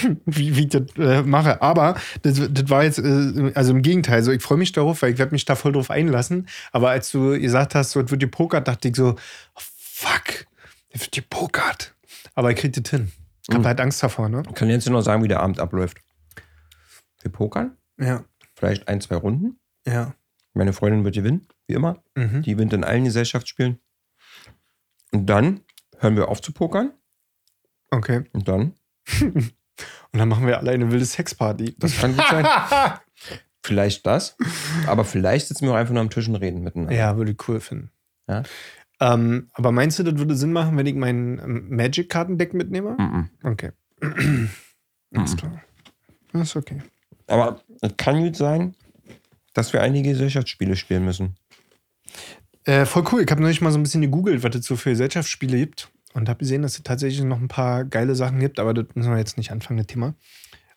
[SPEAKER 1] wie, wie ich das äh, mache. Aber das, das war jetzt, äh, also im Gegenteil, so ich freue mich darauf, weil ich werde mich da voll drauf einlassen. Aber als du gesagt hast, so es wird gepokert, dachte ich so, oh, fuck, es wird gepokert. Aber ich krieg das hin. Ich habe
[SPEAKER 2] Mhm.
[SPEAKER 1] halt Angst davor, ne?
[SPEAKER 2] Ich kann jetzt nur noch sagen, wie der Abend abläuft. Wir pokern,
[SPEAKER 1] Ja,
[SPEAKER 2] vielleicht ein, zwei Runden.
[SPEAKER 1] ja.
[SPEAKER 2] Meine Freundin wird gewinnen, wie immer.
[SPEAKER 1] Mhm.
[SPEAKER 2] Die gewinnt in allen Gesellschaftsspielen. Und dann hören wir auf zu pokern.
[SPEAKER 1] Okay.
[SPEAKER 2] Und dann,
[SPEAKER 1] Und dann machen wir alle eine wilde Sexparty.
[SPEAKER 2] das kann gut sein. vielleicht das. Aber vielleicht sitzen wir auch einfach nur am Tisch und reden miteinander.
[SPEAKER 1] Ja, würde ich cool finden.
[SPEAKER 2] Ja.
[SPEAKER 1] Ähm, aber meinst du, das würde Sinn machen, wenn ich mein ähm, Magic-Kartendeck mitnehme?
[SPEAKER 2] Mhm.
[SPEAKER 1] Okay. Alles klar. Das ist okay.
[SPEAKER 2] Aber es kann gut sein, dass wir einige Gesellschaftsspiele spielen müssen.
[SPEAKER 1] Äh, voll cool. Ich habe neulich mal so ein bisschen gegoogelt, was es so für Gesellschaftsspiele gibt. Und habe gesehen, dass es tatsächlich noch ein paar geile Sachen gibt. Aber das müssen wir jetzt nicht anfangen, das Thema.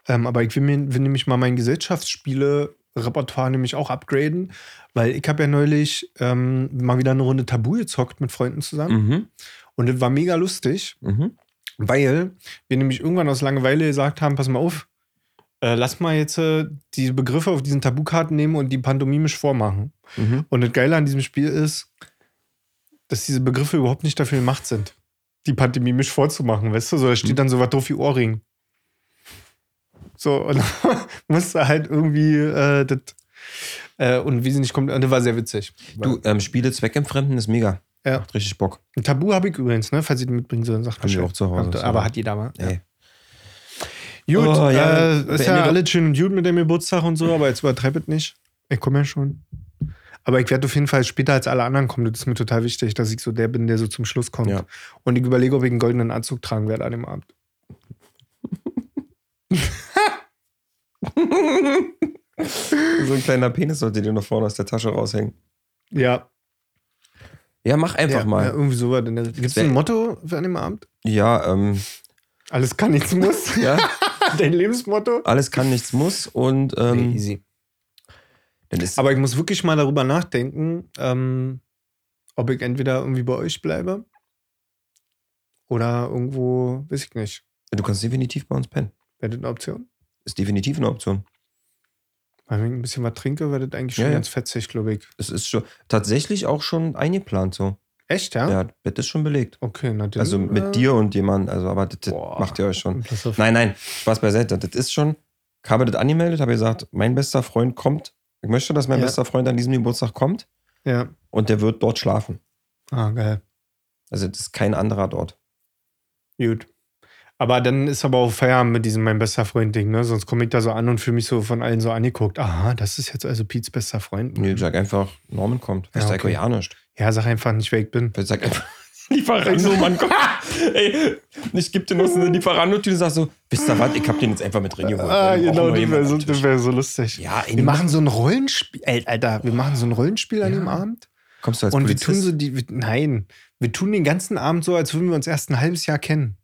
[SPEAKER 1] Ähm, aber ich will, mir, will nämlich mal mein Gesellschaftsspiele-Repertoire nämlich auch upgraden. Weil ich habe ja neulich ähm, mal wieder eine Runde Tabu gezockt mit Freunden zusammen.
[SPEAKER 2] Mhm.
[SPEAKER 1] Und das war mega lustig.
[SPEAKER 2] Mhm.
[SPEAKER 1] Weil wir nämlich irgendwann aus Langeweile gesagt haben, pass mal auf, äh, lass mal jetzt äh, die Begriffe auf diesen Tabukarten nehmen und die pantomimisch vormachen.
[SPEAKER 2] Mhm.
[SPEAKER 1] Und das Geile an diesem Spiel ist, dass diese Begriffe überhaupt nicht dafür gemacht sind, die pantomimisch vorzumachen, weißt du? So, da
[SPEAKER 2] Mhm.
[SPEAKER 1] steht dann sowas drauf wie Ohrring. So, und musst du halt irgendwie äh, das äh, und wie sie nicht kommt, das war sehr witzig.
[SPEAKER 2] Du, ähm, Spiele zweckentfremden ist mega.
[SPEAKER 1] Ja.
[SPEAKER 2] Macht richtig Bock.
[SPEAKER 1] Ein Tabu habe ich übrigens, ne? Falls ihr die mitbringen, so Sachen.
[SPEAKER 2] Haben wir auch zu Hause,
[SPEAKER 1] Aber,
[SPEAKER 2] so.
[SPEAKER 1] aber hat jeder mal.
[SPEAKER 2] Ey.
[SPEAKER 1] Gut,
[SPEAKER 2] Oh, ja,
[SPEAKER 1] äh, ist
[SPEAKER 2] beendet
[SPEAKER 1] ja
[SPEAKER 2] doch-
[SPEAKER 1] alles schön und gut mit dem Geburtstag und so, aber jetzt übertreib es nicht. Ich komme ja schon. Aber ich werde auf jeden Fall später als alle anderen kommen. Das ist mir total wichtig, dass ich so der bin, der so zum Schluss kommt.
[SPEAKER 2] Ja.
[SPEAKER 1] Und ich überlege, ob ich einen goldenen Anzug tragen werde an dem Abend.
[SPEAKER 2] So ein kleiner Penis sollte dir noch vorne aus der Tasche raushängen.
[SPEAKER 1] Ja.
[SPEAKER 2] Ja, mach einfach
[SPEAKER 1] ja, Ja,
[SPEAKER 2] mal.
[SPEAKER 1] irgendwie sowas. Gibt es
[SPEAKER 2] wär-
[SPEAKER 1] ein Motto für an dem Abend?
[SPEAKER 2] Ja, ähm,
[SPEAKER 1] Alles kann, nichts muss.
[SPEAKER 2] ja,
[SPEAKER 1] Dein Lebensmotto?
[SPEAKER 2] alles kann, nichts muss. Und ähm,
[SPEAKER 1] easy.
[SPEAKER 2] dann ist,
[SPEAKER 1] Aber ich muss wirklich mal darüber nachdenken, ähm, ob ich entweder irgendwie bei euch bleibe oder irgendwo, weiß ich nicht.
[SPEAKER 2] du kannst definitiv bei uns pennen.
[SPEAKER 1] Wäre das eine Option?
[SPEAKER 2] Ist definitiv eine Option.
[SPEAKER 1] Weil wenn ich ein bisschen was trinke, wäre das eigentlich schon
[SPEAKER 2] Ja, ja.
[SPEAKER 1] ganz fetzig, glaube ich.
[SPEAKER 2] Es ist schon tatsächlich auch schon eingeplant so.
[SPEAKER 1] Echt, ja?
[SPEAKER 2] Ja, Bett ist schon belegt.
[SPEAKER 1] Okay, na dann,
[SPEAKER 2] Also
[SPEAKER 1] äh,
[SPEAKER 2] mit dir und jemandem, also aber das, das
[SPEAKER 1] Boah.
[SPEAKER 2] macht ihr euch schon.
[SPEAKER 1] Pass auf.
[SPEAKER 2] Nein, nein, Spaß beiseite. Das ist schon, ich habe das angemeldet, habe gesagt, mein bester Freund kommt. Ich möchte, dass mein
[SPEAKER 1] Ja.
[SPEAKER 2] bester Freund an diesem Geburtstag kommt
[SPEAKER 1] Ja.
[SPEAKER 2] und der wird dort schlafen.
[SPEAKER 1] Ah, geil.
[SPEAKER 2] Also das ist kein anderer dort.
[SPEAKER 1] Gut. Aber dann ist aber auch Feierabend mit diesem mein bester Freund-Ding, ne? Sonst komme ich da so an und fühle mich so von allen so angeguckt. Aha, das ist jetzt also Piets bester Freund.
[SPEAKER 2] Nee, sag einfach, Norman kommt.
[SPEAKER 1] Ja,
[SPEAKER 2] Ich sag
[SPEAKER 1] okay.
[SPEAKER 2] ja nicht.
[SPEAKER 1] Ja, sag einfach nicht, wer ich bin.
[SPEAKER 2] Ich sag einfach, Lieferando, Mann, komm. Ey, ich geb dir noch so eine Lieferando-Tüte und sag so, wisst ihr was, ich hab den jetzt einfach mit reingeholt.
[SPEAKER 1] Ah,
[SPEAKER 2] Wir
[SPEAKER 1] genau, das
[SPEAKER 2] brauchen noch
[SPEAKER 1] wäre
[SPEAKER 2] jemanden
[SPEAKER 1] so,
[SPEAKER 2] am Tisch.
[SPEAKER 1] das wär so lustig.
[SPEAKER 2] Ja, ey,
[SPEAKER 1] Wir machen so ein Rollenspiel, Ey, Alter, wir machen so ein Rollenspiel an
[SPEAKER 2] Ja.
[SPEAKER 1] dem Abend.
[SPEAKER 2] Kommst du als
[SPEAKER 1] und
[SPEAKER 2] Polizist?
[SPEAKER 1] wir tun so die, wir, nein, wir tun den ganzen Abend so, als würden wir uns erst ein halbes Jahr kennen.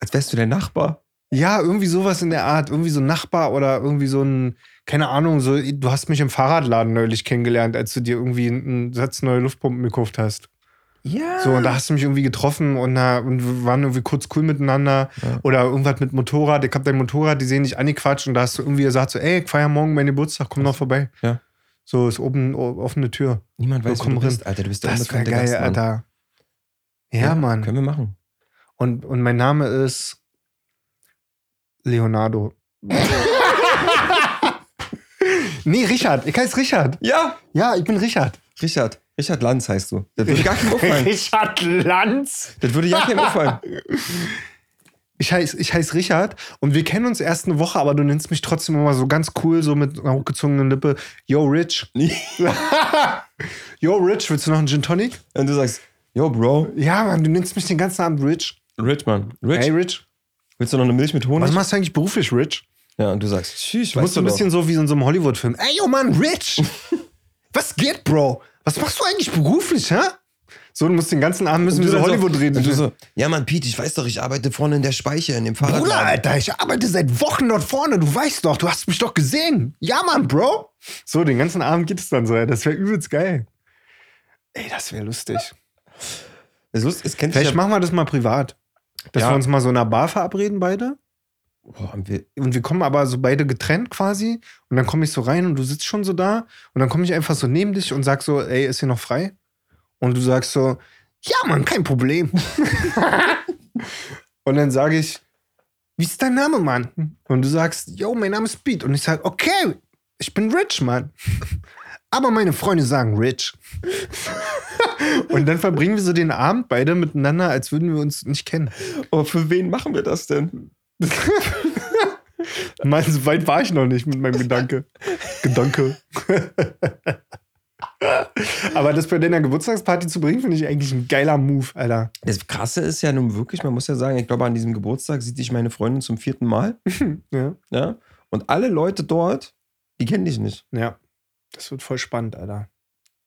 [SPEAKER 2] als wärst du der Nachbar.
[SPEAKER 1] Ja, irgendwie sowas in der Art, irgendwie so ein Nachbar oder irgendwie so ein, keine Ahnung, so, du hast mich im Fahrradladen neulich kennengelernt, als du dir irgendwie einen Satz neue Luftpumpen gekauft hast.
[SPEAKER 2] Ja.
[SPEAKER 1] So, und da hast du mich irgendwie getroffen und, na, und wir waren irgendwie kurz cool miteinander.
[SPEAKER 2] Ja.
[SPEAKER 1] Oder irgendwas mit Motorrad. Ich hab dein Motorrad, die sehen dich angequatscht und da hast du irgendwie gesagt, so, ey, ich feier morgen meinen Geburtstag, komm noch vorbei.
[SPEAKER 2] Ja.
[SPEAKER 1] So, ist oben o- offene Tür.
[SPEAKER 2] Niemand weiß,
[SPEAKER 1] Komm
[SPEAKER 2] wo du
[SPEAKER 1] rein.
[SPEAKER 2] bist, Alter. Du bist der
[SPEAKER 1] Das wäre
[SPEAKER 2] unbekannte
[SPEAKER 1] geil,
[SPEAKER 2] Gast, Mann.
[SPEAKER 1] Alter. Ja, Mann.
[SPEAKER 2] Können wir machen.
[SPEAKER 1] Und, und mein Name ist Leonardo. nee, Richard. Ich heiße Richard.
[SPEAKER 2] Ja,
[SPEAKER 1] Ja, ich bin Richard.
[SPEAKER 2] Richard, Richard Lanz heißt du. Das würde gar keinem auffallen.
[SPEAKER 1] Richard Lanz.
[SPEAKER 2] Das würde ja keinem auffallen.
[SPEAKER 1] Ich heiße ich heiß Richard und wir kennen uns erst eine Woche, aber du nennst mich trotzdem immer so ganz cool, so mit einer hochgezogenen Lippe. Yo, Rich. Yo, Rich, willst du noch einen Gin Tonic?
[SPEAKER 2] Und du sagst, yo, Bro,
[SPEAKER 1] Ja, Mann, du nennst mich den ganzen Abend Rich.
[SPEAKER 2] Rich, Mann. Rich,
[SPEAKER 1] Hey, Rich.
[SPEAKER 2] willst du noch eine Milch mit Honig?
[SPEAKER 1] Was machst du eigentlich beruflich, Rich?
[SPEAKER 2] Ja, und du sagst, tschüss,
[SPEAKER 1] Du musst
[SPEAKER 2] weißt
[SPEAKER 1] so
[SPEAKER 2] du
[SPEAKER 1] ein
[SPEAKER 2] doch.
[SPEAKER 1] bisschen so wie in so einem Hollywood-Film. Ey, yo, Mann, Rich! Was geht, Bro? Was machst du eigentlich beruflich, hä? So, du musst den ganzen Abend müssen wir so
[SPEAKER 2] dann
[SPEAKER 1] Hollywood reden.
[SPEAKER 2] Und du so, ja, Mann, Pete, ich weiß doch, ich arbeite vorne in der Speiche, in dem Fahrrad.
[SPEAKER 1] Bruder, Alter, ich arbeite seit Wochen dort vorne. Du weißt doch, du hast mich doch gesehen. Ja, Mann, Bro. So, den ganzen Abend geht es dann so. ey. Das wäre übelst geil. Ey, das wäre lustig.
[SPEAKER 2] Es, ist lust- es kennt sich
[SPEAKER 1] Vielleicht
[SPEAKER 2] ja,
[SPEAKER 1] machen wir das mal privat. Dass
[SPEAKER 2] Ja.
[SPEAKER 1] wir uns mal so in einer Bar verabreden, beide.
[SPEAKER 2] Boah, haben wir,
[SPEAKER 1] Und wir kommen aber so beide getrennt quasi. Und dann komme ich so rein und du sitzt schon so da. Und dann komme ich einfach so neben dich und sag so, ey, ist hier noch frei? Und du sagst so, ja, Mann, kein Problem. und dann sage ich, wie ist dein Name, Mann? Und du sagst, yo, mein Name ist Pete. Und ich sage, okay, ich bin Rich, Mann. Aber meine Freunde sagen Rich. und dann verbringen wir so den Abend beide miteinander, als würden wir uns nicht kennen.
[SPEAKER 2] aber für wen machen wir das denn?
[SPEAKER 1] Mann, so weit war ich noch nicht mit meinem Gedanke. Gedanke. Aber das bei deiner Geburtstagsparty zu bringen, finde ich eigentlich ein geiler Move, Alter.
[SPEAKER 2] Das Krasse ist ja nun wirklich, man muss ja sagen, ich glaube, an diesem Geburtstag sieht dich meine Freundin zum vierten Mal.
[SPEAKER 1] Ja.
[SPEAKER 2] Ja? Und alle Leute dort, die kennen dich nicht.
[SPEAKER 1] ja. Das wird voll spannend, Alter.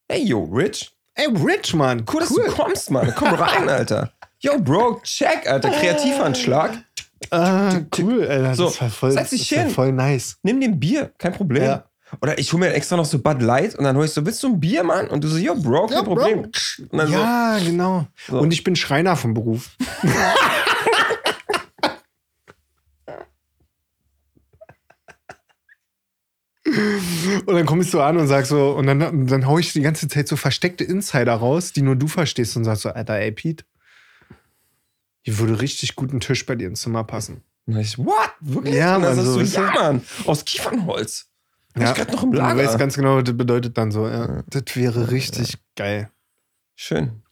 [SPEAKER 2] Hey, yo, Rich.
[SPEAKER 1] Ey, Rich, Mann.
[SPEAKER 2] Cool, dass du kommst, Mann. Komm rein, Alter. Yo, Bro, check, Alter. Kreativanschlag.
[SPEAKER 1] Ah, cool, Alter.
[SPEAKER 2] So,
[SPEAKER 1] das war voll,
[SPEAKER 2] setz
[SPEAKER 1] das
[SPEAKER 2] dich
[SPEAKER 1] ist ja
[SPEAKER 2] hin.
[SPEAKER 1] voll nice.
[SPEAKER 2] Nimm den Bier, kein Problem.
[SPEAKER 1] Ja.
[SPEAKER 2] Oder ich hole mir extra noch so Bud Light und dann hole ich so, willst du ein Bier, Mann? Und du so, yo, Bro, kein
[SPEAKER 1] Ja, Bro.
[SPEAKER 2] Problem. Und dann so,
[SPEAKER 1] ja, genau.
[SPEAKER 2] So.
[SPEAKER 1] Und ich bin Schreiner vom Beruf. und dann kommst du an und sagst so, und dann, und dann hau ich die ganze Zeit so versteckte Insider raus, die nur du verstehst und sagst so, Alter, ey, Pete, hier würde richtig guten Tisch bei dir ins Zimmer passen.
[SPEAKER 2] Und dann ich, what? Wirklich?
[SPEAKER 1] Ja,
[SPEAKER 2] und
[SPEAKER 1] Mann,
[SPEAKER 2] dann sagst
[SPEAKER 1] so,
[SPEAKER 2] du,
[SPEAKER 1] weißt du?
[SPEAKER 2] ja, Mann, aus Kiefernholz. Ja. Ich gerade noch im
[SPEAKER 1] Und Du
[SPEAKER 2] Lager.
[SPEAKER 1] weißt ganz genau, was das bedeutet dann so. Ja.
[SPEAKER 2] Ja.
[SPEAKER 1] Das wäre richtig geil.
[SPEAKER 2] Schön.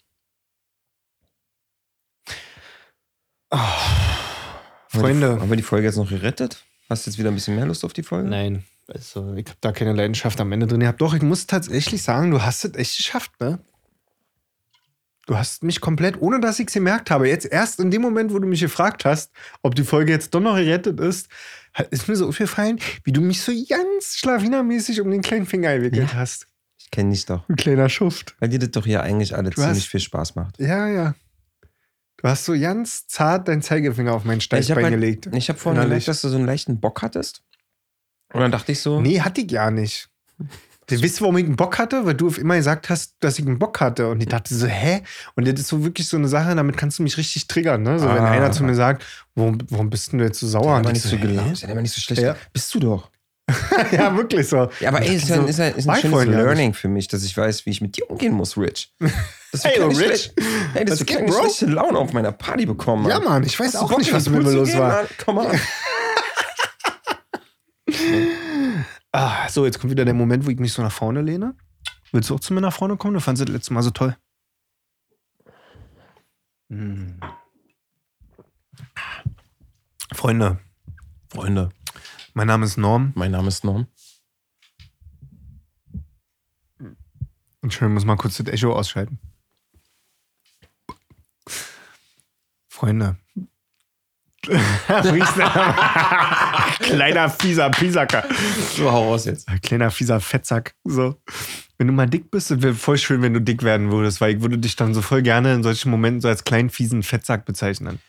[SPEAKER 2] Ah. Haben wir die-
[SPEAKER 1] Freunde.
[SPEAKER 2] Haben wir die Folge jetzt noch gerettet? Hast du jetzt wieder ein bisschen mehr Lust auf die Folge?
[SPEAKER 1] Nein, also ich habe da keine Leidenschaft am Ende drin gehabt. Doch, ich muss tatsächlich sagen, du hast es echt geschafft, ne? Du hast mich komplett, ohne dass ich es gemerkt habe, jetzt erst in dem Moment, wo du mich gefragt hast, ob die Folge jetzt doch noch gerettet ist, hat- ist mir so aufgefallen, wie du mich so ganz schlawinermäßig um den kleinen Finger gewickelt hast.
[SPEAKER 2] Ich kenne dich doch.
[SPEAKER 1] Ein kleiner Schuft.
[SPEAKER 2] Weil dir das doch hier eigentlich alle
[SPEAKER 1] Du hast-
[SPEAKER 2] ziemlich viel Spaß macht.
[SPEAKER 1] Ja, ja. Du hast so ganz zart deinen Zeigefinger auf mein
[SPEAKER 2] Ich habe
[SPEAKER 1] Steißbein gelegt.
[SPEAKER 2] hab vorhin
[SPEAKER 1] Innerlich.
[SPEAKER 2] gemerkt, dass du so einen leichten Bock hattest. Und dann dachte ich so,
[SPEAKER 1] Nee, hatte ich ja nicht. Du weißt, warum ich einen Bock hatte? Weil du auf immer gesagt hast, dass ich einen Bock hatte. Und ich dachte so, hä? Und das ist so wirklich so eine Sache, damit kannst du mich richtig triggern. Ne? So, wenn
[SPEAKER 2] Ah.
[SPEAKER 1] einer zu mir sagt, warum, warum bist denn du jetzt so
[SPEAKER 2] der
[SPEAKER 1] sauer?
[SPEAKER 2] hat
[SPEAKER 1] Und
[SPEAKER 2] aber
[SPEAKER 1] ich
[SPEAKER 2] nicht so
[SPEAKER 1] hä?
[SPEAKER 2] gelaufen, der hat aber nicht so schlecht.
[SPEAKER 1] Ja.
[SPEAKER 2] Bist du doch.
[SPEAKER 1] ja, also wirklich so.
[SPEAKER 2] Ja, aber ey, ist, ja,
[SPEAKER 1] so,
[SPEAKER 2] ist, ja, ist ein
[SPEAKER 1] mein
[SPEAKER 2] schönes
[SPEAKER 1] Freund, ja,
[SPEAKER 2] Learning für mich, dass ich weiß, wie ich mit dir umgehen muss, Rich. Dass
[SPEAKER 1] Ey,
[SPEAKER 2] wir keine
[SPEAKER 1] Rich.
[SPEAKER 2] schlecht- Ey, dass
[SPEAKER 1] Was
[SPEAKER 2] wir
[SPEAKER 1] geht,
[SPEAKER 2] keine
[SPEAKER 1] Bro?
[SPEAKER 2] schlechte Laune auf meiner Party bekommen
[SPEAKER 1] Ja, Mann, ich weiß
[SPEAKER 2] Hast du
[SPEAKER 1] auch
[SPEAKER 2] Bock,
[SPEAKER 1] nicht,
[SPEAKER 2] in den
[SPEAKER 1] was mit
[SPEAKER 2] Pool
[SPEAKER 1] mir
[SPEAKER 2] zu
[SPEAKER 1] los
[SPEAKER 2] gehen,
[SPEAKER 1] war.
[SPEAKER 2] Mann? Komm mal.
[SPEAKER 1] Ah, so, jetzt kommt wieder der Moment, wo ich mich so nach vorne lehne. Willst du auch zu mir nach vorne kommen? Du fandest das letzte Mal so toll. Hm. Freunde,
[SPEAKER 2] Freunde,
[SPEAKER 1] mein Name ist Norm.
[SPEAKER 2] mein Name ist Norm.
[SPEAKER 1] Entschuldigung, muss mal kurz das Echo ausschalten. Freunde. Kleiner fieser Piesacker.
[SPEAKER 2] So, hau raus jetzt.
[SPEAKER 1] Kleiner fieser Fettsack. So. Wenn du mal dick bist, wäre voll schön, wenn du dick werden würdest, weil ich würde dich dann so voll gerne in solchen Momenten so als kleinen fiesen Fettsack bezeichnen.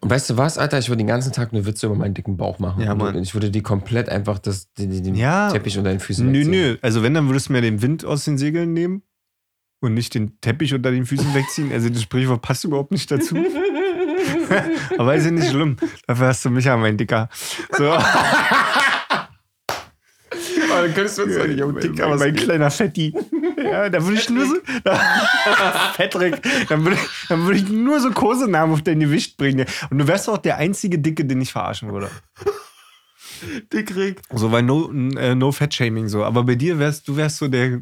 [SPEAKER 2] Und weißt du was, Alter? Ich würde den ganzen Tag nur Witze über meinen dicken Bauch machen.
[SPEAKER 1] Ja, Mann.
[SPEAKER 2] Und ich würde dir komplett einfach das, den, den- den
[SPEAKER 1] Ja.
[SPEAKER 2] Teppich unter den Füßen
[SPEAKER 1] Nö,
[SPEAKER 2] wegziehen.
[SPEAKER 1] nö. Also wenn, dann würdest du mir den Wind aus den Segeln nehmen und nicht den Teppich unter den Füßen wegziehen. Also das Sprichwort passt überhaupt nicht dazu. Aber ist ja nicht schlimm. Dafür hast du mich ja, mein Dicker. So.
[SPEAKER 2] Aber dann könntest du uns sagen, yo,
[SPEAKER 1] mein,
[SPEAKER 2] dick,
[SPEAKER 1] mein,
[SPEAKER 2] aber
[SPEAKER 1] mein kleiner Fetti. Ja, da würde ich nur so. Patrick. Dann würde ich, dann würde ich nur so Kosenamen auf dein Gewicht bringen. Und du wärst auch der einzige Dicke, den ich verarschen würde.
[SPEAKER 2] dick, Rick.
[SPEAKER 1] So, weil no, n- äh, no Fat Shaming so. Aber bei dir wärst du wärst so der,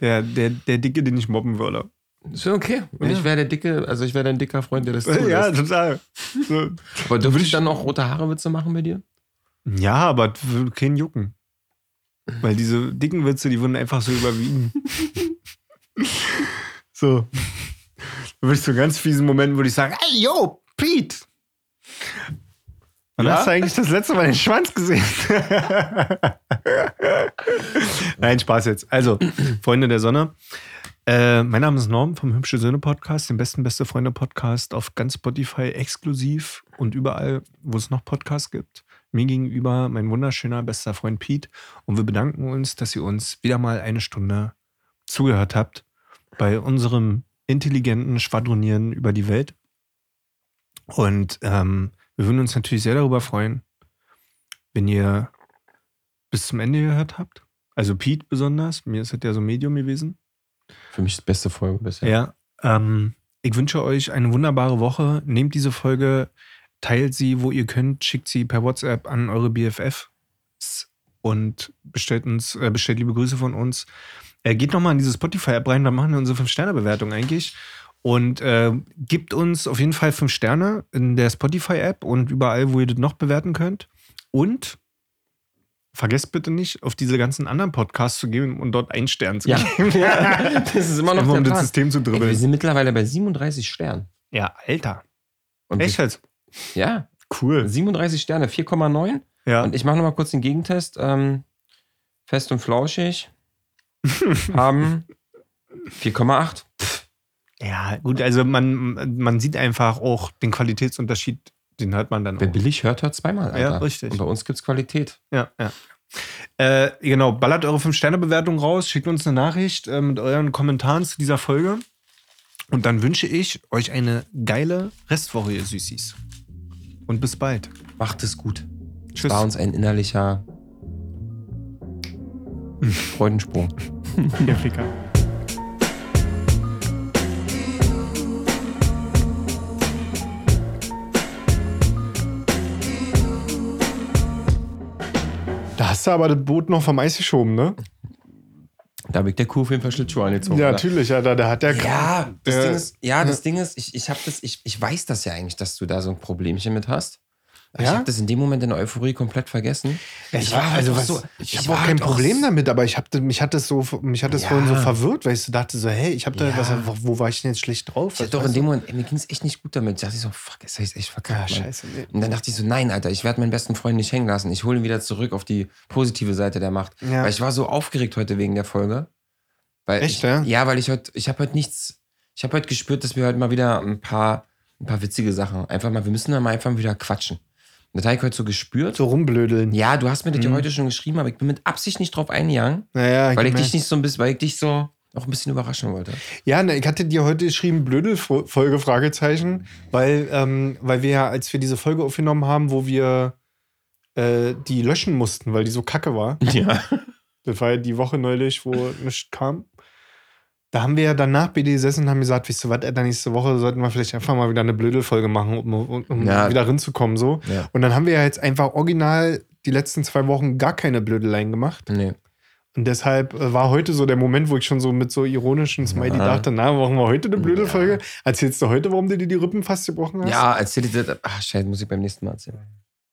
[SPEAKER 1] Der, der, der Dicke, den ich mobben würde.
[SPEAKER 2] Ist ja okay. Und
[SPEAKER 1] Ja.
[SPEAKER 2] ich wäre der dicke, also ich wäre dein dicker Freund, der das tut.
[SPEAKER 1] Ja, total. So.
[SPEAKER 2] Aber dürfte ich dann auch rote Haare Witze machen bei dir?
[SPEAKER 1] Ja, aber das würde keinen jucken. Weil diese dicken Witze, die würden einfach so überwiegen. so. Da würde ich so einen ganz fiesen Moment, würde ich sagen, ey, yo, Pete! Wann
[SPEAKER 2] Ja?
[SPEAKER 1] hast du eigentlich das letzte Mal den Schwanz gesehen? Nein, Spaß jetzt. Also, Freunde der Sonne. Äh, mein Name ist Norm vom Hübsche Söhne Podcast, dem besten Beste Freunde Podcast auf ganz Spotify exklusiv und überall, wo es noch Podcasts gibt. Mir gegenüber mein wunderschöner bester Freund Pete und wir bedanken uns, dass ihr uns wieder mal eine Stunde zugehört habt bei unserem intelligenten Schwadronieren über die Welt. Und ähm, wir würden uns natürlich sehr darüber freuen, wenn ihr bis zum Ende gehört habt. Also Pete besonders, mir ist das ja so ein Medium gewesen.
[SPEAKER 2] Für mich ist die beste Folge bisher.
[SPEAKER 1] Ja, ähm, ich wünsche euch eine wunderbare Woche. Nehmt diese Folge, teilt sie, wo ihr könnt, schickt sie per WhatsApp an eure BFFs und bestellt uns, äh, bestellt liebe Grüße von uns. Äh, geht nochmal in diese Spotify-App rein, da machen wir unsere 5-Sterne-Bewertung eigentlich. Und äh, gibt uns auf jeden Fall 5 Sterne in der Spotify-App und überall, wo ihr das noch bewerten könnt. Und vergesst bitte nicht, auf diese ganzen anderen Podcasts zu gehen und dort einen Stern zu
[SPEAKER 2] Ja.
[SPEAKER 1] geben.
[SPEAKER 2] Das ist immer noch
[SPEAKER 1] Einfach um
[SPEAKER 2] der
[SPEAKER 1] das System
[SPEAKER 2] Plan.
[SPEAKER 1] zu
[SPEAKER 2] Ey, wir
[SPEAKER 1] dribbeln.
[SPEAKER 2] sind mittlerweile bei 37 Sternen.
[SPEAKER 1] Ja, Alter.
[SPEAKER 2] Und
[SPEAKER 1] Echt jetzt?
[SPEAKER 2] Wir, ja,
[SPEAKER 1] Cool.
[SPEAKER 2] 37 Sterne, 4,9.
[SPEAKER 1] Ja.
[SPEAKER 2] Und ich mache nochmal kurz den Gegentest. Ähm, fest und flauschig haben 4,8.
[SPEAKER 1] ja, gut, also man, man sieht einfach auch den Qualitätsunterschied, den hört man dann
[SPEAKER 2] Wer
[SPEAKER 1] auch.
[SPEAKER 2] billig hört, hört zweimal. Alter.
[SPEAKER 1] Ja, richtig.
[SPEAKER 2] Und bei uns gibt es Qualität.
[SPEAKER 1] Ja, ja. Äh, genau, ballert eure 5-Sterne-Bewertung raus, schickt uns eine Nachricht äh, mit euren Kommentaren zu dieser Folge. Und dann wünsche ich euch eine geile Restwoche, ihr Süßis. Und bis bald.
[SPEAKER 2] Macht es gut.
[SPEAKER 1] Tschüss.
[SPEAKER 2] War uns ein innerlicher Freudensprung.
[SPEAKER 1] ihr Ficker. Da hast du aber das Boot noch vom Eis geschoben, ne?
[SPEAKER 2] Oh Da habe ich der Kuh auf jeden Fall Schlittschuhe angezogen.
[SPEAKER 1] Ja,
[SPEAKER 2] oder?
[SPEAKER 1] natürlich, ja, da, da hat der.
[SPEAKER 2] Ja, das
[SPEAKER 1] Äh,
[SPEAKER 2] Ding ist, ja, das Ding ist, ich, ich habe das, ich, ich weiß das ja eigentlich, dass du da so ein Problemchen mit hast. Aber Ich
[SPEAKER 1] Ja?
[SPEAKER 2] habe das in dem Moment in der Euphorie komplett vergessen.
[SPEAKER 1] Ich war
[SPEAKER 2] halt
[SPEAKER 1] also
[SPEAKER 2] auch
[SPEAKER 1] was,
[SPEAKER 2] so-
[SPEAKER 1] ich habe
[SPEAKER 2] war
[SPEAKER 1] auch
[SPEAKER 2] halt
[SPEAKER 1] kein Problem
[SPEAKER 2] so-
[SPEAKER 1] damit, aber ich hab, mich hat das so, mich hat das
[SPEAKER 2] Ja.
[SPEAKER 1] vorhin so verwirrt, weil ich so dachte so, hey, ich habe da
[SPEAKER 2] Ja.
[SPEAKER 1] was, wo, wo war ich denn jetzt schlecht drauf? Also,
[SPEAKER 2] Ich hatte doch in dem Moment, ey, mir ging es echt nicht gut damit. Da dachte ich so, fuck, jetzt hab ich's echt
[SPEAKER 1] ja,
[SPEAKER 2] verkackt. Mann.
[SPEAKER 1] scheiße. nee.
[SPEAKER 2] Und dann dachte ich so, nein, Alter, ich werde meinen besten Freund nicht hängen lassen. Ich hole ihn wieder zurück auf die positive Seite der Macht.
[SPEAKER 1] Ja.
[SPEAKER 2] Weil ich war so aufgeregt heute wegen der Folge. Weil
[SPEAKER 1] Echt,
[SPEAKER 2] ich,
[SPEAKER 1] ja?
[SPEAKER 2] Ja, weil ich heute, ich habe heute nichts, ich habe heute gespürt, dass wir heute mal wieder ein paar, ein paar witzige Sachen, einfach mal, wir müssen da mal einfach wieder quatschen. Und das habe ich heute so gespürt.
[SPEAKER 1] So rumblödeln.
[SPEAKER 2] Ja, du hast mir das ja
[SPEAKER 1] Mhm.
[SPEAKER 2] heute schon geschrieben, aber ich bin mit Absicht nicht drauf eingegangen,
[SPEAKER 1] Naja,
[SPEAKER 2] weil ich
[SPEAKER 1] gemerkt.
[SPEAKER 2] dich nicht so ein bisschen, weil ich dich so auch ein bisschen überraschen wollte.
[SPEAKER 1] Ja, ne, ich hatte dir heute geschrieben, Blödelfolge, Fragezeichen, weil, ähm, weil wir ja, als wir diese Folge aufgenommen haben, wo wir äh, die löschen mussten, weil die so kacke war.
[SPEAKER 2] Ja.
[SPEAKER 1] Das war ja die Woche neulich, wo nichts kam. Da haben wir ja danach BD gesessen und haben gesagt, wisst ihr was, Alter, nächste Woche sollten wir vielleicht einfach mal wieder eine Blödelfolge machen, um, um, um
[SPEAKER 2] Ja.
[SPEAKER 1] wieder rinzukommen. So.
[SPEAKER 2] ja.
[SPEAKER 1] Und dann haben wir ja jetzt einfach original die letzten zwei Wochen gar keine Blödeleien gemacht.
[SPEAKER 2] Nee.
[SPEAKER 1] Und deshalb äh, war heute so der Moment, wo ich schon so mit so ironischen Smiley
[SPEAKER 2] Ja.
[SPEAKER 1] dachte, na, warum war heute eine blöde
[SPEAKER 2] Ja.
[SPEAKER 1] Folge? Erzählst du heute, warum du dir die Rippen fast gebrochen hast?
[SPEAKER 2] Ja, erzähl dir das. Ach, scheiße, muss ich beim nächsten Mal erzählen.